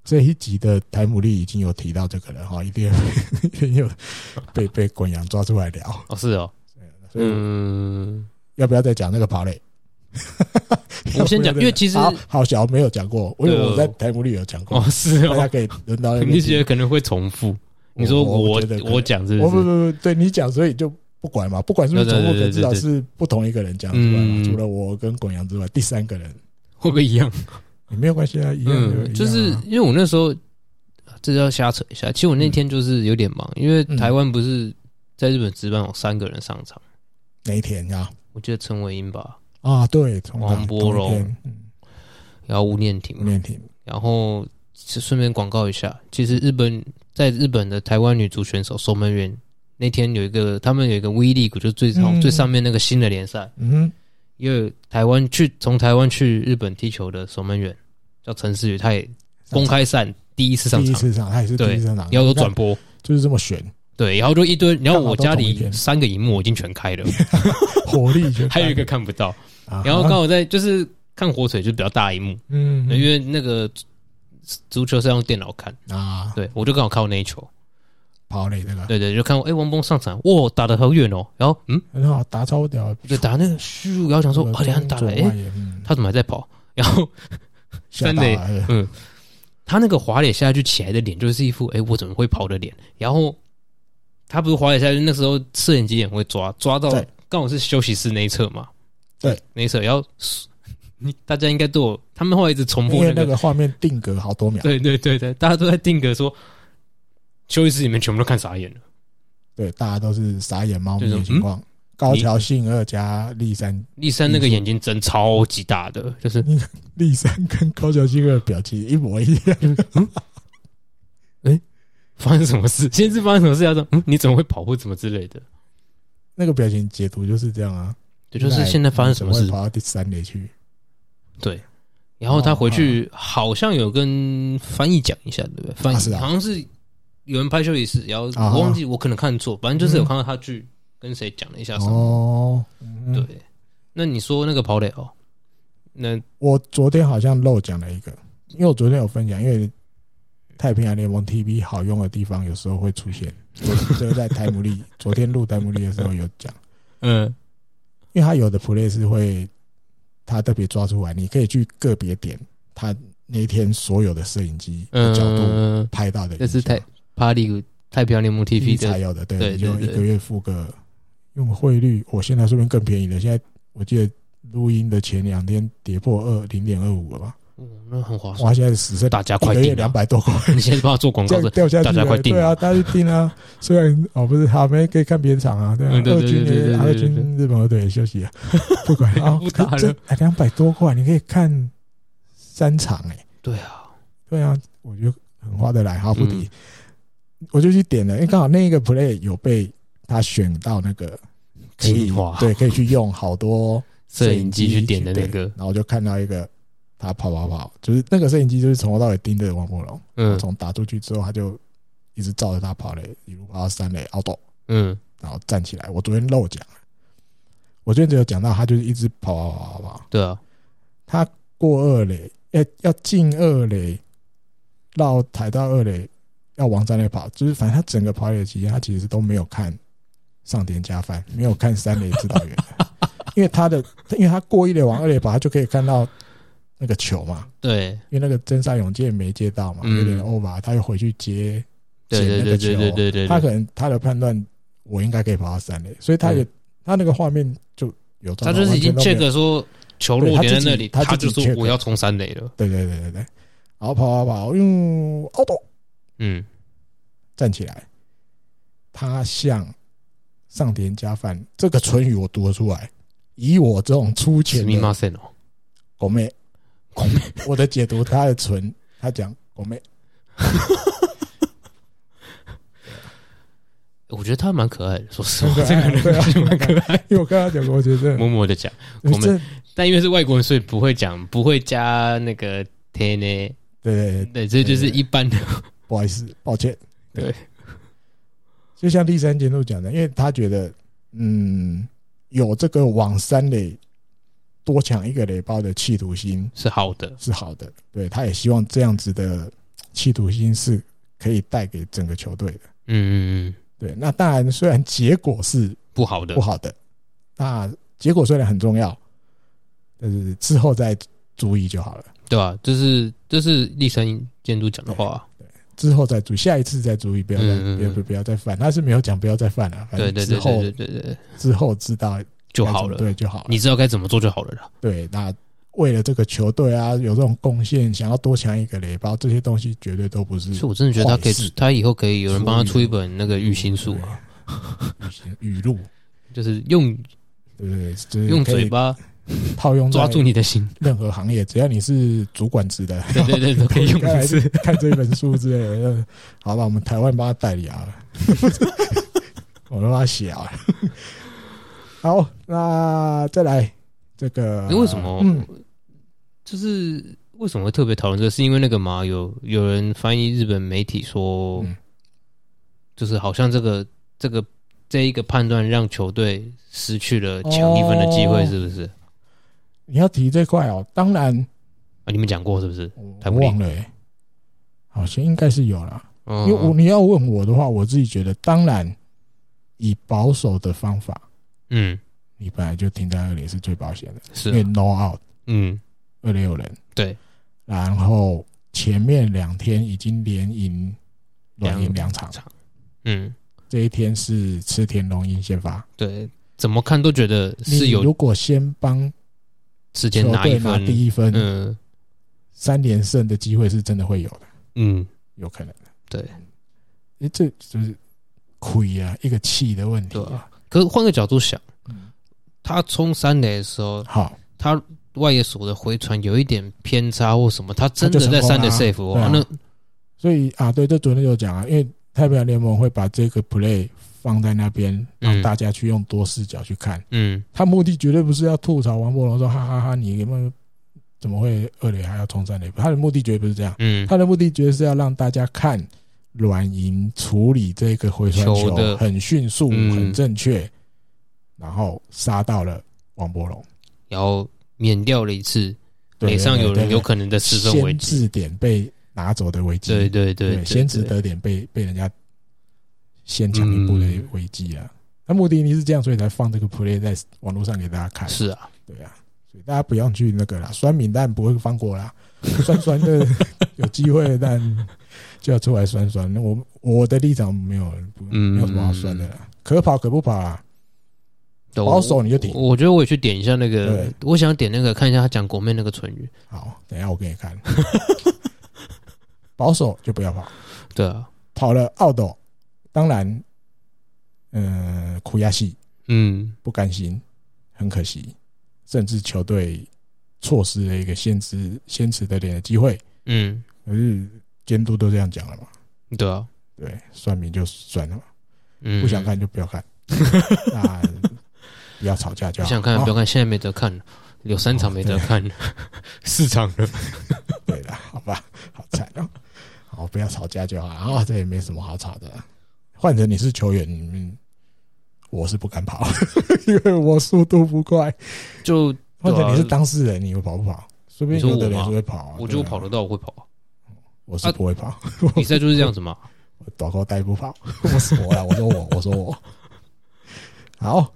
Speaker 2: 这一集的台姆利已经有提到这个了哈，一定 一定有 被被滚阳抓出来聊，
Speaker 3: 哦，是哦，
Speaker 2: 所以
Speaker 3: 嗯，
Speaker 2: 要不要再讲那个跑垒？
Speaker 3: 我先讲因为其实
Speaker 2: 好好小没有讲过，因为
Speaker 3: 对哦
Speaker 2: 我在台姆利有讲过
Speaker 3: 哦，，是
Speaker 2: 大家
Speaker 3: 哦，
Speaker 2: 可以轮到那边
Speaker 3: 你觉
Speaker 2: 去。
Speaker 3: 得可能会重复？你说
Speaker 2: 我
Speaker 3: 我
Speaker 2: 觉得可能
Speaker 3: 我讲是
Speaker 2: 我
Speaker 3: 不
Speaker 2: 哦不不
Speaker 3: 是？
Speaker 2: 不，对你讲，所以就不管嘛，不管是不是重复，
Speaker 3: 对对对
Speaker 2: 可
Speaker 3: 对
Speaker 2: 至少
Speaker 3: 对
Speaker 2: 是不同一个人讲出来嘛
Speaker 3: 嗯。
Speaker 2: 除了我跟滚阳之外，第三个人
Speaker 3: 会不会一样？
Speaker 2: 也没有关系啊，一样一样啊
Speaker 3: 嗯，就是因为我那时候啊这要瞎扯一下，其实我那天就是有点忙，因为台湾不是在日本职棒有三个人上场，
Speaker 2: 哪一天啊？
Speaker 3: 我记得陈伟英吧，
Speaker 2: 啊，对，从
Speaker 3: 王
Speaker 2: 哪
Speaker 3: 柏
Speaker 2: 同一天
Speaker 3: 荣
Speaker 2: 嗯
Speaker 3: 然后吴念婷
Speaker 2: 吴，念婷，
Speaker 3: 然后顺便广告一下，其实日本在日本的台湾女足选手守门员那天有一个，他们有一个 V League，就是最上、
Speaker 2: 嗯
Speaker 3: 最上面那个新的联赛，
Speaker 2: 嗯
Speaker 3: 因为台湾去从台湾去日本踢球的守门员叫陈思雨，他也
Speaker 2: 哼，
Speaker 3: 公开赛第一次
Speaker 2: 上
Speaker 3: 上
Speaker 2: 场第一
Speaker 3: 场，
Speaker 2: 次上，他也是第
Speaker 3: 对
Speaker 2: 一次上场，
Speaker 3: 然后
Speaker 2: 你
Speaker 3: 有
Speaker 2: 看
Speaker 3: 转播，
Speaker 2: 就是这么悬，
Speaker 3: 对，然后就一堆，然后我
Speaker 2: 刚好都
Speaker 3: 家
Speaker 2: 同一
Speaker 3: 里
Speaker 2: 天
Speaker 3: 三个荧幕我已经全开 了，
Speaker 2: 火力全开
Speaker 3: 还有一个，看不 到，
Speaker 2: 啊
Speaker 3: 然后刚好在就是看火腿就比较大荧幕，
Speaker 2: 嗯
Speaker 3: 因为那个足球是要用电脑看，
Speaker 2: 啊
Speaker 3: 对我就刚好看我那一球。
Speaker 2: 跑垒这个
Speaker 3: 对对，就看哎、诶王崩上场，哇，打的好远哦。然后嗯，
Speaker 2: 很好，打超屌，
Speaker 3: 就打那个咻，然后想说，啊，两打
Speaker 2: 左
Speaker 3: 了，
Speaker 2: 外
Speaker 3: 哎、
Speaker 2: 野嗯
Speaker 3: 他怎么还在跑？ 然后
Speaker 2: 吓到
Speaker 3: 三垒
Speaker 2: 了哎
Speaker 3: 嗯，他那个滑脸下去起来的脸，就是一副哎、诶我怎么会跑的脸。然后他不是滑脸下去，那时候摄影机也会抓，抓到
Speaker 2: 对
Speaker 3: 刚好是休息室那一侧嘛，
Speaker 2: 对，
Speaker 3: 那一侧。然后你大家应该都有，他们会一直重
Speaker 2: 因
Speaker 3: 复
Speaker 2: 为
Speaker 3: 那
Speaker 2: 那
Speaker 3: 个，
Speaker 2: 个画面定格好多秒，
Speaker 3: 对对对对，大家都在定格说，休息室里面全部都看傻眼了。
Speaker 2: 对，大家都是傻眼猫咪
Speaker 3: 这
Speaker 2: 的
Speaker 3: 种
Speaker 2: 情况，高桥幸二加立山，
Speaker 3: 立山那个眼睛睁超级大的，就是
Speaker 2: 立山跟高桥幸二的表情一模一样，
Speaker 3: 发生什么事？ 先是发生什么事？他说：“嗯，你怎么会跑或怎么之类的
Speaker 2: 那个表情解读就是这样啊，？”
Speaker 3: 对，就是现在发生什么
Speaker 2: 你
Speaker 3: 事
Speaker 2: 怎会？跑到第三垒去，
Speaker 3: 然后他回去好像有跟翻译讲一下，对不对？翻
Speaker 2: 哦啊是
Speaker 3: 译
Speaker 2: 啊
Speaker 3: 好像是有人拍休息室，然后
Speaker 2: 啊嗯
Speaker 3: 我忘记，我可能看错，反正就是有看到他去跟谁讲了一下什么。
Speaker 2: 哦，嗯
Speaker 3: 对，那你说那个跑垒哦，那
Speaker 2: 我昨天好像漏讲了一个，因为我昨天有分享，因为太平洋联盟 TV 好用的地方有时候会出现，我这个在台姆利昨天录台姆利的时候有讲，
Speaker 3: 嗯
Speaker 2: 因为它有的 play 是会它特别抓出来，你可以去个别点，它那天所有的摄影机的角度
Speaker 3: 嗯，
Speaker 2: 拍到的影
Speaker 3: 这
Speaker 2: 像，
Speaker 3: 是太帕里太平洋联盟 TV
Speaker 2: 才
Speaker 3: 的，
Speaker 2: 有的，
Speaker 3: 对
Speaker 2: 对，你
Speaker 3: 对
Speaker 2: 就
Speaker 3: 对
Speaker 2: 一个月付个用汇率，我现在说不定更便宜了，现在我记得录音的前两天跌破二零点二五了吧。
Speaker 3: 哦那很划算。
Speaker 2: 哇，现在只剩
Speaker 3: 大家快
Speaker 2: 一个月
Speaker 3: 订
Speaker 2: 两
Speaker 3: 啊！
Speaker 2: 百多 块，
Speaker 3: 你现在帮我做广
Speaker 2: 这
Speaker 3: 告
Speaker 2: 样
Speaker 3: 的，
Speaker 2: 掉下去
Speaker 3: 大
Speaker 2: 了，
Speaker 3: 家快订
Speaker 2: 对啊，大家去订啊。虽然哦不是，好，没可以看别的场啊，对啊
Speaker 3: 嗯，对
Speaker 2: 二
Speaker 3: 对
Speaker 2: 军
Speaker 3: 对对对
Speaker 2: 也二
Speaker 3: 对对
Speaker 2: 军日本队也休息 啊，不管啊
Speaker 3: 不打，了
Speaker 2: 这两百多块你可以看三场哎，
Speaker 3: 对啊，
Speaker 2: 对啊，我觉得很划得来，
Speaker 3: 嗯
Speaker 2: 哈不敌，我就去点了，因为刚好那个 play 有被他选到那个可以
Speaker 3: 精华
Speaker 2: 对，可以去用好多
Speaker 3: 摄影机去点的那
Speaker 2: 对
Speaker 3: 个
Speaker 2: 然，后我就看到一个他跑跑跑，就是那个摄影机就是从头到尾盯着王柏龙，
Speaker 3: 嗯
Speaker 2: 从打出去之后他就一直照着他跑嘞，一路跑到三垒 out，
Speaker 3: 嗯
Speaker 2: 然后站起来。我昨天漏讲了，我昨天只有讲到他就是一直跑跑跑跑跑，
Speaker 3: 对啊，
Speaker 2: 他过二垒，要要进二垒，绕抬到二垒，要往三垒跑，就是反正他整个跑垒的期间，他其实都没有看上田加饭，没有看三垒指导 员，因为他的，因为他过一垒往二垒跑，他就可以看到那个球嘛，
Speaker 3: 对
Speaker 2: 因为那个真善永介没接到嘛，
Speaker 3: 嗯
Speaker 2: 有点 over，他又回去接
Speaker 3: 对对
Speaker 2: 捡那
Speaker 3: 对
Speaker 2: 个
Speaker 3: 对
Speaker 2: 球
Speaker 3: 对对对，
Speaker 2: 他可能他的判断，我应该可以跑到三垒，所以他也、他那个画面就有照
Speaker 3: 他
Speaker 2: 到，
Speaker 3: 就是已经
Speaker 2: 完全都没有
Speaker 3: check 说球落点在那
Speaker 2: 对
Speaker 3: 里，他
Speaker 2: 他
Speaker 3: 就
Speaker 2: 自己他自己
Speaker 3: 说
Speaker 2: check
Speaker 3: 我要冲三垒了，
Speaker 2: 对对对对对，然后跑跑跑，用哦奥斗
Speaker 3: 嗯，
Speaker 2: 站起来，他向上田加饭这个唇语我读得出来，以我这种粗
Speaker 3: 史
Speaker 2: 浅
Speaker 3: 密马
Speaker 2: 的
Speaker 3: 森哦，
Speaker 2: 狗妹，狗妹，我的解读他的唇，他讲狗 妹，
Speaker 3: 我觉得他蛮可爱的，说实话，这
Speaker 2: 很可
Speaker 3: 个
Speaker 2: 爱 对啊
Speaker 3: 人蛮可爱的，
Speaker 2: 因为我跟他讲过，我觉得
Speaker 3: 默默的讲，
Speaker 2: 这
Speaker 3: 狗妹但因为是外国人，所以不会讲，不会加那个 t n
Speaker 2: 对对对，
Speaker 3: 对，这就是一般的，
Speaker 2: 不好意思，抱歉。
Speaker 3: 对，
Speaker 2: 就像第三监督讲的，因为他觉得，嗯，有这个往三垒多抢一个垒包的企图心
Speaker 3: 是好的，
Speaker 2: 是好的，对，他也希望这样子的企图心是可以带给整个球队的。
Speaker 3: 嗯嗯嗯，
Speaker 2: 对，那当然，虽然结果是
Speaker 3: 不好的
Speaker 2: 不，好的，那结果虽然很重要，但是之后再注意就好了，
Speaker 3: 对吧？这是这是立山监督讲的话，
Speaker 2: 之后再注意，下一次再注意，不要再、
Speaker 3: 嗯嗯嗯
Speaker 2: 不要不要再犯。他是没有讲不要再犯了、反
Speaker 3: 对
Speaker 2: 正
Speaker 3: 对
Speaker 2: 之
Speaker 3: 对
Speaker 2: 后
Speaker 3: 对对对对，
Speaker 2: 之后知道
Speaker 3: 就
Speaker 2: 该怎
Speaker 3: 好
Speaker 2: 么
Speaker 3: 了，
Speaker 2: 对就好了。
Speaker 3: 你知道该怎么做就好了啦，
Speaker 2: 对，那为了这个球队啊，有这种贡献，想要多抢一个雷包，这些东西绝对都不是
Speaker 3: 所以我真的觉得他
Speaker 2: 嗯
Speaker 3: 可
Speaker 2: 坏
Speaker 3: 以
Speaker 2: 事，
Speaker 3: 他以后可以有人帮他
Speaker 2: 出
Speaker 3: 出
Speaker 2: 语
Speaker 3: 一本那个育心术啊，
Speaker 2: 对语录，啊
Speaker 3: 就是用
Speaker 2: 对不对？就是
Speaker 3: 用
Speaker 2: 嗯可以
Speaker 3: 嘴巴
Speaker 2: 套用在
Speaker 3: 抓住你 的心，
Speaker 2: 任何行业，只要你是主管职的，
Speaker 3: 对对对，都可以 用一次。
Speaker 2: 看这本书之类的。 好吧，我们台湾帮他代理啊， 我们帮他写啊。 好，那再来这个，
Speaker 3: 为什么
Speaker 2: 嗯，
Speaker 3: 就是为什么会特别讨论这个？是因为那个嘛，有有人翻译日本媒体说，
Speaker 2: 嗯
Speaker 3: 就是好像这个这个这一个判断让球队失去了抢一分的机会，
Speaker 2: 哦
Speaker 3: 是不是？
Speaker 2: 你要提这块哦，当然
Speaker 3: 啊，你们讲过是不是？
Speaker 2: 我
Speaker 3: 台
Speaker 2: 我
Speaker 3: 不利
Speaker 2: 忘了、欸，好像应该是有啦。
Speaker 3: 嗯，
Speaker 2: 因为我你要问我的话，我自己觉得，当然以保守的方法，
Speaker 3: 嗯
Speaker 2: 你本来就停在二垒是最保险的，
Speaker 3: 是
Speaker 2: 因为
Speaker 3: 啊
Speaker 2: no out
Speaker 3: 嗯
Speaker 2: 二垒有人，
Speaker 3: 对，
Speaker 2: 然后前面两天已经连赢软赢两场，
Speaker 3: 嗯
Speaker 2: 这一天是池田龙英先发，
Speaker 3: 对，怎么看都觉得是
Speaker 2: 你
Speaker 3: 有
Speaker 2: 如果先帮
Speaker 3: 时间
Speaker 2: 球
Speaker 3: 拿一
Speaker 2: 队拿
Speaker 3: 分，
Speaker 2: 第一分，
Speaker 3: 嗯
Speaker 2: 三连胜的机会是真的会有的，
Speaker 3: 嗯，
Speaker 2: 有可能的。
Speaker 3: 对，
Speaker 2: 诶，这就是亏啊，一个气的问题
Speaker 3: 对
Speaker 2: 啊
Speaker 3: 啊。可是换个角度想
Speaker 2: 嗯，
Speaker 3: 他冲三垒的时候，
Speaker 2: 好，
Speaker 3: 他外野手的回传有一点偏差或什么，他真的在三的
Speaker 2: 他就
Speaker 3: safe
Speaker 2: 成功啊
Speaker 3: 哇、
Speaker 2: 啦
Speaker 3: 啊那
Speaker 2: 所以啊，对，这昨天有讲啊，因为太平洋联盟会把这个 play 放在那边，
Speaker 3: 嗯
Speaker 2: 让大家去用多视角去看。
Speaker 3: 嗯
Speaker 2: 他目的绝对不是要吐槽王柏龙说哈哈哈，你们怎么会二垒还要冲三垒？他的目的绝对不是这样，
Speaker 3: 嗯，
Speaker 2: 他的目的绝对是要让大家看软银处理这个回传
Speaker 3: 球的
Speaker 2: 很迅速、
Speaker 3: 嗯
Speaker 2: 很正确，然后杀到了王伯龙，
Speaker 3: 然后免掉了一次
Speaker 2: 对
Speaker 3: 垒上有
Speaker 2: 对对
Speaker 3: 人有可能的四分危
Speaker 2: 先
Speaker 3: 机。
Speaker 2: 制点被拿走的危机，
Speaker 3: 对对
Speaker 2: 对
Speaker 3: 对，对
Speaker 2: 先值
Speaker 3: 对
Speaker 2: 得点被被人家先抢一步的
Speaker 3: 嗯
Speaker 2: 危机啊。那目的你是这样，所以才放这个 play 在网络上给大家看。
Speaker 3: 是啊，
Speaker 2: 对啊，所以大家不要去那个啦，酸民但不会放过啦， 酸酸的有机会但就要出来酸酸。那我我的立场没有不
Speaker 3: 嗯
Speaker 2: 没有什么好酸的啦，可跑可不跑啊，
Speaker 3: 对
Speaker 2: 保守你就停
Speaker 3: 我我觉得我也去点一下那个
Speaker 2: 对，
Speaker 3: 我想点那个看一下他讲国妹那个成语。
Speaker 2: 好，等一下我给你看，保守就不要跑，
Speaker 3: 对啊，
Speaker 2: 跑了奥斗，当然，呃，苦亚西
Speaker 3: 嗯，
Speaker 2: 不甘心，很可惜，甚至球队错失了一个先知先持得点的机会。
Speaker 3: 嗯，
Speaker 2: 可是监督都这样讲了嘛，
Speaker 3: 对啊，
Speaker 2: 对，算命就算了嘛，
Speaker 3: 嗯，
Speaker 2: 不想，看就不要 看，那不要吵架就好。
Speaker 3: 不
Speaker 2: 哦
Speaker 3: 想看，不要
Speaker 2: 要
Speaker 3: 看，现在没得看了，有三场没得看， 四场了。
Speaker 2: 对了，好吧，好惨哦。好，不要吵架就好啊，这也没什么好吵的。换成你是球员，你们我是不敢跑， 因为我速度不快。
Speaker 3: 就
Speaker 2: 换成你是
Speaker 3: 对啊
Speaker 2: 当事人，你会跑不跑？说不定
Speaker 3: 啊你说
Speaker 2: 有的人
Speaker 3: 我吗
Speaker 2: 是会跑、啊，
Speaker 3: 我觉得我跑
Speaker 2: 对
Speaker 3: 得
Speaker 2: 啊，
Speaker 3: 到，我会跑啊。
Speaker 2: 我是不会跑，
Speaker 3: 比赛就是这样子嘛。
Speaker 2: 我短裤带不跑， 我是我啦，我说我，我说我。好，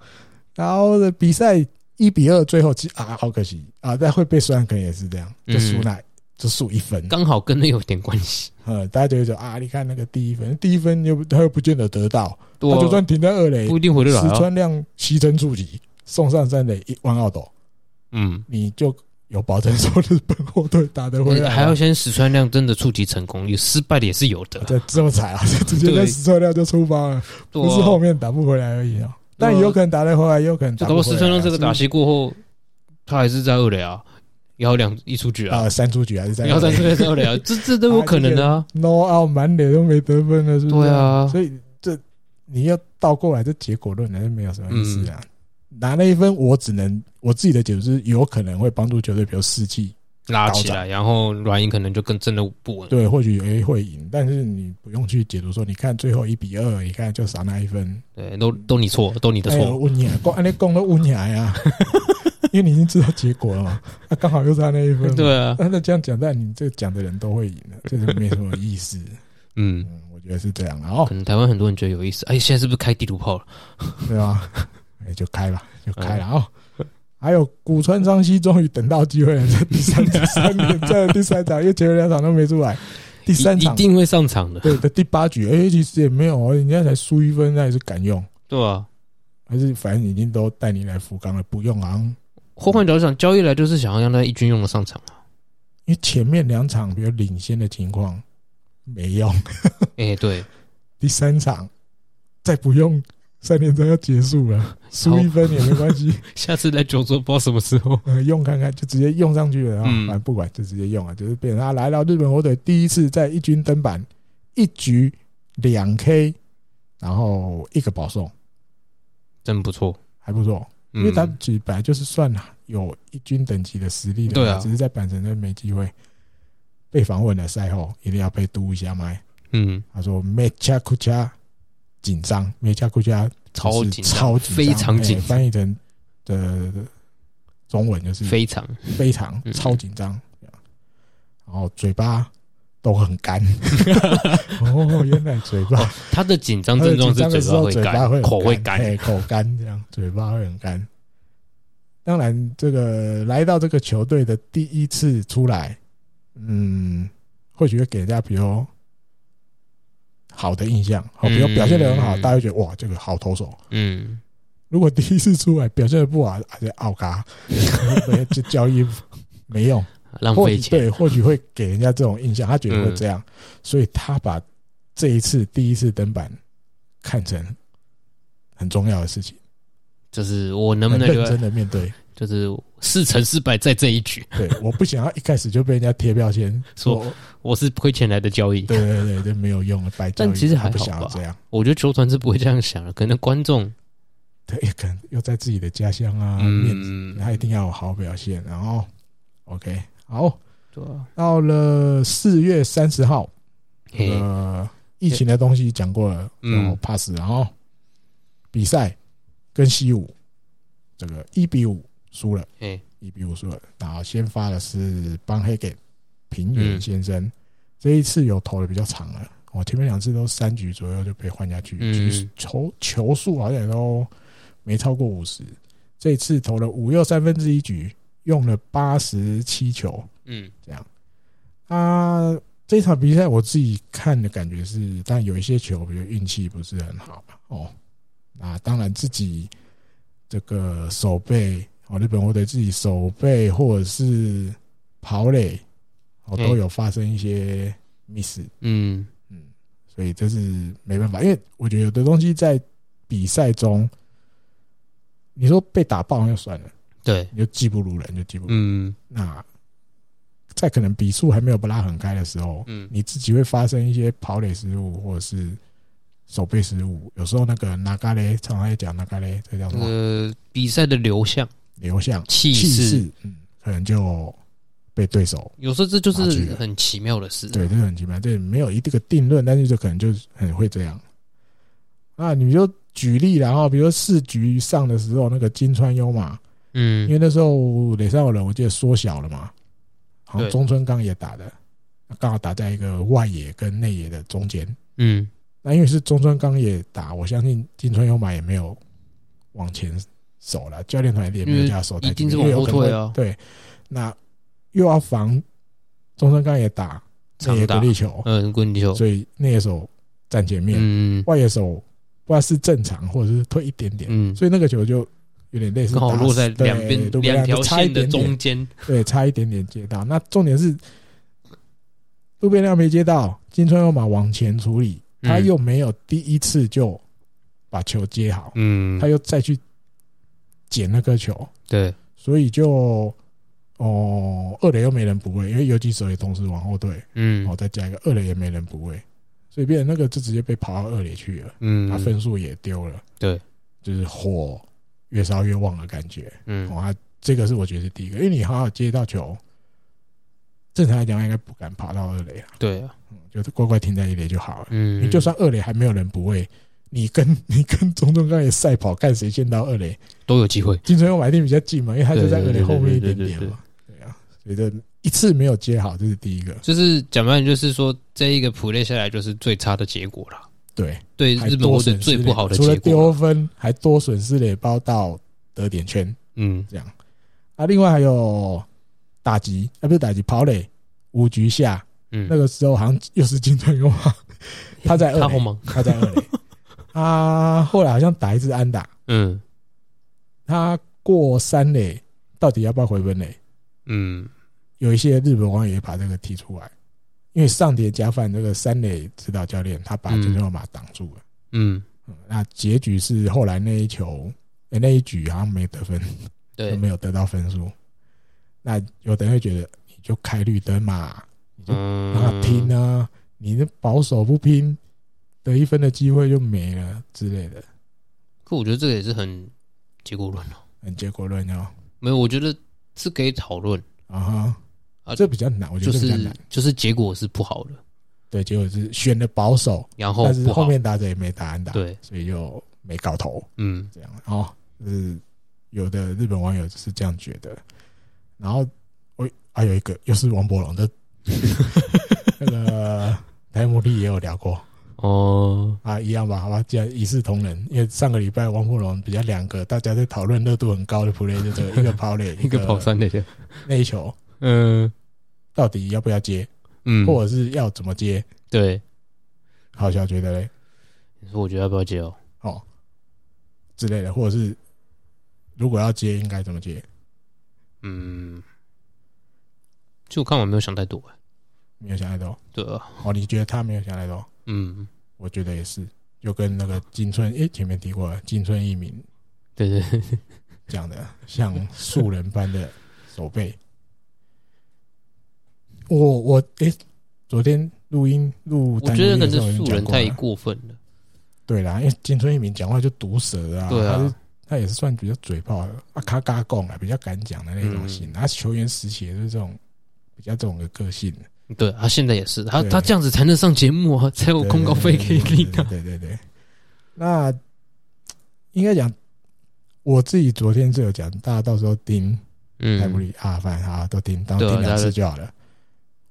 Speaker 2: 然后呢比赛一比二，最后其啊，好可惜啊，但会被酸可能也是这样，就输那、就输一分，
Speaker 3: 嗯刚好跟那有点关系。
Speaker 2: 呃，大家就会说啊，你看那个第一分，第一分又不他又不见得得到，
Speaker 3: 对
Speaker 2: 他
Speaker 3: 啊
Speaker 2: 就算停在二垒，
Speaker 3: 不一定回得来
Speaker 2: 石
Speaker 3: 啊。
Speaker 2: 川亮牺牲触及，送上三垒一万奥斗，
Speaker 3: 嗯，哎
Speaker 2: 你就有保证说日本后队打得回来吗，
Speaker 3: 嗯
Speaker 2: 啊
Speaker 3: 还要先石川亮真的触及成功，有失败的也是有的。
Speaker 2: 这这么惨啊，直接在
Speaker 3: 对
Speaker 2: 石川亮就出发了。
Speaker 3: 对
Speaker 2: 不
Speaker 3: 啊
Speaker 2: 是后面打不回来而已啊。但有可能打得回来，也有可能
Speaker 3: 就
Speaker 2: 打
Speaker 3: 搞
Speaker 2: 不
Speaker 3: 到
Speaker 2: 回来啊。
Speaker 3: 石川亮这个打
Speaker 2: 是
Speaker 3: 戏过后，他还是在二垒啊，然后两一出局啊，
Speaker 2: 啊，三出局还是三
Speaker 3: 然后
Speaker 2: 出
Speaker 3: 在
Speaker 2: 局
Speaker 3: 这边在二垒 啊，这这都有可能的啊。
Speaker 2: ，no out 满脸都没得分了，是不是？
Speaker 3: 对，啊，
Speaker 2: 所以这你要倒过来，这结果论还是没有什么意思啊。
Speaker 3: 嗯
Speaker 2: 拿了一分，我只能我自己的解读是，有可能会帮助球队，比如士气，
Speaker 3: 拉起
Speaker 2: 高涨
Speaker 3: 来，然后软银可能就更真的不稳。
Speaker 2: 对，或许诶会赢，但是你不用去解读说，你看最后一比二，你看就少那一分，
Speaker 3: 对，都都你错，都你的
Speaker 2: 哎呦
Speaker 3: 错。
Speaker 2: 温雅，光按那攻都温雅呀， 因为你已经知道结果了嘛，啊，刚好又差那一分嘛，
Speaker 3: 对啊，
Speaker 2: 那这样讲，但你这讲的人都会赢 的，这就没什么意思。
Speaker 3: 嗯，
Speaker 2: 嗯，我觉得是这样。然后
Speaker 3: 可能台湾很多人觉得有意思。哎，现在是不是开地图炮了？
Speaker 2: 对吧？哎，就开吧，就开了啊。
Speaker 3: 哎
Speaker 2: 还有古川昌希终于等到机会了，在第三第三年在第三场，因为前面两场都没出 来，第三
Speaker 3: 一一
Speaker 2: 场
Speaker 3: 定会上场的，
Speaker 2: 对的第八局，哎，其实也没有，人家才输一分，那也是敢用，
Speaker 3: 对啊吧？
Speaker 2: 还是反正已经都带你来福冈了，不用啊。
Speaker 3: 换换角度想，交易来就是想要让他一军用的上场啊。
Speaker 2: 因为前面两场比如领先的情况没用，
Speaker 3: 哎，对，
Speaker 2: 第三场再不用三连战要结束了，输一分也没关 系，
Speaker 3: 下次来九州不知道什么时候。
Speaker 2: 呃，用看看就直接用上去了啊，
Speaker 3: 嗯
Speaker 2: 反正不管就直接用啊，就是变成他来到日本火腿第一次在一军登板，一局两 K，然后一个保送，
Speaker 3: 真不错，嗯
Speaker 2: 还不错，因
Speaker 3: 因
Speaker 2: 为他其实本来就是算有一军等级的实力的嘛，
Speaker 3: 对啊
Speaker 2: 只是在板神队没机会。被访问的赛后一定要被嘟一下麦，
Speaker 3: 嗯，
Speaker 2: 他说没恰库恰紧张，没恰库恰
Speaker 3: 超
Speaker 2: 就是
Speaker 3: 紧张
Speaker 2: 超紧张，
Speaker 3: 非常紧
Speaker 2: 哎
Speaker 3: 张
Speaker 2: 翻译成的中文就是
Speaker 3: 非常
Speaker 2: 非常
Speaker 3: 嗯
Speaker 2: 超紧张，这样然后嘴巴都很干。 哦，原来嘴巴
Speaker 3: 他的紧张症状是
Speaker 2: 紧张的时候
Speaker 3: 嘴
Speaker 2: 嘴巴
Speaker 3: 巴
Speaker 2: 会
Speaker 3: 会
Speaker 2: 很
Speaker 3: 干，口会干，
Speaker 2: 哎口干这样，嘴巴会很干。当然，这个来到这个球队的第一次出来，嗯，或许会给人家比如好的印象，好，比如
Speaker 3: 嗯
Speaker 2: 表现的很好，
Speaker 3: 嗯
Speaker 2: 大家会觉得哇，这个好投手。
Speaker 3: 嗯，
Speaker 2: 如果第一次出来表现的不好，还是奥 嘎，这交易没用。
Speaker 3: 浪
Speaker 2: 或
Speaker 3: 费
Speaker 2: 许
Speaker 3: 钱，嗯
Speaker 2: 对，或许会给人家这种印象，他觉得会这样，所以他把这一次第一次登板看成很重要的事情，
Speaker 3: 就是我能不
Speaker 2: 很
Speaker 3: 能留
Speaker 2: 认
Speaker 3: 在
Speaker 2: 真，的面对。
Speaker 3: 就是四成四败在这一局，
Speaker 2: 对，我不想要一开始就被人家贴标签，
Speaker 3: 说
Speaker 2: 说
Speaker 3: 我是亏钱来的交易。
Speaker 2: 对对对，这没有用了，白教育
Speaker 3: 但其实
Speaker 2: 我
Speaker 3: 还好
Speaker 2: 不
Speaker 3: 吧
Speaker 2: 想要这样，
Speaker 3: 我觉得球团是不会这样想的，可能观众，
Speaker 2: 对，可能又在自己的家乡啊，面子，
Speaker 3: 嗯，
Speaker 2: 他一定要有好表现。然后，OK，好，
Speaker 3: 对啊，
Speaker 2: 到了四月三十号，
Speaker 3: 嘿，
Speaker 2: 呃，疫情的东西讲过了，
Speaker 3: 嗯
Speaker 2: 然后 pass，然后比赛跟西武这个一比五输了，
Speaker 3: 哎，
Speaker 2: 一比五输了。然后先发的是邦黑给平
Speaker 3: 嗯
Speaker 2: 原先生，这一次有投的比较长了。我前面两次都三局左右就被换下去，
Speaker 3: 嗯
Speaker 2: 局球球数好像也都没超过五十。这一次投了五又三分之一局，用了八十七球，
Speaker 3: 嗯
Speaker 2: 啊，这场比赛我自己看的感觉是，但有一些球，比如运气不是很好嘛哦。那当然自己这个手背哦，日本国队自己手背或者是跑垒哦，
Speaker 3: 嗯
Speaker 2: 都有发生一些 miss，
Speaker 3: 嗯
Speaker 2: 嗯，所以这是没办法，因为我觉得有的东西在比赛中，你说被打爆就算了，
Speaker 3: 对，
Speaker 2: 你就技不如人，就技不如人
Speaker 3: 嗯
Speaker 2: 那在可能比数还没有被拉很开的时候，
Speaker 3: 嗯
Speaker 2: 你自己会发生一些跑垒失误或者是手背失误。有时候那个拿嘎雷，常常在讲拿嘎雷，这叫什
Speaker 3: 那
Speaker 2: 么
Speaker 3: 个比赛的流向
Speaker 2: 流向
Speaker 3: 气
Speaker 2: 气
Speaker 3: 势，
Speaker 2: 势，嗯，可能就被对手
Speaker 3: 有时候这就是
Speaker 2: 拿去了
Speaker 3: 很奇妙的事。
Speaker 2: 对，这很奇妙，这没有一定个定论，但是就可能就是很会这样。那你就举例啦，然后比如说四局上的时候，那个金川优马，因
Speaker 3: 嗯
Speaker 2: 为那时候垒上有人，我记得缩小了嘛，好像
Speaker 3: 对
Speaker 2: 中村刚也打的，刚好打在一个外野跟内野的中间。
Speaker 3: 嗯
Speaker 2: 那因为是中村刚也打，我相信金川优马也没有往前守了，教练团也没有叫他守在
Speaker 3: 一定是
Speaker 2: 因为
Speaker 3: 往
Speaker 2: 有
Speaker 3: 后
Speaker 2: 可能会
Speaker 3: 退啊
Speaker 2: 对，那又要防中村刚也打内野
Speaker 3: 长打
Speaker 2: 的力球，
Speaker 3: 嗯，滚球，
Speaker 2: 所以内野手站前面，
Speaker 3: 嗯
Speaker 2: 外野手不知道是正常或者是退一点点，
Speaker 3: 嗯，
Speaker 2: 所以那个球就有点类似
Speaker 3: 刚好
Speaker 2: 打
Speaker 3: 落在
Speaker 2: 死对
Speaker 3: 两边
Speaker 2: 都不一样
Speaker 3: 两条
Speaker 2: 就差一
Speaker 3: 线的
Speaker 2: 点点
Speaker 3: 中间。
Speaker 2: 对，差一点点接到。那重点是渡边亮没接到，金川优马往前处理，
Speaker 3: 嗯
Speaker 2: 他又没有第一次就把球接好，
Speaker 3: 嗯
Speaker 2: 他，又再去捡那颗球，
Speaker 3: 对，
Speaker 2: 所以就哦，二垒又没人补位，因为游击手也同时往后退，
Speaker 3: 嗯
Speaker 2: 哦，再加一个二垒也没人补位，所以变成那个就直接被跑到二垒去了，他
Speaker 3: 嗯
Speaker 2: 分数也丢了，
Speaker 3: 对，
Speaker 2: 就是火越烧越旺的感觉。
Speaker 3: 嗯
Speaker 2: 哦，他这个是我觉得是第一个，因为你好好接到球，正常来讲应该不敢跑到二垒啊，
Speaker 3: 对啊，
Speaker 2: 嗯就是乖乖停在一垒就好了。
Speaker 3: 嗯，
Speaker 2: 你就算二垒还没有人补位，你跟你跟中中刚也赛跑，看谁先到二垒。
Speaker 3: 都有机会。
Speaker 2: 金城勇买定比较近嘛，因为他就在二垒后面一点点
Speaker 3: 对对对对对
Speaker 2: 嘛，对啊，所以这一次没有接好，这是第一个，
Speaker 3: 就是讲白了，就是说这一个 play 下来就是最差的结果啦，
Speaker 2: 对，
Speaker 3: 对
Speaker 2: 还
Speaker 3: 日本
Speaker 2: 多
Speaker 3: 或者
Speaker 2: 损失
Speaker 3: 最不好
Speaker 2: 垒
Speaker 3: 的
Speaker 2: 除了
Speaker 3: 结
Speaker 2: 丢
Speaker 3: 果啦。
Speaker 2: 分，还多损失垒包到得点圈。
Speaker 3: 嗯
Speaker 2: 啊，另外还有打击，啊，不是打击，跑垒五局下，
Speaker 3: 嗯，
Speaker 2: 那个时候好像又是金川优马，他在二
Speaker 3: 他后
Speaker 2: 垒，
Speaker 3: 忙，
Speaker 2: 他在二垒啊，后来好像打一次安打，
Speaker 3: 嗯
Speaker 2: 他过三垒，到底要不要回本垒？
Speaker 3: 嗯
Speaker 2: 有一些日本网友也把这个提出来，因为上叠加饭这个三垒指导教练他把金川优马挡住了、
Speaker 3: 嗯，
Speaker 2: 嗯那结局是后来那一球、呃那一局好像没得分，
Speaker 3: 对，
Speaker 2: 没有得到分数，那有的人会觉得你就开绿灯嘛，
Speaker 3: 嗯，
Speaker 2: 让他拼啊，你的保守不拼，得一分的机会就没了之类的，
Speaker 3: 可我觉得这个也是很结果论哦。
Speaker 2: 很结果论哦。
Speaker 3: 没有，我觉得是可以讨论，
Speaker 2: 啊哈，
Speaker 3: 啊
Speaker 2: 这比较难，我觉
Speaker 3: 就
Speaker 2: 得这比较
Speaker 3: 是
Speaker 2: 难。
Speaker 3: 就是结果是不好的，
Speaker 2: 对，结果是选了保守，
Speaker 3: 然后
Speaker 2: 但是
Speaker 3: 哦不
Speaker 2: 后
Speaker 3: 好。
Speaker 2: 面打者也没打安打，，
Speaker 3: 对，
Speaker 2: 所以就没搞头
Speaker 3: 嗯
Speaker 2: 这样。哦，就是有的日本网友是这样觉得。然后我还有一个又是王伯龙的， 那个台姆利也有聊过，
Speaker 3: 哦，
Speaker 2: 啊，一样吧，好吧，既然一视同仁，因为上个礼拜王富龙比较两个，大家在讨论热度很高的 play，就这 个一个跑垒，
Speaker 3: 一个跑三垒的，
Speaker 2: 内球
Speaker 3: 嗯
Speaker 2: 到底要不要接，
Speaker 3: 嗯，
Speaker 2: 或者是要怎么接？
Speaker 3: 对，
Speaker 2: 好笑觉得嘞，
Speaker 3: 你说我觉得要不要接哦？
Speaker 2: 哦之类的，或者是如果要接应该怎么接？
Speaker 3: 嗯，就我看完没有想太多，
Speaker 2: 没有想太多
Speaker 3: 对啊，
Speaker 2: 哦，你觉得他没有想太多？
Speaker 3: 嗯，
Speaker 2: 我觉得也是，就跟那个金村，诶、前面提过了，金村一鸣
Speaker 3: 对对对
Speaker 2: 讲的像树人般的手背。 我我诶、昨天录音录
Speaker 3: 我
Speaker 2: 单
Speaker 3: 觉得
Speaker 2: 元
Speaker 3: 可
Speaker 2: 的时候
Speaker 3: 是
Speaker 2: 已经
Speaker 3: 素
Speaker 2: 讲
Speaker 3: 人
Speaker 2: 过了，
Speaker 3: 太过分了，
Speaker 2: 对啦，因为金春一鸣讲话就毒舌啊，
Speaker 3: 对
Speaker 2: 他是
Speaker 3: 啊，
Speaker 2: 他也是算比较嘴炮的啊，咔嘎贡啊，比较敢讲的那种
Speaker 3: 嗯
Speaker 2: 型。他球员时期也是这种比较这种的个性，
Speaker 3: 对他现在也是，他
Speaker 2: 对
Speaker 3: 他这样子才能上节目啊，才有公告费可以领
Speaker 2: 对
Speaker 3: 啊，
Speaker 2: 对对对对对对对，那应该讲，我自己昨天是有讲，大家到时候盯泰布
Speaker 3: 嗯，
Speaker 2: 利啊，反正啊都盯，当
Speaker 3: 对啊
Speaker 2: 盯两次就好了。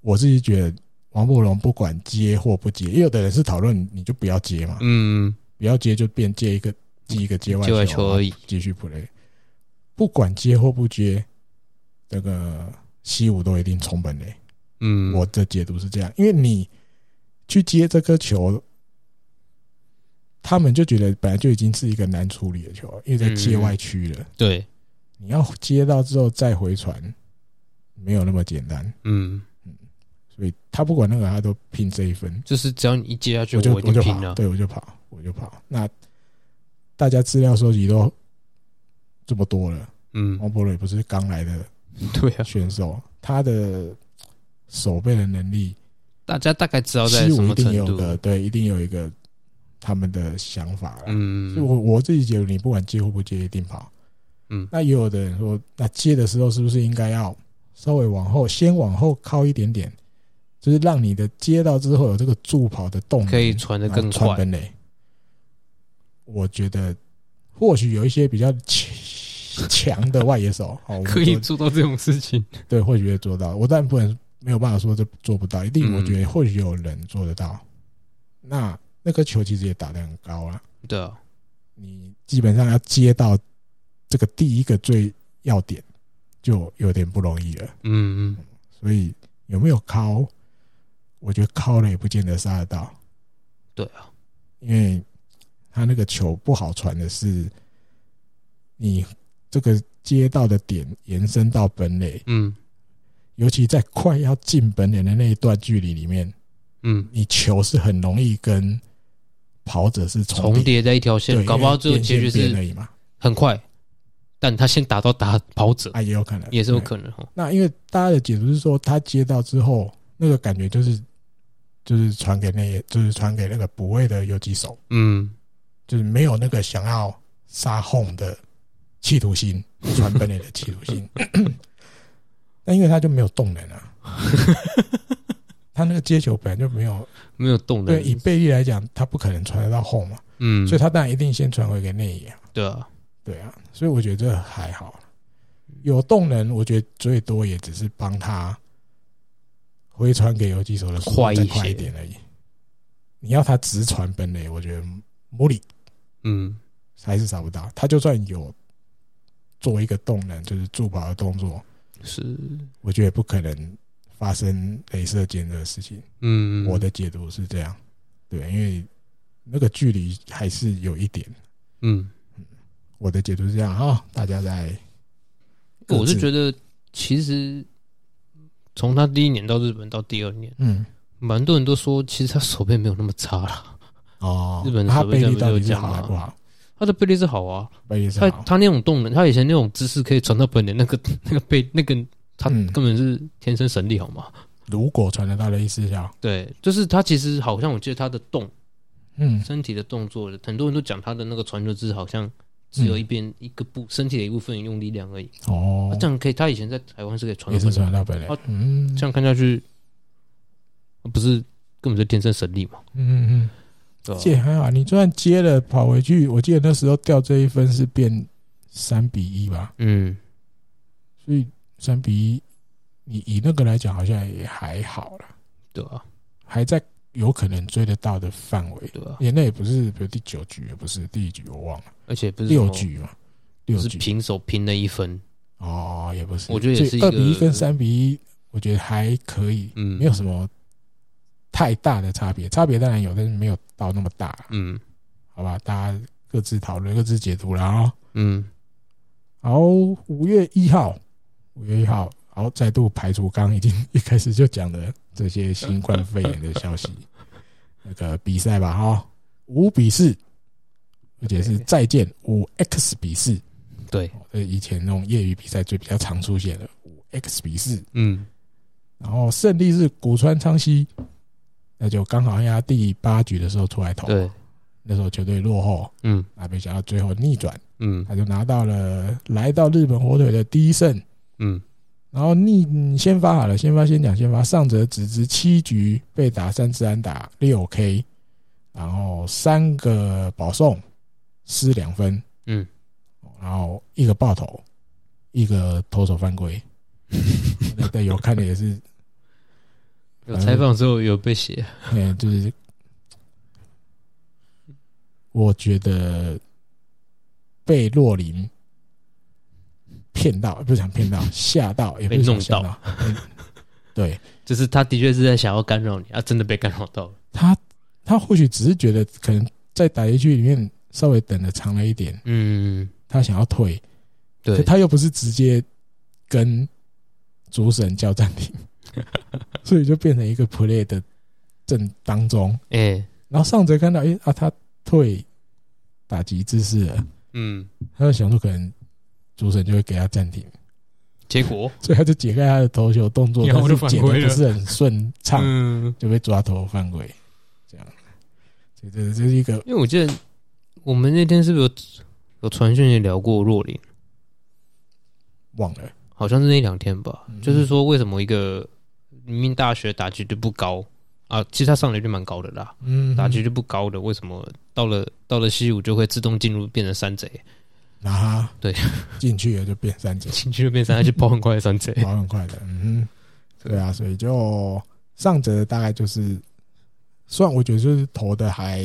Speaker 2: 我自己觉得王柏荣不管接或不接，也有的人是讨论你就不要接嘛，
Speaker 3: 嗯，
Speaker 2: 不要接就变接一个接一个接外啊
Speaker 3: 接外球而已，
Speaker 2: 继续 play。不管接或不接，这个西武都一定冲本垒。
Speaker 3: 嗯，
Speaker 2: 我的解读是这样，因为你去接这颗球，他们就觉得本来就已经是一个难处理的球，因为在界外区了，
Speaker 3: 对，
Speaker 2: 你要接到之后再回传，没有那么简单。
Speaker 3: 嗯，
Speaker 2: 所以他不管那个，他都拼这一分，
Speaker 3: 就是只要你一接下去，
Speaker 2: 我就
Speaker 3: 一定
Speaker 2: 就
Speaker 3: 拼啊
Speaker 2: 跑，
Speaker 3: 了。
Speaker 2: 对我就跑，我就跑。那大家资料收集都这么多了，
Speaker 3: 嗯，
Speaker 2: 王博也不是刚来的
Speaker 3: 对啊，
Speaker 2: 选手，他的守备的能力。
Speaker 3: 大家大概知道在
Speaker 2: 西
Speaker 3: 什
Speaker 2: 武
Speaker 3: 么
Speaker 2: 一定
Speaker 3: 程
Speaker 2: 有
Speaker 3: 度。
Speaker 2: 的，对，一定有一个他们的想法啦。啊所以
Speaker 3: 嗯
Speaker 2: 我我自己觉得，你不管接或不接，一定跑。
Speaker 3: 嗯
Speaker 2: 那也有的人说，那接的时候是不是应该要稍微往后，先往后靠一点点，就是让你的接到之后有这个助跑的动能，
Speaker 3: 可以传得
Speaker 2: 然后
Speaker 3: 更
Speaker 2: 啊传
Speaker 3: 快
Speaker 2: 本垒。我觉得或许有一些比较强的外野手，哦好，我们
Speaker 3: 可以
Speaker 2: 说
Speaker 3: 做到这种事情。
Speaker 2: 对，或许会做到。我当然不能没有办法说这做不到，一定
Speaker 3: 嗯
Speaker 2: 我觉得或许有人做得到。那那颗球其实也打得很高啊，
Speaker 3: 对啊，
Speaker 2: 你基本上要接到这个第一个最要点，就有点不容易了。
Speaker 3: 嗯，嗯
Speaker 2: 所以有没有敲，我觉得敲了也不见得杀得到，
Speaker 3: 对啊，
Speaker 2: 因为他那个球不好传的是你这个接到的点延伸到本垒，
Speaker 3: 嗯
Speaker 2: 尤其在快要进本垒的那一段距离里面，
Speaker 3: 嗯，
Speaker 2: 你球是很容易跟跑者是重
Speaker 3: 重叠在一条
Speaker 2: 对，
Speaker 3: 线，搞不好最后
Speaker 2: 因为
Speaker 3: 结局
Speaker 2: 边线边
Speaker 3: 是
Speaker 2: 而已嘛，
Speaker 3: 很快，但他先打到打跑者
Speaker 2: 啊，也有可能，
Speaker 3: 也是有
Speaker 2: 对。
Speaker 3: 可能哦。
Speaker 2: 那因为大家的解读是说，他接到之后，那个感觉就是就是传给那，就是传给那个补位的游击手，
Speaker 3: 嗯，
Speaker 2: 就是没有那个想要杀轰的企图 心，传本垒的企图心。 那因为他就没有动能 啊，他那个接球本来就没有
Speaker 3: 没有动的
Speaker 2: 对，，以贝利来讲，他不可能传得到啊后嘛，
Speaker 3: 嗯，
Speaker 2: 所以他当然一定先传回给内野啊。
Speaker 3: 对啊，
Speaker 2: 对啊，所以我觉得这还好。有动能，我觉得最多也只是帮他回传给游击手的速度
Speaker 3: 快一
Speaker 2: 再
Speaker 3: 些
Speaker 2: 快一点而已。你要他直传本垒，我觉得无理
Speaker 3: 嗯
Speaker 2: 还是杀不到。他就算有做一个动能，就是助跑的动作，
Speaker 3: 是，
Speaker 2: 我觉得也不可能发生镭射间的事情。
Speaker 3: 嗯，
Speaker 2: 我的解读是这样，对，因为那个距离还是有一点。
Speaker 3: 嗯，
Speaker 2: 我的解读是这样啊，大家在各自，
Speaker 3: 我是觉得其实从他第一年到日本到第二年，
Speaker 2: 嗯，
Speaker 3: 蛮多人都说其实他手背没有那么差啦，
Speaker 2: 哦，
Speaker 3: 日本的
Speaker 2: 那他
Speaker 3: 守备
Speaker 2: 贝
Speaker 3: 战
Speaker 2: 利
Speaker 3: 不
Speaker 2: 到
Speaker 3: 就
Speaker 2: 底是
Speaker 3: 讲
Speaker 2: 好还
Speaker 3: 吗
Speaker 2: 不好？
Speaker 3: 他的背力是好啊，
Speaker 2: 贝利是
Speaker 3: 他
Speaker 2: 好，
Speaker 3: 他那种动能，他以前那种姿势可以传到本垒，那个 那个背那个他
Speaker 2: 嗯
Speaker 3: 根本是天生神力，好吗？
Speaker 2: 如果传得到的意思下，
Speaker 3: 对，就是他其实好像我记得他的动
Speaker 2: 嗯，
Speaker 3: 身体的动作，很多人都讲他的那个传球姿势好像只有一边、一个部身体的一部分用力量而已。
Speaker 2: 嗯哦
Speaker 3: 那，啊这样可以，他以前在台湾是可以传
Speaker 2: 也
Speaker 3: 到
Speaker 2: 是
Speaker 3: 本垒
Speaker 2: 传得到本垒
Speaker 3: 啊，
Speaker 2: 嗯，
Speaker 3: 这样看下去，不是根本就天生神力嘛？
Speaker 2: 嗯嗯
Speaker 3: 对
Speaker 2: 嗯，
Speaker 3: 啊吧？
Speaker 2: 这也还好，你就算接了跑回去，我记得那时候掉这一分是变三比一吧，
Speaker 3: 嗯，
Speaker 2: 所以三比一，你以那个来讲，好像也还好了，
Speaker 3: 对啊，
Speaker 2: 还在有可能追得到的范围。
Speaker 3: 对啊，
Speaker 2: 也那也不是，比如第九局也不是，第一局我忘了，
Speaker 3: 而且不是
Speaker 2: 六
Speaker 3: 什么，
Speaker 2: 局嘛，
Speaker 3: 不
Speaker 2: 六
Speaker 3: 是
Speaker 2: 局
Speaker 3: 平手平了一分。
Speaker 2: 哦，也不是，
Speaker 3: 我觉得也是一个
Speaker 2: 二比一跟三比一，我觉得还可以，
Speaker 3: 嗯，
Speaker 2: 没有什么太大的差别，差别当然有，但是没有到那么大，
Speaker 3: 嗯
Speaker 2: 好吧，大家各自讨论，各自解读啦哦。
Speaker 3: 嗯
Speaker 2: 好，五月一号，五月一号，好，再度排除刚刚已经 一开始就讲的这些新冠肺炎的消 息，那个比赛吧，哈，五比四，而且是再见五 X 比四，
Speaker 3: 对，
Speaker 2: 哦这以前那种业余比赛最比较常出现的五 X 比四，
Speaker 3: 嗯
Speaker 2: 然后胜利是古川昌熙，那就刚好压第八局的时候出来投，
Speaker 3: 对，
Speaker 2: 那时候球队落后，
Speaker 3: 嗯
Speaker 2: 啊，没想到最后逆转，
Speaker 3: 嗯
Speaker 2: 他就拿到了来到日本火腿的第一胜。
Speaker 3: 嗯
Speaker 2: 然后逆嗯先发好了，先发先讲先发，上泽直之七局被打三次安打六 K，然后三个保送失两分，
Speaker 3: 嗯
Speaker 2: 哦，然后一个爆头，一个投手犯 规。对对，有看的也是，
Speaker 3: 有采访之后有被写，
Speaker 2: 嗯，就是我觉得被洛林骗到，不是想 骗到，吓到，也不是想吓
Speaker 3: 被
Speaker 2: 到，嗯 对
Speaker 3: 就是他的确是在想要干扰你，啊，真的被干扰到了。
Speaker 2: 他，他或许只是觉得可能在打一局里面稍微等的长了一点，
Speaker 3: 嗯，
Speaker 2: 他想要退，
Speaker 3: 对
Speaker 2: 可，他又不是直接跟主审叫暂停， 所以就变成一个 play 的正当中。
Speaker 3: 哎、
Speaker 2: 然后上则看到，诶、啊，他退打击姿势了，
Speaker 3: 嗯，
Speaker 2: 他就想说可能主审就会给他暂停，
Speaker 3: 结果，
Speaker 2: 所以他就解开他的头球动作，
Speaker 3: 然后
Speaker 2: 但
Speaker 3: 就是
Speaker 2: 解
Speaker 3: 犯规
Speaker 2: 的
Speaker 3: 了
Speaker 2: 不是很顺畅，
Speaker 3: 嗯，
Speaker 2: 就被抓头犯规，这样。所以这这是一个
Speaker 3: 因为我记得我们那天是不是有有传讯也聊过若琳，
Speaker 2: 忘了，
Speaker 3: 好像是那两天吧？
Speaker 2: 嗯
Speaker 3: 就是说为什么一个明明大学打击率不高啊，其实他上垒率蛮高的啦，
Speaker 2: 嗯
Speaker 3: 打击率不高的，为什么到了到了西武就会自动进入变成山贼，
Speaker 2: 拿他
Speaker 3: 对
Speaker 2: 进去了就变三折，。
Speaker 3: 进去就变山，他去跑很快的山贼
Speaker 2: 跑很快的，嗯哼，对啊，所以就上折大概就是，虽然我觉得就是投的还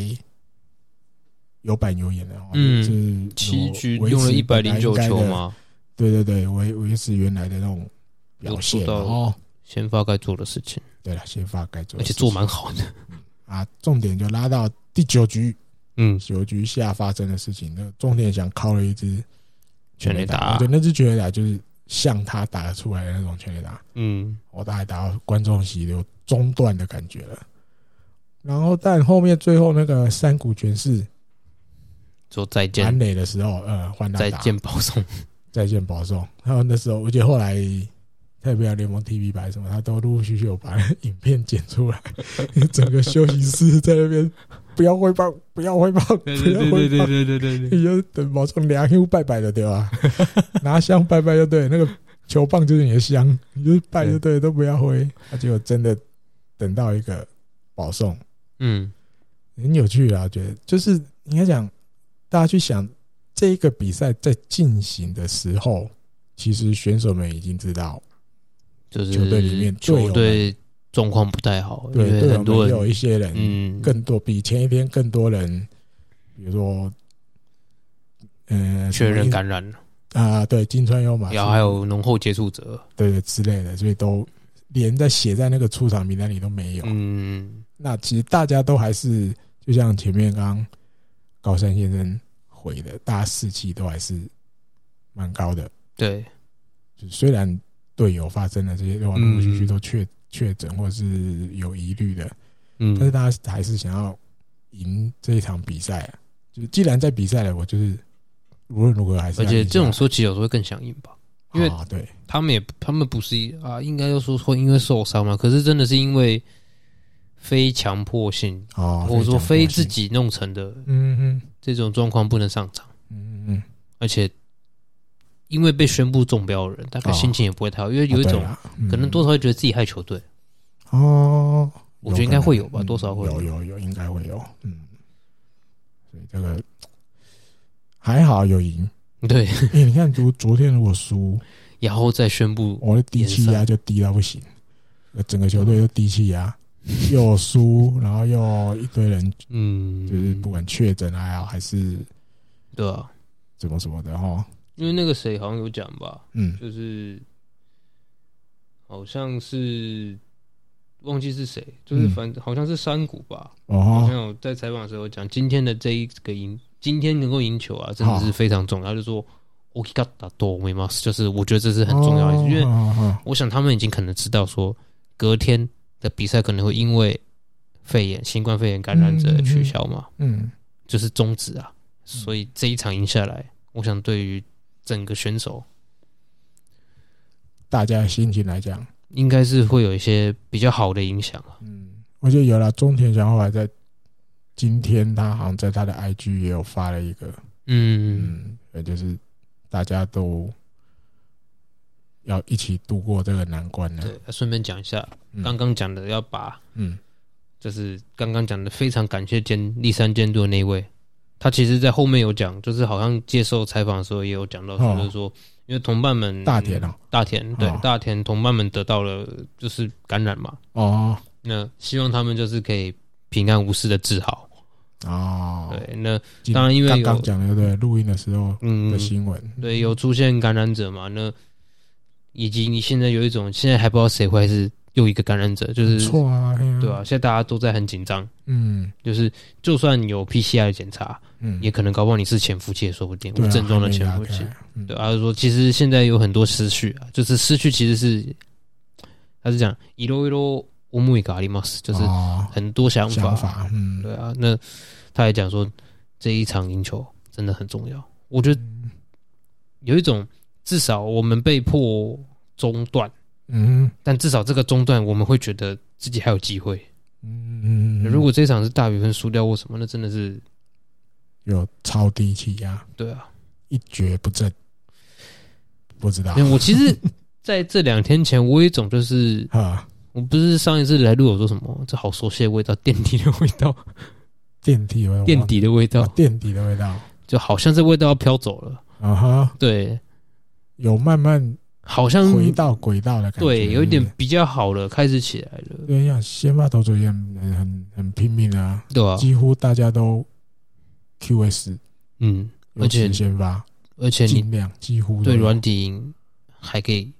Speaker 2: 有板有眼的哦，
Speaker 3: 嗯
Speaker 2: 就是
Speaker 3: 七局
Speaker 2: 维持
Speaker 3: 用了一百零九
Speaker 2: 本来应
Speaker 3: 球
Speaker 2: 该的，
Speaker 3: 嘛，
Speaker 2: 对对对，维维持原来的那种表现
Speaker 3: 有做到
Speaker 2: 哦。
Speaker 3: 先发该做的事情，
Speaker 2: 对了，先发该做
Speaker 3: 而
Speaker 2: 的事
Speaker 3: 且
Speaker 2: 情，
Speaker 3: 做蛮好的。
Speaker 2: 啊，重点就拉到第九局，
Speaker 3: 嗯，
Speaker 2: 九局下发生的事情，那重点想靠了一支
Speaker 3: 全垒打
Speaker 2: 我觉得那支全垒打就是像他打得出来的那种全垒打，
Speaker 3: 嗯，
Speaker 2: 我哦大概打到观众席有中断的感觉了。然后，但后面最后那个山谷全是
Speaker 3: 说再见
Speaker 2: 满，垒的时候，呃，换他
Speaker 3: 再
Speaker 2: 打
Speaker 3: 见保送。
Speaker 2: 再见保送。还有那时候，我觉得后来太平洋联盟 TV 版什么，他都陆陆续续有把 影片剪出来， 整个休息室在那边不要挥棒，不要挥棒， 不要挥棒。
Speaker 3: 对对对
Speaker 2: 你就等保送两 U 拜拜的对吧？拿香拜拜就对了，那个球棒就是你的香，你就拜就对了，都不要挥。啊，结果真的等到一个保送，
Speaker 3: 嗯，
Speaker 2: 很有趣啊，觉得就是应该讲，大家去想这一个比赛在进行的时候，其实选手们已经知道，
Speaker 3: 就是
Speaker 2: 球队里面队友
Speaker 3: 球
Speaker 2: 们
Speaker 3: 队状况不太好，因
Speaker 2: 对，
Speaker 3: 为
Speaker 2: 对
Speaker 3: 很
Speaker 2: 我
Speaker 3: 多
Speaker 2: 们有
Speaker 3: 人
Speaker 2: 一些人，
Speaker 3: 嗯
Speaker 2: 更多比前一天更多人，比如说，呃，
Speaker 3: 确认
Speaker 2: 什么
Speaker 3: 感染了，
Speaker 2: 啊，对，金川优马，
Speaker 3: 然后还有浓厚接触者，
Speaker 2: 对对之类的，所以都连在写在那个出场名单里都没有。
Speaker 3: 嗯，
Speaker 2: 那其实大家都还是，就像前面刚刚高山先生回的，大家士气都还是蛮高的。
Speaker 3: 对，
Speaker 2: 就虽然队友发生了这些陆陆续续
Speaker 3: 嗯
Speaker 2: 都确确诊或是有疑虑的，但是
Speaker 3: 嗯，
Speaker 2: 大家还是想要赢这一场比赛、啊。就是既然在比赛了，我就是无论如何还是
Speaker 3: 而
Speaker 2: 要
Speaker 3: 且
Speaker 2: 赢下
Speaker 3: 这种
Speaker 2: 来
Speaker 3: 时候其实有时候会更响应吧，因为
Speaker 2: 啊，对，
Speaker 3: 他们也他们不是啊，应该要说说因为受伤嘛，可是真的是因为非强迫性，
Speaker 2: 啊，
Speaker 3: 或者说
Speaker 2: 非
Speaker 3: 非
Speaker 2: 常
Speaker 3: 自
Speaker 2: 高兴，
Speaker 3: 己弄成的
Speaker 2: 嗯嗯
Speaker 3: 这种状况不能上场，
Speaker 2: 嗯嗯嗯，
Speaker 3: 而且因为被宣布中标的人，大概
Speaker 2: 哦
Speaker 3: 心情也不会太好，因为有一
Speaker 2: 啊对
Speaker 3: 种
Speaker 2: 啦嗯
Speaker 3: 可能多少会觉得自己害球队。
Speaker 2: 哦，
Speaker 3: 我觉得应该会有吧
Speaker 2: 可能嗯
Speaker 3: 多少会
Speaker 2: 有
Speaker 3: 有
Speaker 2: 有有，应该会有，嗯，所以这个还好有赢，
Speaker 3: 对，
Speaker 2: 因为你看昨昨天如果输，
Speaker 3: 然后再宣布，
Speaker 2: 我的低气压就低到不行，呃整个球队都低气压，又输，然后又一堆人
Speaker 3: 嗯，
Speaker 2: 就是不管确诊还好还是
Speaker 3: 对啊，
Speaker 2: 怎么什么的哈，
Speaker 3: 因为那个谁好像有讲吧，
Speaker 2: 嗯，
Speaker 3: 就是好像是忘记是谁，就是
Speaker 2: 嗯
Speaker 3: 反、好像是山谷吧，好像
Speaker 2: 哦，
Speaker 3: 有在采访的时候讲，今天的这一个赢，今天能够赢球啊，真的
Speaker 2: 好
Speaker 3: 是非常重要。他就说 o k i g a t a do m m a s 就是我觉得这是很重要的，
Speaker 2: 哦
Speaker 3: 因为
Speaker 2: 哦哦
Speaker 3: 我想他们已经可能知道说，隔天的比赛可能会因为肺炎、新冠肺炎感染者
Speaker 2: 嗯嗯嗯
Speaker 3: 取消嘛。
Speaker 2: 嗯，
Speaker 3: 就是终止啊。所以这一场赢下来，我想对于整个选手
Speaker 2: 大家的心情来讲，
Speaker 3: 应该是会有一些比较好的影响啊。
Speaker 2: 嗯，我觉得有了中田翔后来在今天他好像在他的 IG 也有发了一个。
Speaker 3: 嗯，
Speaker 2: 嗯，也就是大家都要一起度过这个难关呢。
Speaker 3: 对，啊顺便讲一下，
Speaker 2: 嗯
Speaker 3: 刚刚讲的要把，
Speaker 2: 嗯，
Speaker 3: 就是刚刚讲的非常感谢监第三监督的那一位他其实，在后面有讲，就是好像接受采访的时候也有讲到说，
Speaker 2: 哦
Speaker 3: 就是说，因为同伴们
Speaker 2: 大田啊，
Speaker 3: 大田对
Speaker 2: 哦
Speaker 3: 大田同伴们得到了就是感染嘛，
Speaker 2: 哦
Speaker 3: 那希望他们就是可以平安无事的治好。
Speaker 2: 哦，
Speaker 3: 对，那
Speaker 2: 今
Speaker 3: 当然因为
Speaker 2: 刚
Speaker 3: 有
Speaker 2: 刚讲的对，录音的时候
Speaker 3: 嗯
Speaker 2: 的，新闻，
Speaker 3: 对，有出现感染者嘛？那以及你现在有一种，现在还不知道谁会是又一个感染者，就是
Speaker 2: 不错啊，嘿
Speaker 3: 对啊，，现在大家都在很紧张，
Speaker 2: 嗯
Speaker 3: 就是就算有 PCR 检查，
Speaker 2: 嗯，
Speaker 3: 也可能搞不好你是潜伏期也说不定，
Speaker 2: 对啊
Speaker 3: 无症状的
Speaker 2: 还没
Speaker 3: 潜
Speaker 2: 打
Speaker 3: 伏期
Speaker 2: 开。嗯
Speaker 3: 对啊，他就说其实现在有很多失去啊，就是失去其实是，他是讲一路一路乌木伊嘎里马斯，就是
Speaker 2: 哦
Speaker 3: 很多想法。
Speaker 2: 想法，嗯，
Speaker 3: 对啊，那他也讲说这一场赢球真的很重要，我觉得
Speaker 2: 嗯
Speaker 3: 有一种至少我们被迫中断，
Speaker 2: 嗯
Speaker 3: 但至少这个中断我们会觉得自己还有机会。
Speaker 2: 嗯嗯，
Speaker 3: 如果这一场是大比分输掉或什么，那真的是
Speaker 2: 有超低气压，
Speaker 3: 对啊。
Speaker 2: 一蹶不振，不知道
Speaker 3: 因为我其实在这两天前，我有一种就是
Speaker 2: 啊，
Speaker 3: 我不是上一次来录有说什么，这好熟悉的味道，垫底的味 道，
Speaker 2: 垫底味，
Speaker 3: 垫底的味
Speaker 2: 哦
Speaker 3: 道，
Speaker 2: 垫底的味道
Speaker 3: 就好像这味道要飘走了，
Speaker 2: 啊哈，
Speaker 3: 对，
Speaker 2: 有慢慢
Speaker 3: 好像
Speaker 2: 回到轨道的感觉，
Speaker 3: 对，有一
Speaker 2: 是
Speaker 3: 点比较好了，开始起来
Speaker 2: 不是
Speaker 3: 了，
Speaker 2: 有点像先发投手一样，很很很拼命啊，
Speaker 3: 对吧、
Speaker 2: 几乎大家都 QS，
Speaker 3: 嗯，而且
Speaker 2: 尤其先发
Speaker 3: 而且你
Speaker 2: 尽量几乎
Speaker 3: 对
Speaker 2: 都
Speaker 3: 软底赢还可以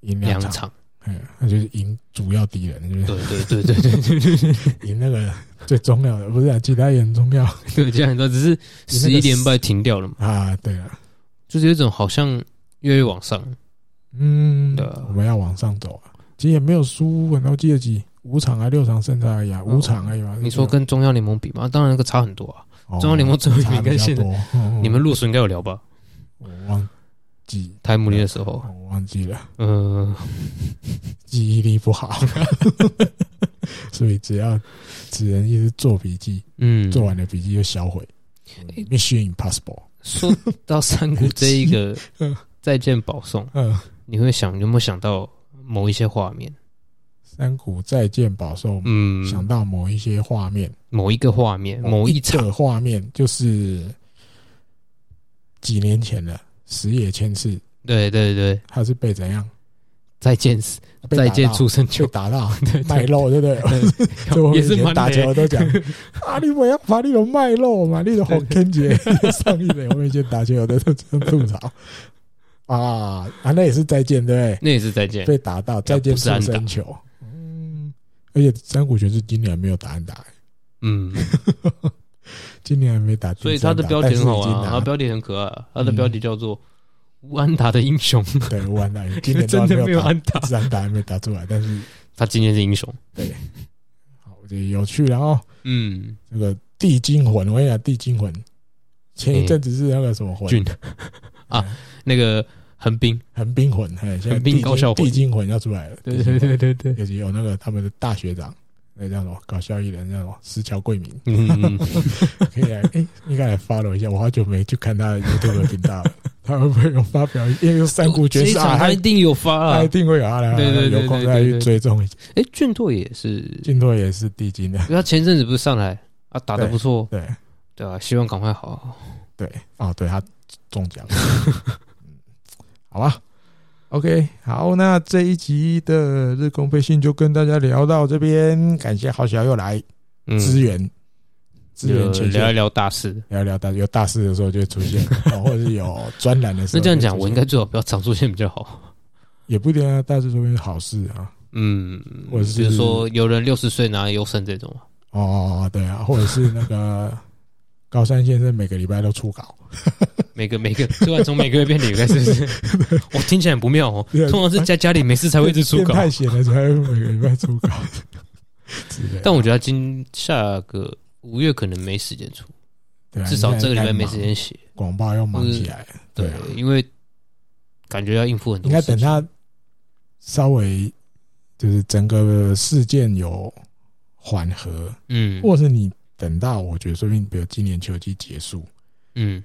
Speaker 2: 赢
Speaker 3: 两
Speaker 2: 场，
Speaker 3: 场，
Speaker 2: 嗯，那就是赢主要敌人，就是
Speaker 3: 对对对对对对对 对
Speaker 2: 赢那个最重要的，不是啊其他也很重要
Speaker 3: 对，这样很多，只是十一连败停掉了嘛，
Speaker 2: 啊，对了。
Speaker 3: 就是有一种好像越来越往上，
Speaker 2: 嗯，
Speaker 3: 对啊
Speaker 2: 我们要往上走啊。其实也没有输很多，记得几五场啊，六场胜差而已啊，五场而已嘛。
Speaker 3: 哦你说跟中央联盟比嘛，当然那个差很多啊，
Speaker 2: 哦
Speaker 3: 中央联盟最后一名跟现在
Speaker 2: 差比较多嗯嗯
Speaker 3: 你们落水应该有聊吧？
Speaker 2: 我忘记
Speaker 3: 台姆林的时候，
Speaker 2: 我忘记了，
Speaker 3: 嗯、
Speaker 2: 记忆力不好， 所以只要只能一直做笔记，
Speaker 3: 嗯，
Speaker 2: 做完了笔记就销毁。Mission Impossible，
Speaker 3: 说到山谷这一个
Speaker 2: 嗯
Speaker 3: 再见保送，
Speaker 2: 嗯，
Speaker 3: 你会想有没有想到某一些画面？
Speaker 2: 山谷再见保寿，
Speaker 3: 嗯，
Speaker 2: 想到某一些画面，哦
Speaker 3: 某一个画面，某一场，
Speaker 2: 个画面，就是几年前了，石野千次
Speaker 3: 对对对，
Speaker 2: 他是被怎样？
Speaker 3: 再见死，
Speaker 2: 被打
Speaker 3: 再
Speaker 2: 到
Speaker 3: 见畜生
Speaker 2: 就
Speaker 3: 球，
Speaker 2: 打 到
Speaker 3: 对
Speaker 2: 卖
Speaker 3: 对
Speaker 2: 肉，对不对？
Speaker 3: 对
Speaker 2: 就我以
Speaker 3: 也是
Speaker 2: 前
Speaker 3: 蛮
Speaker 2: 打球
Speaker 3: 累，
Speaker 2: 都讲啊，你不要把你有卖肉嘛，你的红天节上一点，我们以前打球有的都这样吐槽啊啊，那也是再见，对
Speaker 3: 那也是再
Speaker 2: 不对？
Speaker 3: 见，
Speaker 2: 被打到再见
Speaker 3: 不是
Speaker 2: 出
Speaker 3: 安打
Speaker 2: 生球，嗯，而且山谷学是今年没有打安打，
Speaker 3: 嗯，
Speaker 2: 今年还没打第
Speaker 3: 所
Speaker 2: 三打，
Speaker 3: 以他的标
Speaker 2: 但
Speaker 3: 题
Speaker 2: 是
Speaker 3: 很好玩
Speaker 2: 已经
Speaker 3: 啊，
Speaker 2: 拿
Speaker 3: 他标题很可爱啊，他的标题叫做《乌安达的英雄》，
Speaker 2: 对完了， 今年都
Speaker 3: 真
Speaker 2: 还
Speaker 3: 的没有
Speaker 2: 打，
Speaker 3: 安达，
Speaker 2: 只安打还没打出来，但是
Speaker 3: 他今天是英雄，
Speaker 2: 好，我觉得有趣，然哦后。
Speaker 3: 嗯，
Speaker 2: 那个地精魂，我跟你讲，地精魂，前一阵子是那个什么魂，
Speaker 3: 嗯俊那个横滨，
Speaker 2: 横滨魂，哎，现在
Speaker 3: 横滨
Speaker 2: 地精
Speaker 3: 高校魂
Speaker 2: 地精魂要出来了，
Speaker 3: 对对对对对，
Speaker 2: 尤其有那个他们的大学长，那叫什么搞笑艺人，叫什么石桥贵明，
Speaker 3: 嗯，
Speaker 2: 可以来，哎，应该来 follow 一下，我好久没去看他的 YouTube 频道 了，他会不会有发表？因为有三股
Speaker 3: 这
Speaker 2: 爵
Speaker 3: 一
Speaker 2: 士啊，
Speaker 3: 场他一
Speaker 2: 他
Speaker 3: 定有发
Speaker 2: 他
Speaker 3: 啊
Speaker 2: 一，定会有他的，
Speaker 3: 对对对
Speaker 2: 有空
Speaker 3: 对
Speaker 2: 再
Speaker 3: 对
Speaker 2: 去
Speaker 3: 对
Speaker 2: 追踪一下。
Speaker 3: 哎，俊拓也是，
Speaker 2: 俊拓也是地精的，
Speaker 3: 因为他前阵子不是上来啊，打得
Speaker 2: 对
Speaker 3: 不错，
Speaker 2: 对
Speaker 3: 对啊，希望赶快好，
Speaker 2: 对，哦，对他中奖了，嗯好吧。OK，好，那这一集的日工培训就跟大家聊到这边，感谢好小又来
Speaker 3: 嗯，
Speaker 2: 支援，支援
Speaker 3: 就
Speaker 2: 前
Speaker 3: 聊一
Speaker 2: 线，
Speaker 3: 聊大事。
Speaker 2: 聊聊大有大事的时候就会出 现，哦或者是有专栏的时候就会
Speaker 3: 那这
Speaker 2: 出
Speaker 3: 样
Speaker 2: 现。
Speaker 3: 讲，我应该最好不要常出现比较好。
Speaker 2: 也不一定啊，大事说明是好事啊。
Speaker 3: 嗯，
Speaker 2: 我是
Speaker 3: 比如说有人六十岁拿优胜这种啊，
Speaker 2: 哦哦哦，对啊，或者是那个高山先生每个礼拜都出稿，
Speaker 3: 每个每个 突然从每个月变礼拜，是不是？ 我听起来很不妙哦
Speaker 2: 对。啊
Speaker 3: 通常是在家里没事才会一直出稿
Speaker 2: 变，态闲了才会每个礼拜出稿 之类的。
Speaker 3: 但我觉得今下个五月可能没时间出，
Speaker 2: 对啊
Speaker 3: 至少这个礼拜
Speaker 2: 你
Speaker 3: 没
Speaker 2: 现在
Speaker 3: 时间写。
Speaker 2: 广报要忙起来，对
Speaker 3: 嗯
Speaker 2: 啊，，
Speaker 3: 对因为感觉要应付很
Speaker 2: 应
Speaker 3: 多
Speaker 2: 该
Speaker 3: 事
Speaker 2: 等
Speaker 3: 情。
Speaker 2: 他稍微就是整个事件有缓和，
Speaker 3: 嗯
Speaker 2: 或是你等到我觉得说不定，比如今年球季结束，
Speaker 3: 嗯，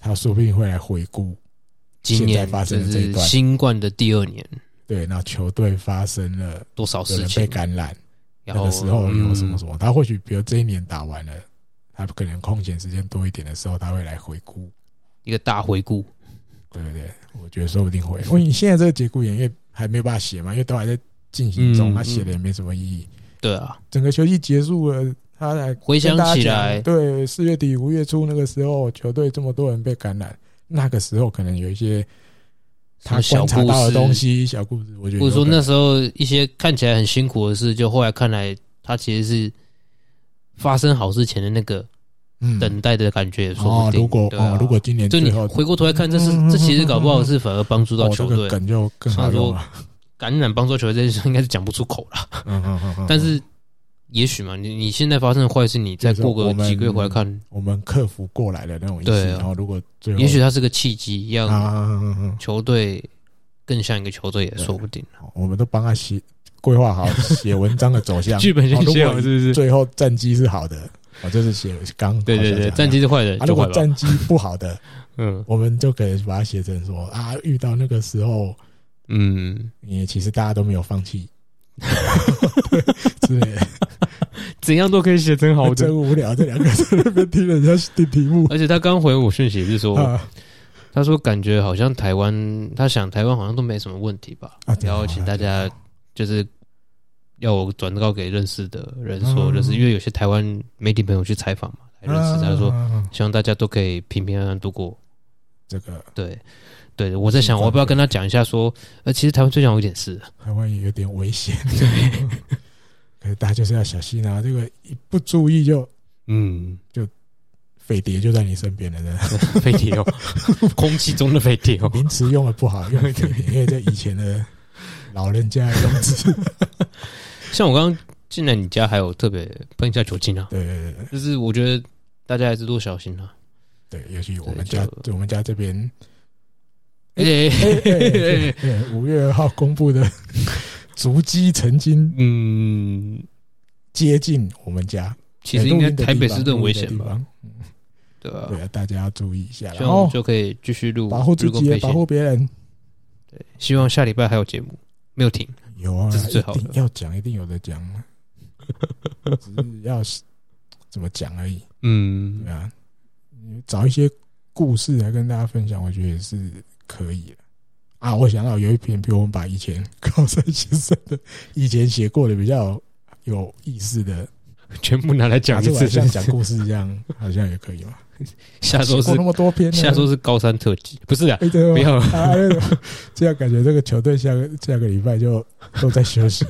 Speaker 2: 他说不定会来回顾，
Speaker 3: 今
Speaker 2: 现
Speaker 3: 年
Speaker 2: 在发
Speaker 3: 就
Speaker 2: 生的这一
Speaker 3: 是
Speaker 2: 段
Speaker 3: 新冠的第二年，
Speaker 2: 对，那球队发生了
Speaker 3: 多少
Speaker 2: 有
Speaker 3: 事
Speaker 2: 人
Speaker 3: 情
Speaker 2: 啊被？感染，
Speaker 3: 然
Speaker 2: 那
Speaker 3: 后
Speaker 2: 个时候有什么
Speaker 3: 嗯
Speaker 2: 什么，他或许比如这一年打完了，他可能空闲时间多一点的时候，他会来回顾，
Speaker 3: 一个大回顾。
Speaker 2: 对不对？我觉得说不定会。因
Speaker 3: 嗯
Speaker 2: 为你现在这个节骨眼，因为还没有办法写嘛，因为都还在进行中，
Speaker 3: 嗯
Speaker 2: 他写的也没什么意义。
Speaker 3: 对啊，
Speaker 2: 整个球季结束了，他来
Speaker 3: 回想
Speaker 2: 跟大家
Speaker 3: 起
Speaker 2: 讲
Speaker 3: 来
Speaker 2: 对，四月底五月初那个时候，球队这么多人被感染，那个时候可能有一些他
Speaker 3: 什么
Speaker 2: 观
Speaker 3: 小
Speaker 2: 察
Speaker 3: 故
Speaker 2: 到的
Speaker 3: 事，
Speaker 2: 东西，小故事，我觉得
Speaker 3: 或
Speaker 2: 有
Speaker 3: 者说
Speaker 2: 可
Speaker 3: 那
Speaker 2: 能
Speaker 3: 时候一些看起来很辛苦的事，就后来看来，他其实是发生好事前的那个
Speaker 2: 嗯
Speaker 3: 等待的感觉，也说
Speaker 2: 哦
Speaker 3: 不，定。
Speaker 2: 如果
Speaker 3: 对啊
Speaker 2: 哦，如果今年
Speaker 3: 就
Speaker 2: 最
Speaker 3: 你
Speaker 2: 后
Speaker 3: 回过头来看，这是
Speaker 2: 嗯嗯嗯
Speaker 3: 这其实搞不好是反而帮助到
Speaker 2: 哦
Speaker 3: 球
Speaker 2: 这个
Speaker 3: 队
Speaker 2: 梗就更好用 了，
Speaker 3: 感染，帮助到球队这件事应该是讲不出口了。
Speaker 2: 嗯嗯嗯嗯
Speaker 3: 但是也许嘛，你你现在发生的坏事，你再
Speaker 2: 就是说
Speaker 3: 过个
Speaker 2: 我们
Speaker 3: 几个月回来看，
Speaker 2: 我们克服过来的那种意思，
Speaker 3: 对啊
Speaker 2: 然后如果最后
Speaker 3: 也许它是个契机，让
Speaker 2: 啊，嗯嗯嗯
Speaker 3: 球队更像一个球队也说不定。
Speaker 2: 嗯我们都帮他写规划好写文章的走 向，
Speaker 3: 本
Speaker 2: 先写好
Speaker 3: 是不？
Speaker 2: 最后战绩是好的，哦，这是写刚
Speaker 3: 对对对，战。绩是坏的
Speaker 2: 啊，
Speaker 3: 就
Speaker 2: 如
Speaker 3: 坏
Speaker 2: 果
Speaker 3: 吧。
Speaker 2: 战绩不好的，
Speaker 3: 嗯
Speaker 2: 我们就可能把它写成说啊，遇到那个时候，
Speaker 3: 嗯，
Speaker 2: 也其实大家都没有放弃， 之类的。
Speaker 3: 怎样都可以写成好
Speaker 2: 真。无聊，这两个在那边听人家定题目
Speaker 3: 而且他刚回我讯息是说，
Speaker 2: 啊
Speaker 3: 他说感觉好像台湾，他想台湾好像都没什么问题吧。
Speaker 2: 啊！
Speaker 3: 然后请大家就是要我转告给认识的人说，
Speaker 2: 嗯
Speaker 3: 就是因为有些台湾媒体朋友去采访嘛，来认识他说，希望大家都可以平平安安度过。
Speaker 2: 啊这个
Speaker 3: 对，嗯对，我在想，我要不要跟他讲一下说，呃，其实台湾最近有一点事，
Speaker 2: 台湾也有点危 险，对，可是大家就是要小心啊！这个一不注意就
Speaker 3: 嗯，
Speaker 2: 匪谍就在你身边了，真的。
Speaker 3: 飞碟哦，空气中的飞碟哦，
Speaker 2: 名词用的不好，用匪谍，因为这以前的老人家的用 词。
Speaker 3: 像我刚刚进来你家，还有特别喷一下酒精啊，
Speaker 2: 对对对
Speaker 3: 就是我觉得大家还是多小心啊。
Speaker 2: 对，对尤其我们
Speaker 3: 对
Speaker 2: 家
Speaker 3: 就
Speaker 2: 我们家这边，
Speaker 3: 哎
Speaker 2: 哎哎哎五月二号公布 的足迹曾经
Speaker 3: 嗯，
Speaker 2: 接近我们家，
Speaker 3: 其实
Speaker 2: 哎
Speaker 3: 应该
Speaker 2: 录音的
Speaker 3: 台北
Speaker 2: 地
Speaker 3: 市
Speaker 2: 方
Speaker 3: 更
Speaker 2: 录
Speaker 3: 危
Speaker 2: 音的
Speaker 3: 险
Speaker 2: 地
Speaker 3: 吧？
Speaker 2: 方
Speaker 3: 对吧？
Speaker 2: 对啊，大家要注意一下啦。
Speaker 3: 希
Speaker 2: 然
Speaker 3: 望我
Speaker 2: 后
Speaker 3: 们就可以继续录
Speaker 2: 保护自
Speaker 3: 日光
Speaker 2: 己，也
Speaker 3: 飞
Speaker 2: 保护
Speaker 3: 行。
Speaker 2: 别人。
Speaker 3: 对，希望下礼拜还有节目，没有停。
Speaker 2: 有啊，
Speaker 3: 这是最好的
Speaker 2: 一定要讲，一定有的讲，啊只是要 是怎么讲而已，
Speaker 3: 嗯
Speaker 2: 对，啊，你找一些故事来跟大家分享，我觉得也是可以的。啊，我想到有一篇，比如我们把以前 高山先生的以前写过的比较有意思的
Speaker 3: 全部拿来讲一
Speaker 2: 拿出
Speaker 3: 次
Speaker 2: 来，像讲故事这样，好像也可以嘛。
Speaker 3: 下周
Speaker 2: 写过
Speaker 3: 是
Speaker 2: 那么多篇呢，
Speaker 3: 下周是高三特辑，不是啊，
Speaker 2: 哎对哦
Speaker 3: 不要
Speaker 2: 啊，哎呦这样感觉这个球队下个下个礼拜就都在休 息，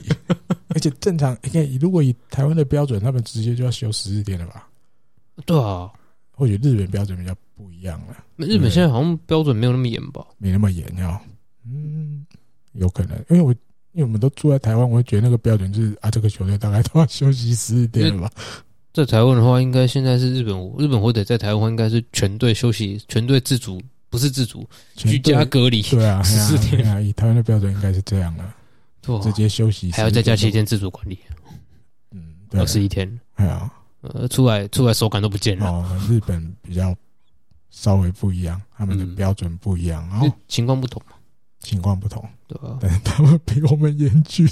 Speaker 2: 而且正常，你看，如果以台湾的标准，他们直接就要休十日天了吧？
Speaker 3: 对啊。
Speaker 2: 或许日本标准比较不一样了，
Speaker 3: 日本现在好像标准没有那么严吧？
Speaker 2: 没那么严要，嗯，有可能，因为我因为我们都住在台湾，我会觉得那个标准就是啊，这个球队大概都要休息十日天了吧？
Speaker 3: 在台湾的话，应该现在是日本日本火腿在台湾应该是全队休息，全队自主，不是自主， 居
Speaker 2: 全队
Speaker 3: 家隔离，
Speaker 2: 对啊，
Speaker 3: 14天
Speaker 2: 对啊，以台湾的标准应该是这样了，
Speaker 3: 对啊
Speaker 2: 直接休息，
Speaker 3: 还要再加七，天自主管理，
Speaker 2: 嗯，对
Speaker 3: 二，十一天，
Speaker 2: 还有。
Speaker 3: 呃，出来出来手感都不见了，
Speaker 2: 哦，日本比较稍微不一样，他们的
Speaker 3: 嗯
Speaker 2: 标准不一样，然后
Speaker 3: 就情况不同嘛，
Speaker 2: 情况不同，
Speaker 3: 对吧？
Speaker 2: 但是他们比我们严峻，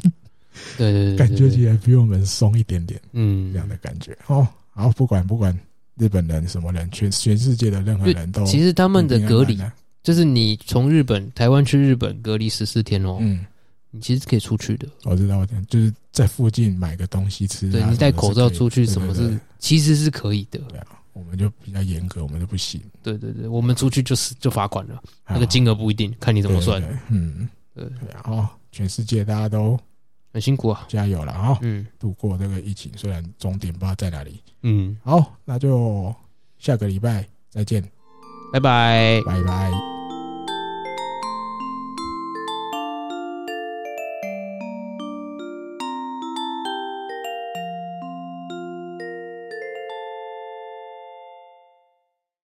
Speaker 3: 对对对，
Speaker 2: 感觉
Speaker 3: 对
Speaker 2: 起来比我们松一点点，
Speaker 3: 嗯
Speaker 2: 这样的感觉。哦，好，不管不管日本人什么人，全全世界的任何人都
Speaker 3: 其实他
Speaker 2: 他
Speaker 3: 们的隔离，就是你从日本、台湾去日本隔离十四天哦，
Speaker 2: 嗯，
Speaker 3: 你其实可以出去的。
Speaker 2: 我知道，我知道就是在附近买个东西吃啊，
Speaker 3: 对你戴口罩出去，什么
Speaker 2: 是可以
Speaker 3: 是其实是可以的。
Speaker 2: 对对对对我们就比较严格，我们就不行，
Speaker 3: 对对对，我们出去就是就罚款了，那
Speaker 2: 啊
Speaker 3: 个金额不一定，看你怎么算
Speaker 2: 对，对对嗯，
Speaker 3: 对
Speaker 2: 然后全世界大家都
Speaker 3: 很辛苦啊。
Speaker 2: 加油了啊！哦
Speaker 3: 嗯
Speaker 2: 度过这个疫情，虽然终点不知道在哪里。
Speaker 3: 嗯，
Speaker 2: 好，那就下个礼拜再见，
Speaker 3: 拜拜。
Speaker 2: 拜拜。